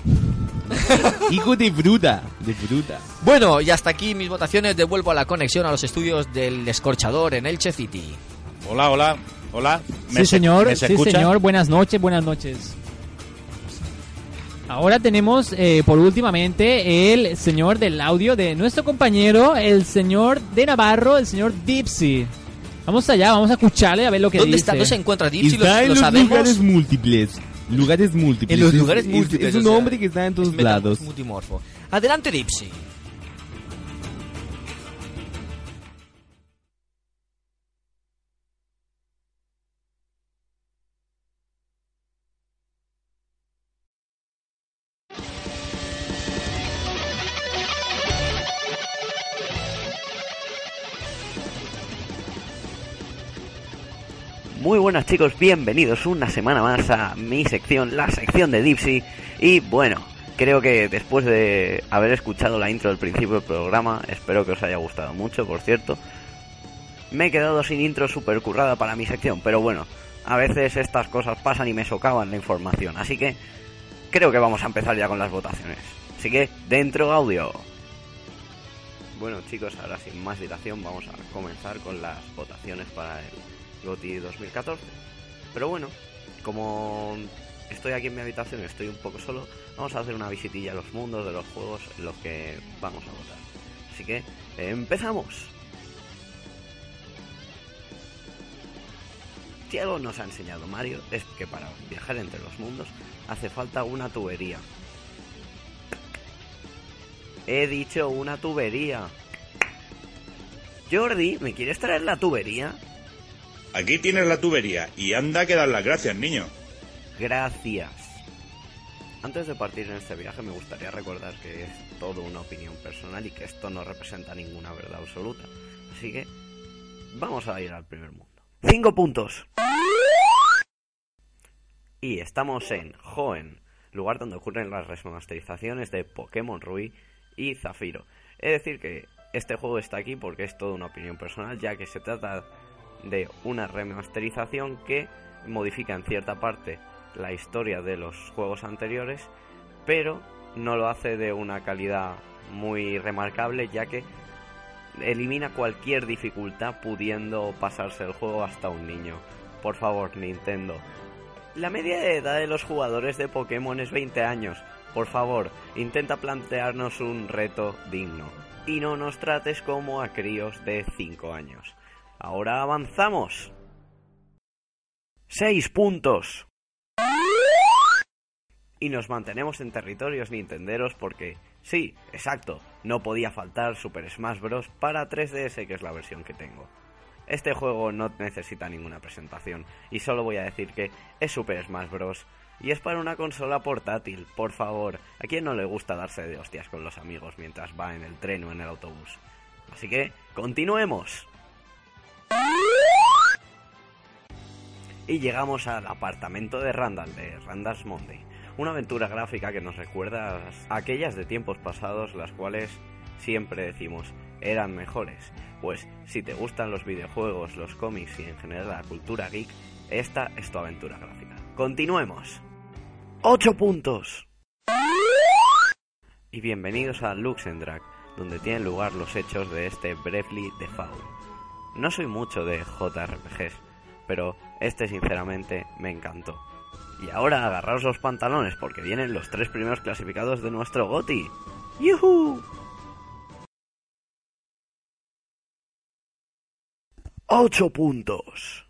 S4: Hijo de fruta. De fruta.
S2: Bueno, y hasta aquí mis votaciones, devuelvo a la conexión a los estudios del Escorchador en Elche City.
S5: Hola, hola, hola. ¿Me
S3: Sí,
S5: se-
S3: señor.
S5: ¿Me se
S3: sí,
S5: escucha?
S3: señor. Buenas noches, buenas noches. Ahora tenemos, eh, por últimamente, el señor del audio de nuestro compañero, el señor de Navarro, el señor Dipsy. Vamos allá, vamos a escucharle a ver lo que
S2: ¿Dónde
S3: dice.
S2: está? ¿Dónde se encuentra Dipsy? Lo,
S4: Está en
S2: lo
S4: los
S2: sabemos.
S4: lugares múltiples. Lugares múltiples.
S2: En los
S4: Es-
S2: lugares
S4: es-
S2: múltiples,
S4: Es un
S2: o sea,
S4: hombre que está en todos
S2: Meta-
S4: lados.
S2: Multimorfo. Adelante, Dipsy.
S13: Muy buenas chicos, bienvenidos una semana más a mi sección, la sección de Dipsy. Y bueno, creo que después de haber escuchado la intro del principio del programa, espero que os haya gustado mucho, por cierto. Me he quedado sin intro super currada para mi sección, pero bueno, a veces estas cosas pasan y me socavan la información. Así que creo que vamos a empezar ya con las votaciones. Así que, dentro audio. Bueno chicos, ahora sin más dilación vamos a comenzar con las votaciones para el GOTI 2014. Pero bueno, como estoy aquí en mi habitación, estoy un poco solo, vamos a hacer una visitilla a los mundos de los juegos en los que vamos a votar. Así que, ¡empezamos! Si algo nos ha enseñado Mario es que para viajar entre los mundos hace falta una tubería. He dicho una tubería. Jordi, ¿me quieres traer la tubería?
S5: Aquí tienes la tubería y anda que dar las gracias, niño.
S13: Gracias. Antes de partir en este viaje me gustaría recordar que es todo una opinión personal y que esto no representa ninguna verdad absoluta. Así que vamos a ir al primer mundo. Cinco puntos. Y estamos en Hoenn, lugar donde ocurren las remasterizaciones de Pokémon Rubí y Zafiro. Es decir que este juego está aquí porque es toda una opinión personal ya que se trata de una remasterización que modifica en cierta parte la historia de los juegos anteriores, pero no lo hace de una calidad muy remarcable, ya que elimina cualquier dificultad pudiendo pasarse el juego hasta un niño. Por favor, Nintendo. La media de edad de los jugadores de Pokémon es 20 años. Por favor, intenta plantearnos un reto digno. Y no nos trates como a críos de 5 años. Ahora avanzamos. 6 puntos. Y nos mantenemos en territorios nintenderos porque, sí, exacto, no podía faltar Super Smash Bros. para 3DS, que es la versión que tengo. Este juego no necesita ninguna presentación y solo voy a decir que es Super Smash Bros. Y es para una consola portátil, por favor. ¿A quién no le gusta darse de hostias con los amigos mientras va en el tren o en el autobús? Así que, continuemos. Y llegamos al apartamento de Randall, de Randall's Monday. Una aventura gráfica que nos recuerda a aquellas de tiempos pasados, las cuales siempre decimos eran mejores. Pues si te gustan los videojuegos, los cómics y en general la cultura geek, esta es tu aventura gráfica. Continuemos. 8 puntos. Y bienvenidos a Luxendrag, donde tienen lugar los hechos de este Brefly de Foul. No soy mucho de JRPGs, pero este sinceramente me encantó. Y ahora agarraos los pantalones porque vienen los tres primeros clasificados de nuestro GOTI. ¡Yuhu! 8 puntos.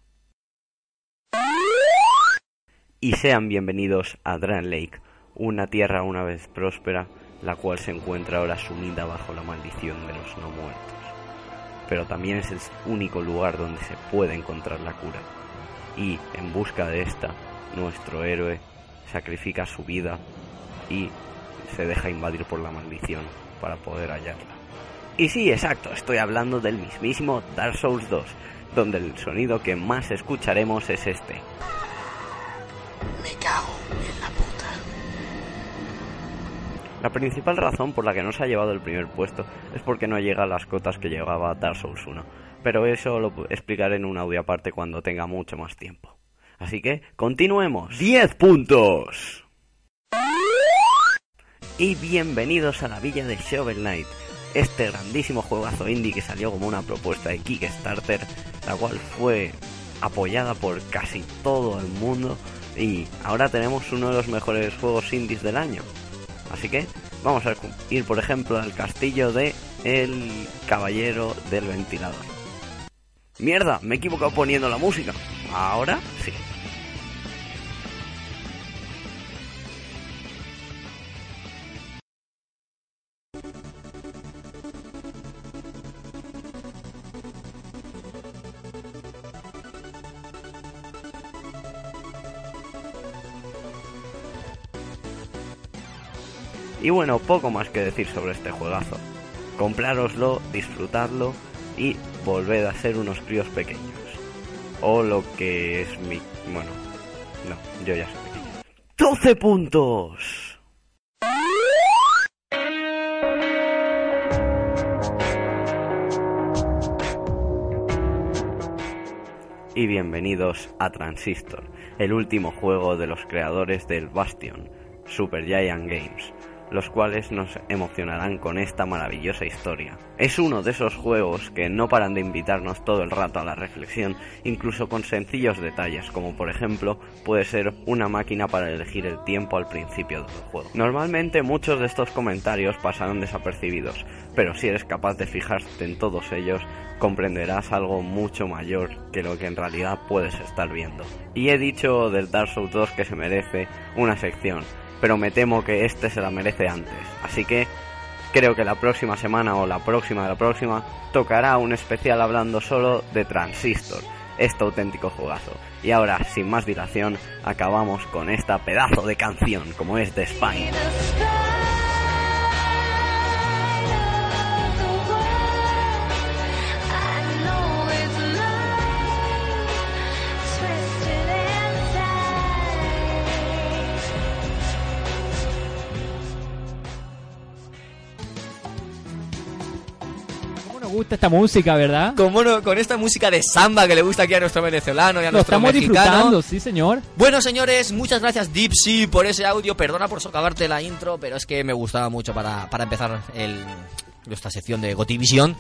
S13: Y sean bienvenidos a Dran Lake, una tierra una vez próspera, la cual se encuentra ahora sumida bajo la maldición de los no muertos. Pero también es el único lugar donde se puede encontrar la cura. Y en busca de esta, nuestro héroe sacrifica su vida y se deja invadir por la maldición para poder hallarla. Y sí, exacto, estoy hablando del mismísimo Dark Souls 2, donde el sonido que más escucharemos es este.
S15: Me cago en la puta.
S13: La principal razón por la que no se ha llevado el primer puesto es porque no llega a las cotas que llegaba Dark Souls 1, pero eso lo explicaré en un audio aparte cuando tenga mucho más tiempo. Así que continuemos. 10 puntos. Y bienvenidos a la villa de Shovel Knight, este grandísimo juegazo indie que salió como una propuesta de Kickstarter, la cual fue apoyada por casi todo el mundo y ahora tenemos uno de los mejores juegos indies del año. Así que vamos a ir por ejemplo al castillo de El Caballero del Ventilador. Mierda, me he equivocado poniendo la música. Ahora sí. Y bueno, poco más que decir sobre este juegazo. Comprároslo, disfrutadlo y volved a ser unos críos pequeños. O lo que es mi... Bueno, no, yo ya soy pequeño. 12 puntos. Y bienvenidos a Transistor, el último juego de los creadores del Bastion, Super Giant Games los cuales nos emocionarán con esta maravillosa historia. Es uno de esos juegos que no paran de invitarnos todo el rato a la reflexión, incluso con sencillos detalles, como por ejemplo puede ser una máquina para elegir el tiempo al principio del juego. Normalmente muchos de estos comentarios pasarán desapercibidos, pero si eres capaz de fijarte en todos ellos, comprenderás algo mucho mayor que lo que en realidad puedes estar viendo. Y he dicho del Dark Souls 2 que se merece una sección, pero me temo que este se la merece antes. Así que creo que la próxima semana o la próxima de la próxima tocará un especial hablando solo de Transistor, este auténtico jugazo. Y ahora, sin más dilación, acabamos con esta pedazo de canción como es de Spine.
S3: gusta esta música, ¿verdad?
S2: Como no, con esta música de samba que le gusta aquí a nuestro venezolano y a
S3: Lo
S2: nuestro
S3: estamos
S2: mexicano.
S3: disfrutando, sí, señor.
S2: Bueno, señores, muchas gracias Dipsy por ese audio. Perdona por socavarte la intro, pero es que me gustaba mucho para, para empezar el, nuestra sección de Gotivisión.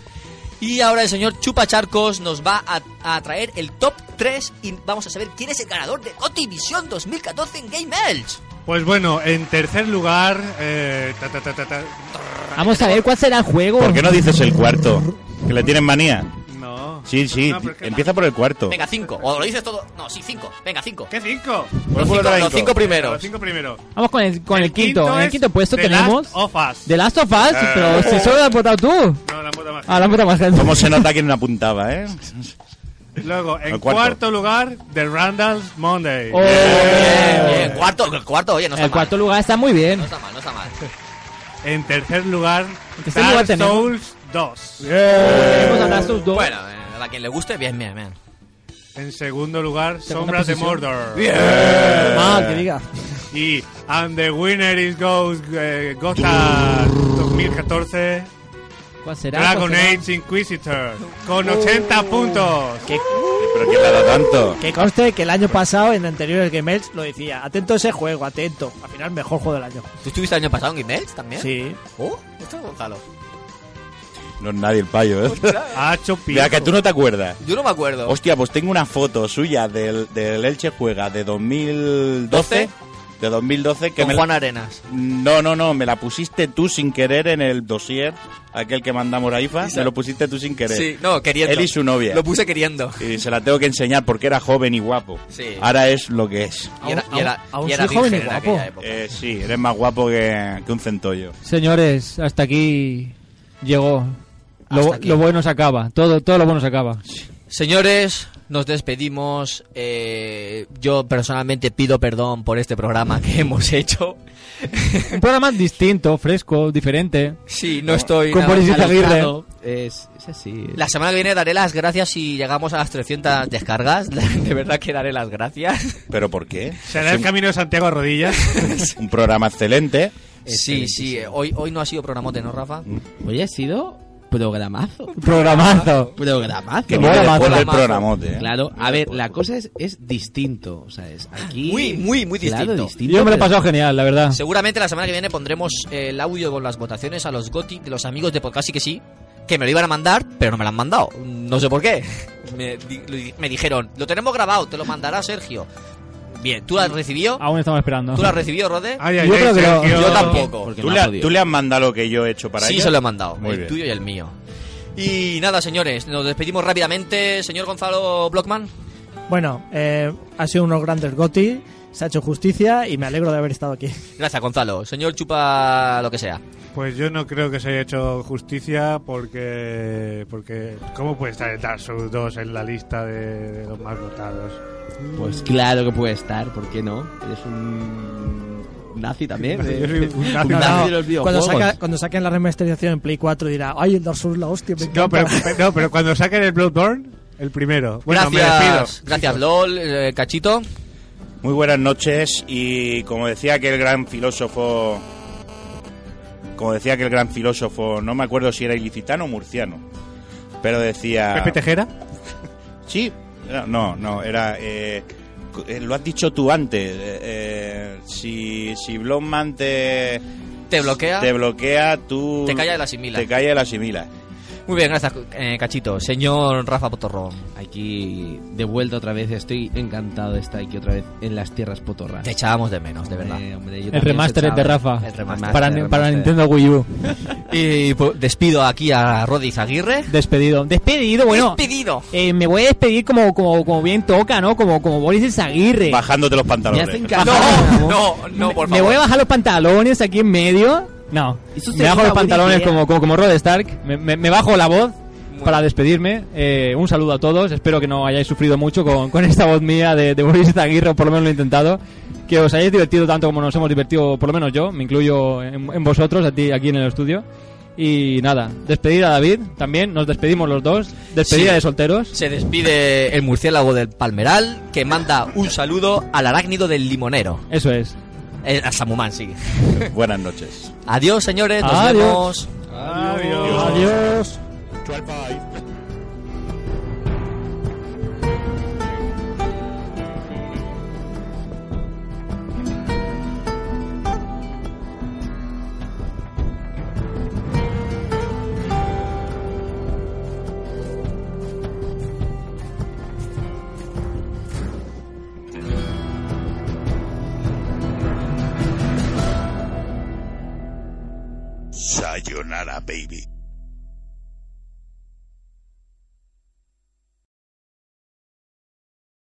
S2: Y ahora el señor Chupa Charcos nos va a, a traer el top 3 y vamos a saber quién es el ganador de Gotivisión 2014 en Game Elch.
S6: Pues bueno, en tercer lugar. eh, ta, ta, ta, ta, ta.
S3: Vamos a ver cuál será el juego.
S5: ¿Por qué no dices el cuarto? ¿Que le tienen manía?
S6: No.
S5: Sí, sí, empieza por el cuarto.
S2: Venga, 5. O lo dices todo. No, sí, 5. Venga, 5.
S6: ¿Qué 5?
S5: Por culo traen
S2: Los
S5: cinco.
S2: 5 primeros.
S6: Los cinco primeros.
S3: Vamos con el, con el, quinto.
S6: quinto
S3: En el
S6: es
S3: quinto puesto
S6: The
S3: tenemos.
S6: Last of Us.
S3: The Last of Us,
S5: Eh.
S3: pero si solo lo has votado tú.
S6: No, la puta más.
S3: Ah, la puta más grande.
S5: ¿Cómo se nota que no apuntaba, eh?
S6: Luego, en
S5: El cuarto.
S6: cuarto. lugar, The Randall's Monday.
S3: Oh. Bien,
S2: Bien, cuarto, el cuarto, oye, no está
S3: el
S2: mal.
S3: cuarto lugar está muy bien.
S2: No está mal, no está mal.
S6: En tercer lugar,
S3: tercer este lugar
S6: Dark
S3: tenemos-
S6: Souls 2.
S3: Tenemos a Last of Us.
S2: Bueno, eh, a quien le guste, bien, bien, bien.
S6: En segundo lugar,
S3: Segunda
S6: Sombras de
S3: posición.
S6: Mordor.
S7: Mal, que diga.
S6: Y And the Winner is Goes eh, Gotha 2014.
S3: ¿Cuál será?
S6: Dragon
S3: ¿Cuál será?
S6: Age Inquisitor con 80 puntos.
S7: Que,
S5: ¿Pero quién le ha dado tanto?
S7: que conste que el año pasado, en anteriores Game Edge, lo decía. Atento a ese juego, atento. Al final, mejor juego del año.
S2: ¿Tú estuviste el año pasado en Guimelts también?
S7: Sí.
S2: Oh, esto es Gonzalo.
S5: No es nadie el payo, ¿eh?
S6: Ha hecho
S5: Mira, que
S6: pico.
S5: tú no te acuerdas.
S2: Yo no me acuerdo.
S5: Hostia, pues tengo una foto suya del, del Elche Juega de 2012. De 2012 que
S2: Con
S5: me la-
S2: Juan Arenas.
S5: No, no, no, me la pusiste tú sin querer en el dossier, aquel que mandamos a IFA, me lo pusiste tú sin querer.
S2: Sí, no, queriendo.
S5: Él y su novia.
S2: Lo puse queriendo.
S5: Y se la tengo que enseñar porque era joven y guapo.
S2: Sí.
S5: Ahora es lo que es.
S2: Y era, y era,
S7: aún
S2: y era
S7: soy joven
S2: virgen
S7: y
S2: en
S7: guapo.
S2: aquella época.
S5: Eh, sí, eres más guapo que, que un centollo.
S3: Señores, hasta aquí llegó. Lo,
S2: Hasta aquí.
S3: lo bueno se acaba. Todo, todo lo bueno se acaba.
S2: Señores, nos despedimos. Eh, yo personalmente pido perdón por este programa que hemos hecho.
S3: Un programa distinto, fresco, diferente.
S2: Sí, no estoy.
S3: Con
S2: nada
S3: Boris Izaguirre.
S2: alocado.
S4: Es, es así.
S2: La semana que viene daré las gracias si llegamos a las 300 descargas. De verdad que daré las gracias.
S5: ¿Pero por qué?
S6: ¿Será el camino de Santiago a rodillas?
S5: Un programa excelente.
S2: Sí, sí. eh, Hoy, hoy no ha sido programote, ¿no, Rafa?
S4: Hoy ha Mm. sido programazo.
S3: Programazo.
S4: Programazo.
S5: Que
S3: Mola
S5: viene
S3: más,
S5: después
S3: mola
S5: del
S2: más.
S5: programote. ¿eh?
S4: Claro, a ver, la cosa es, es distinto. O sea, es aquí.
S2: Muy, muy, muy
S4: Claro,
S2: distinto.
S3: Yo me lo he
S4: pero-
S3: pasado genial, la verdad.
S2: Seguramente la semana que viene pondremos eh, el audio con las votaciones a los GOTI de los amigos de Podcast y que sí, que me lo iban a mandar, pero no me lo han mandado. No sé por qué. Me, di- lo di- me dijeron, lo tenemos grabado, te lo mandará Sergio. Bien, ¿tú lo has recibido?
S3: Aún estamos esperando.
S2: ¿Tú lo has recibido, Rode?
S6: Ay, ay,
S3: Yo
S6: ay,
S3: creo que no.
S6: Sergio.
S2: Yo tampoco.
S4: Porque
S5: ¿Tú
S4: me
S5: le,
S4: ha
S5: ha-
S4: jodido.
S5: tú le has mandado lo que yo he hecho para
S2: Sí,
S5: ellos?
S2: se lo he mandado.
S5: Muy
S2: el
S5: bien.
S2: tuyo y el mío. Y nada, señores, nos despedimos rápidamente. Señor Gonzalo Blockman.
S7: Bueno, eh, ha sido unos grandes goti. Se ha hecho justicia y me alegro de haber estado aquí.
S2: Gracias, Gonzalo. Señor Chupa, lo que sea.
S6: Pues yo no creo que se haya hecho justicia porque. porque ¿Cómo puede estar el Dark Souls 2 en la lista de, de los más votados?
S4: Pues claro que puede estar, ¿por qué no? Eres un nazi también.
S6: Yo
S4: ¿eh?
S6: soy un nazi.
S4: Un nazi de los
S7: cuando,
S4: videojuegos.
S7: saca- cuando saquen la remasterización en Play 4 dirá, ay, el Dark Souls la hostia, me
S6: No, pero,
S7: encanta".
S6: no, pero cuando saquen el Bloodborne, el primero. Bueno, me despido.
S2: gracias, gracias, LOL, eh, Cachito.
S5: Muy buenas noches y como decía aquel gran filósofo, como decía aquel gran filósofo, no me acuerdo si era ilicitano o murciano, pero decía...
S6: Pepe Tejera.
S5: Sí, era- no, no, era... eh, co- eh, lo has dicho tú antes, eh, eh, si, si Blomman te,
S2: Te bloquea.
S5: te bloquea, tú...
S2: Te calla y la asimila.
S5: Te calla y la asimila.
S2: Muy bien, gracias, eh, Cachito. Señor Rafa Potorrón.
S4: Aquí de vuelta otra vez, estoy encantado de estar aquí otra vez en las tierras potorras.
S2: Te echábamos de menos, de verdad.
S4: Eh, hombre, yo
S3: El
S4: también
S3: remaster
S4: os
S3: es de
S4: echaba.
S3: Rafa.
S2: El remaster,
S3: Para,
S4: el
S3: para
S4: remaster.
S3: Nintendo Wii U.
S2: Y pues, despido aquí a Rodis Aguirre.
S3: Despedido. Despedido, bueno.
S2: Despedido.
S3: eh, me voy a despedir como, como, como bien toca, ¿no? Como, como Boris Aguirre.
S5: Bajándote los pantalones.
S4: hacen
S2: No,
S4: ca-
S2: no, no, por favor.
S3: Me voy a bajar los pantalones aquí en medio. No.
S4: Eso
S3: Me
S4: sería
S3: bajo los
S4: una buena
S3: pantalones
S4: idea.
S3: como, como, como Rod Stark. Me, me- me bajo la voz para despedirme. Eh, un saludo a todos. Espero que no hayáis sufrido mucho con, con esta voz mía de, de Boris Aguirre, o por lo menos lo he intentado. Que os hayáis divertido tanto como nos hemos divertido, por lo menos yo. Me incluyo en, en vosotros, a ti, aquí en el estudio. Y nada, despedir a David también. Nos despedimos los dos. Despedida
S2: Sí.
S3: de solteros.
S2: Se despide el murciélago del Palmeral, que manda un saludo al arácnido del limonero.
S3: Eso es.
S2: Eh, a Samumán, sí.
S5: Buenas noches.
S2: Adiós, señores. Nos
S3: Adiós.
S2: vemos.
S6: Adiós.
S3: Adiós.
S6: 12 país.
S5: Sayonara, baby.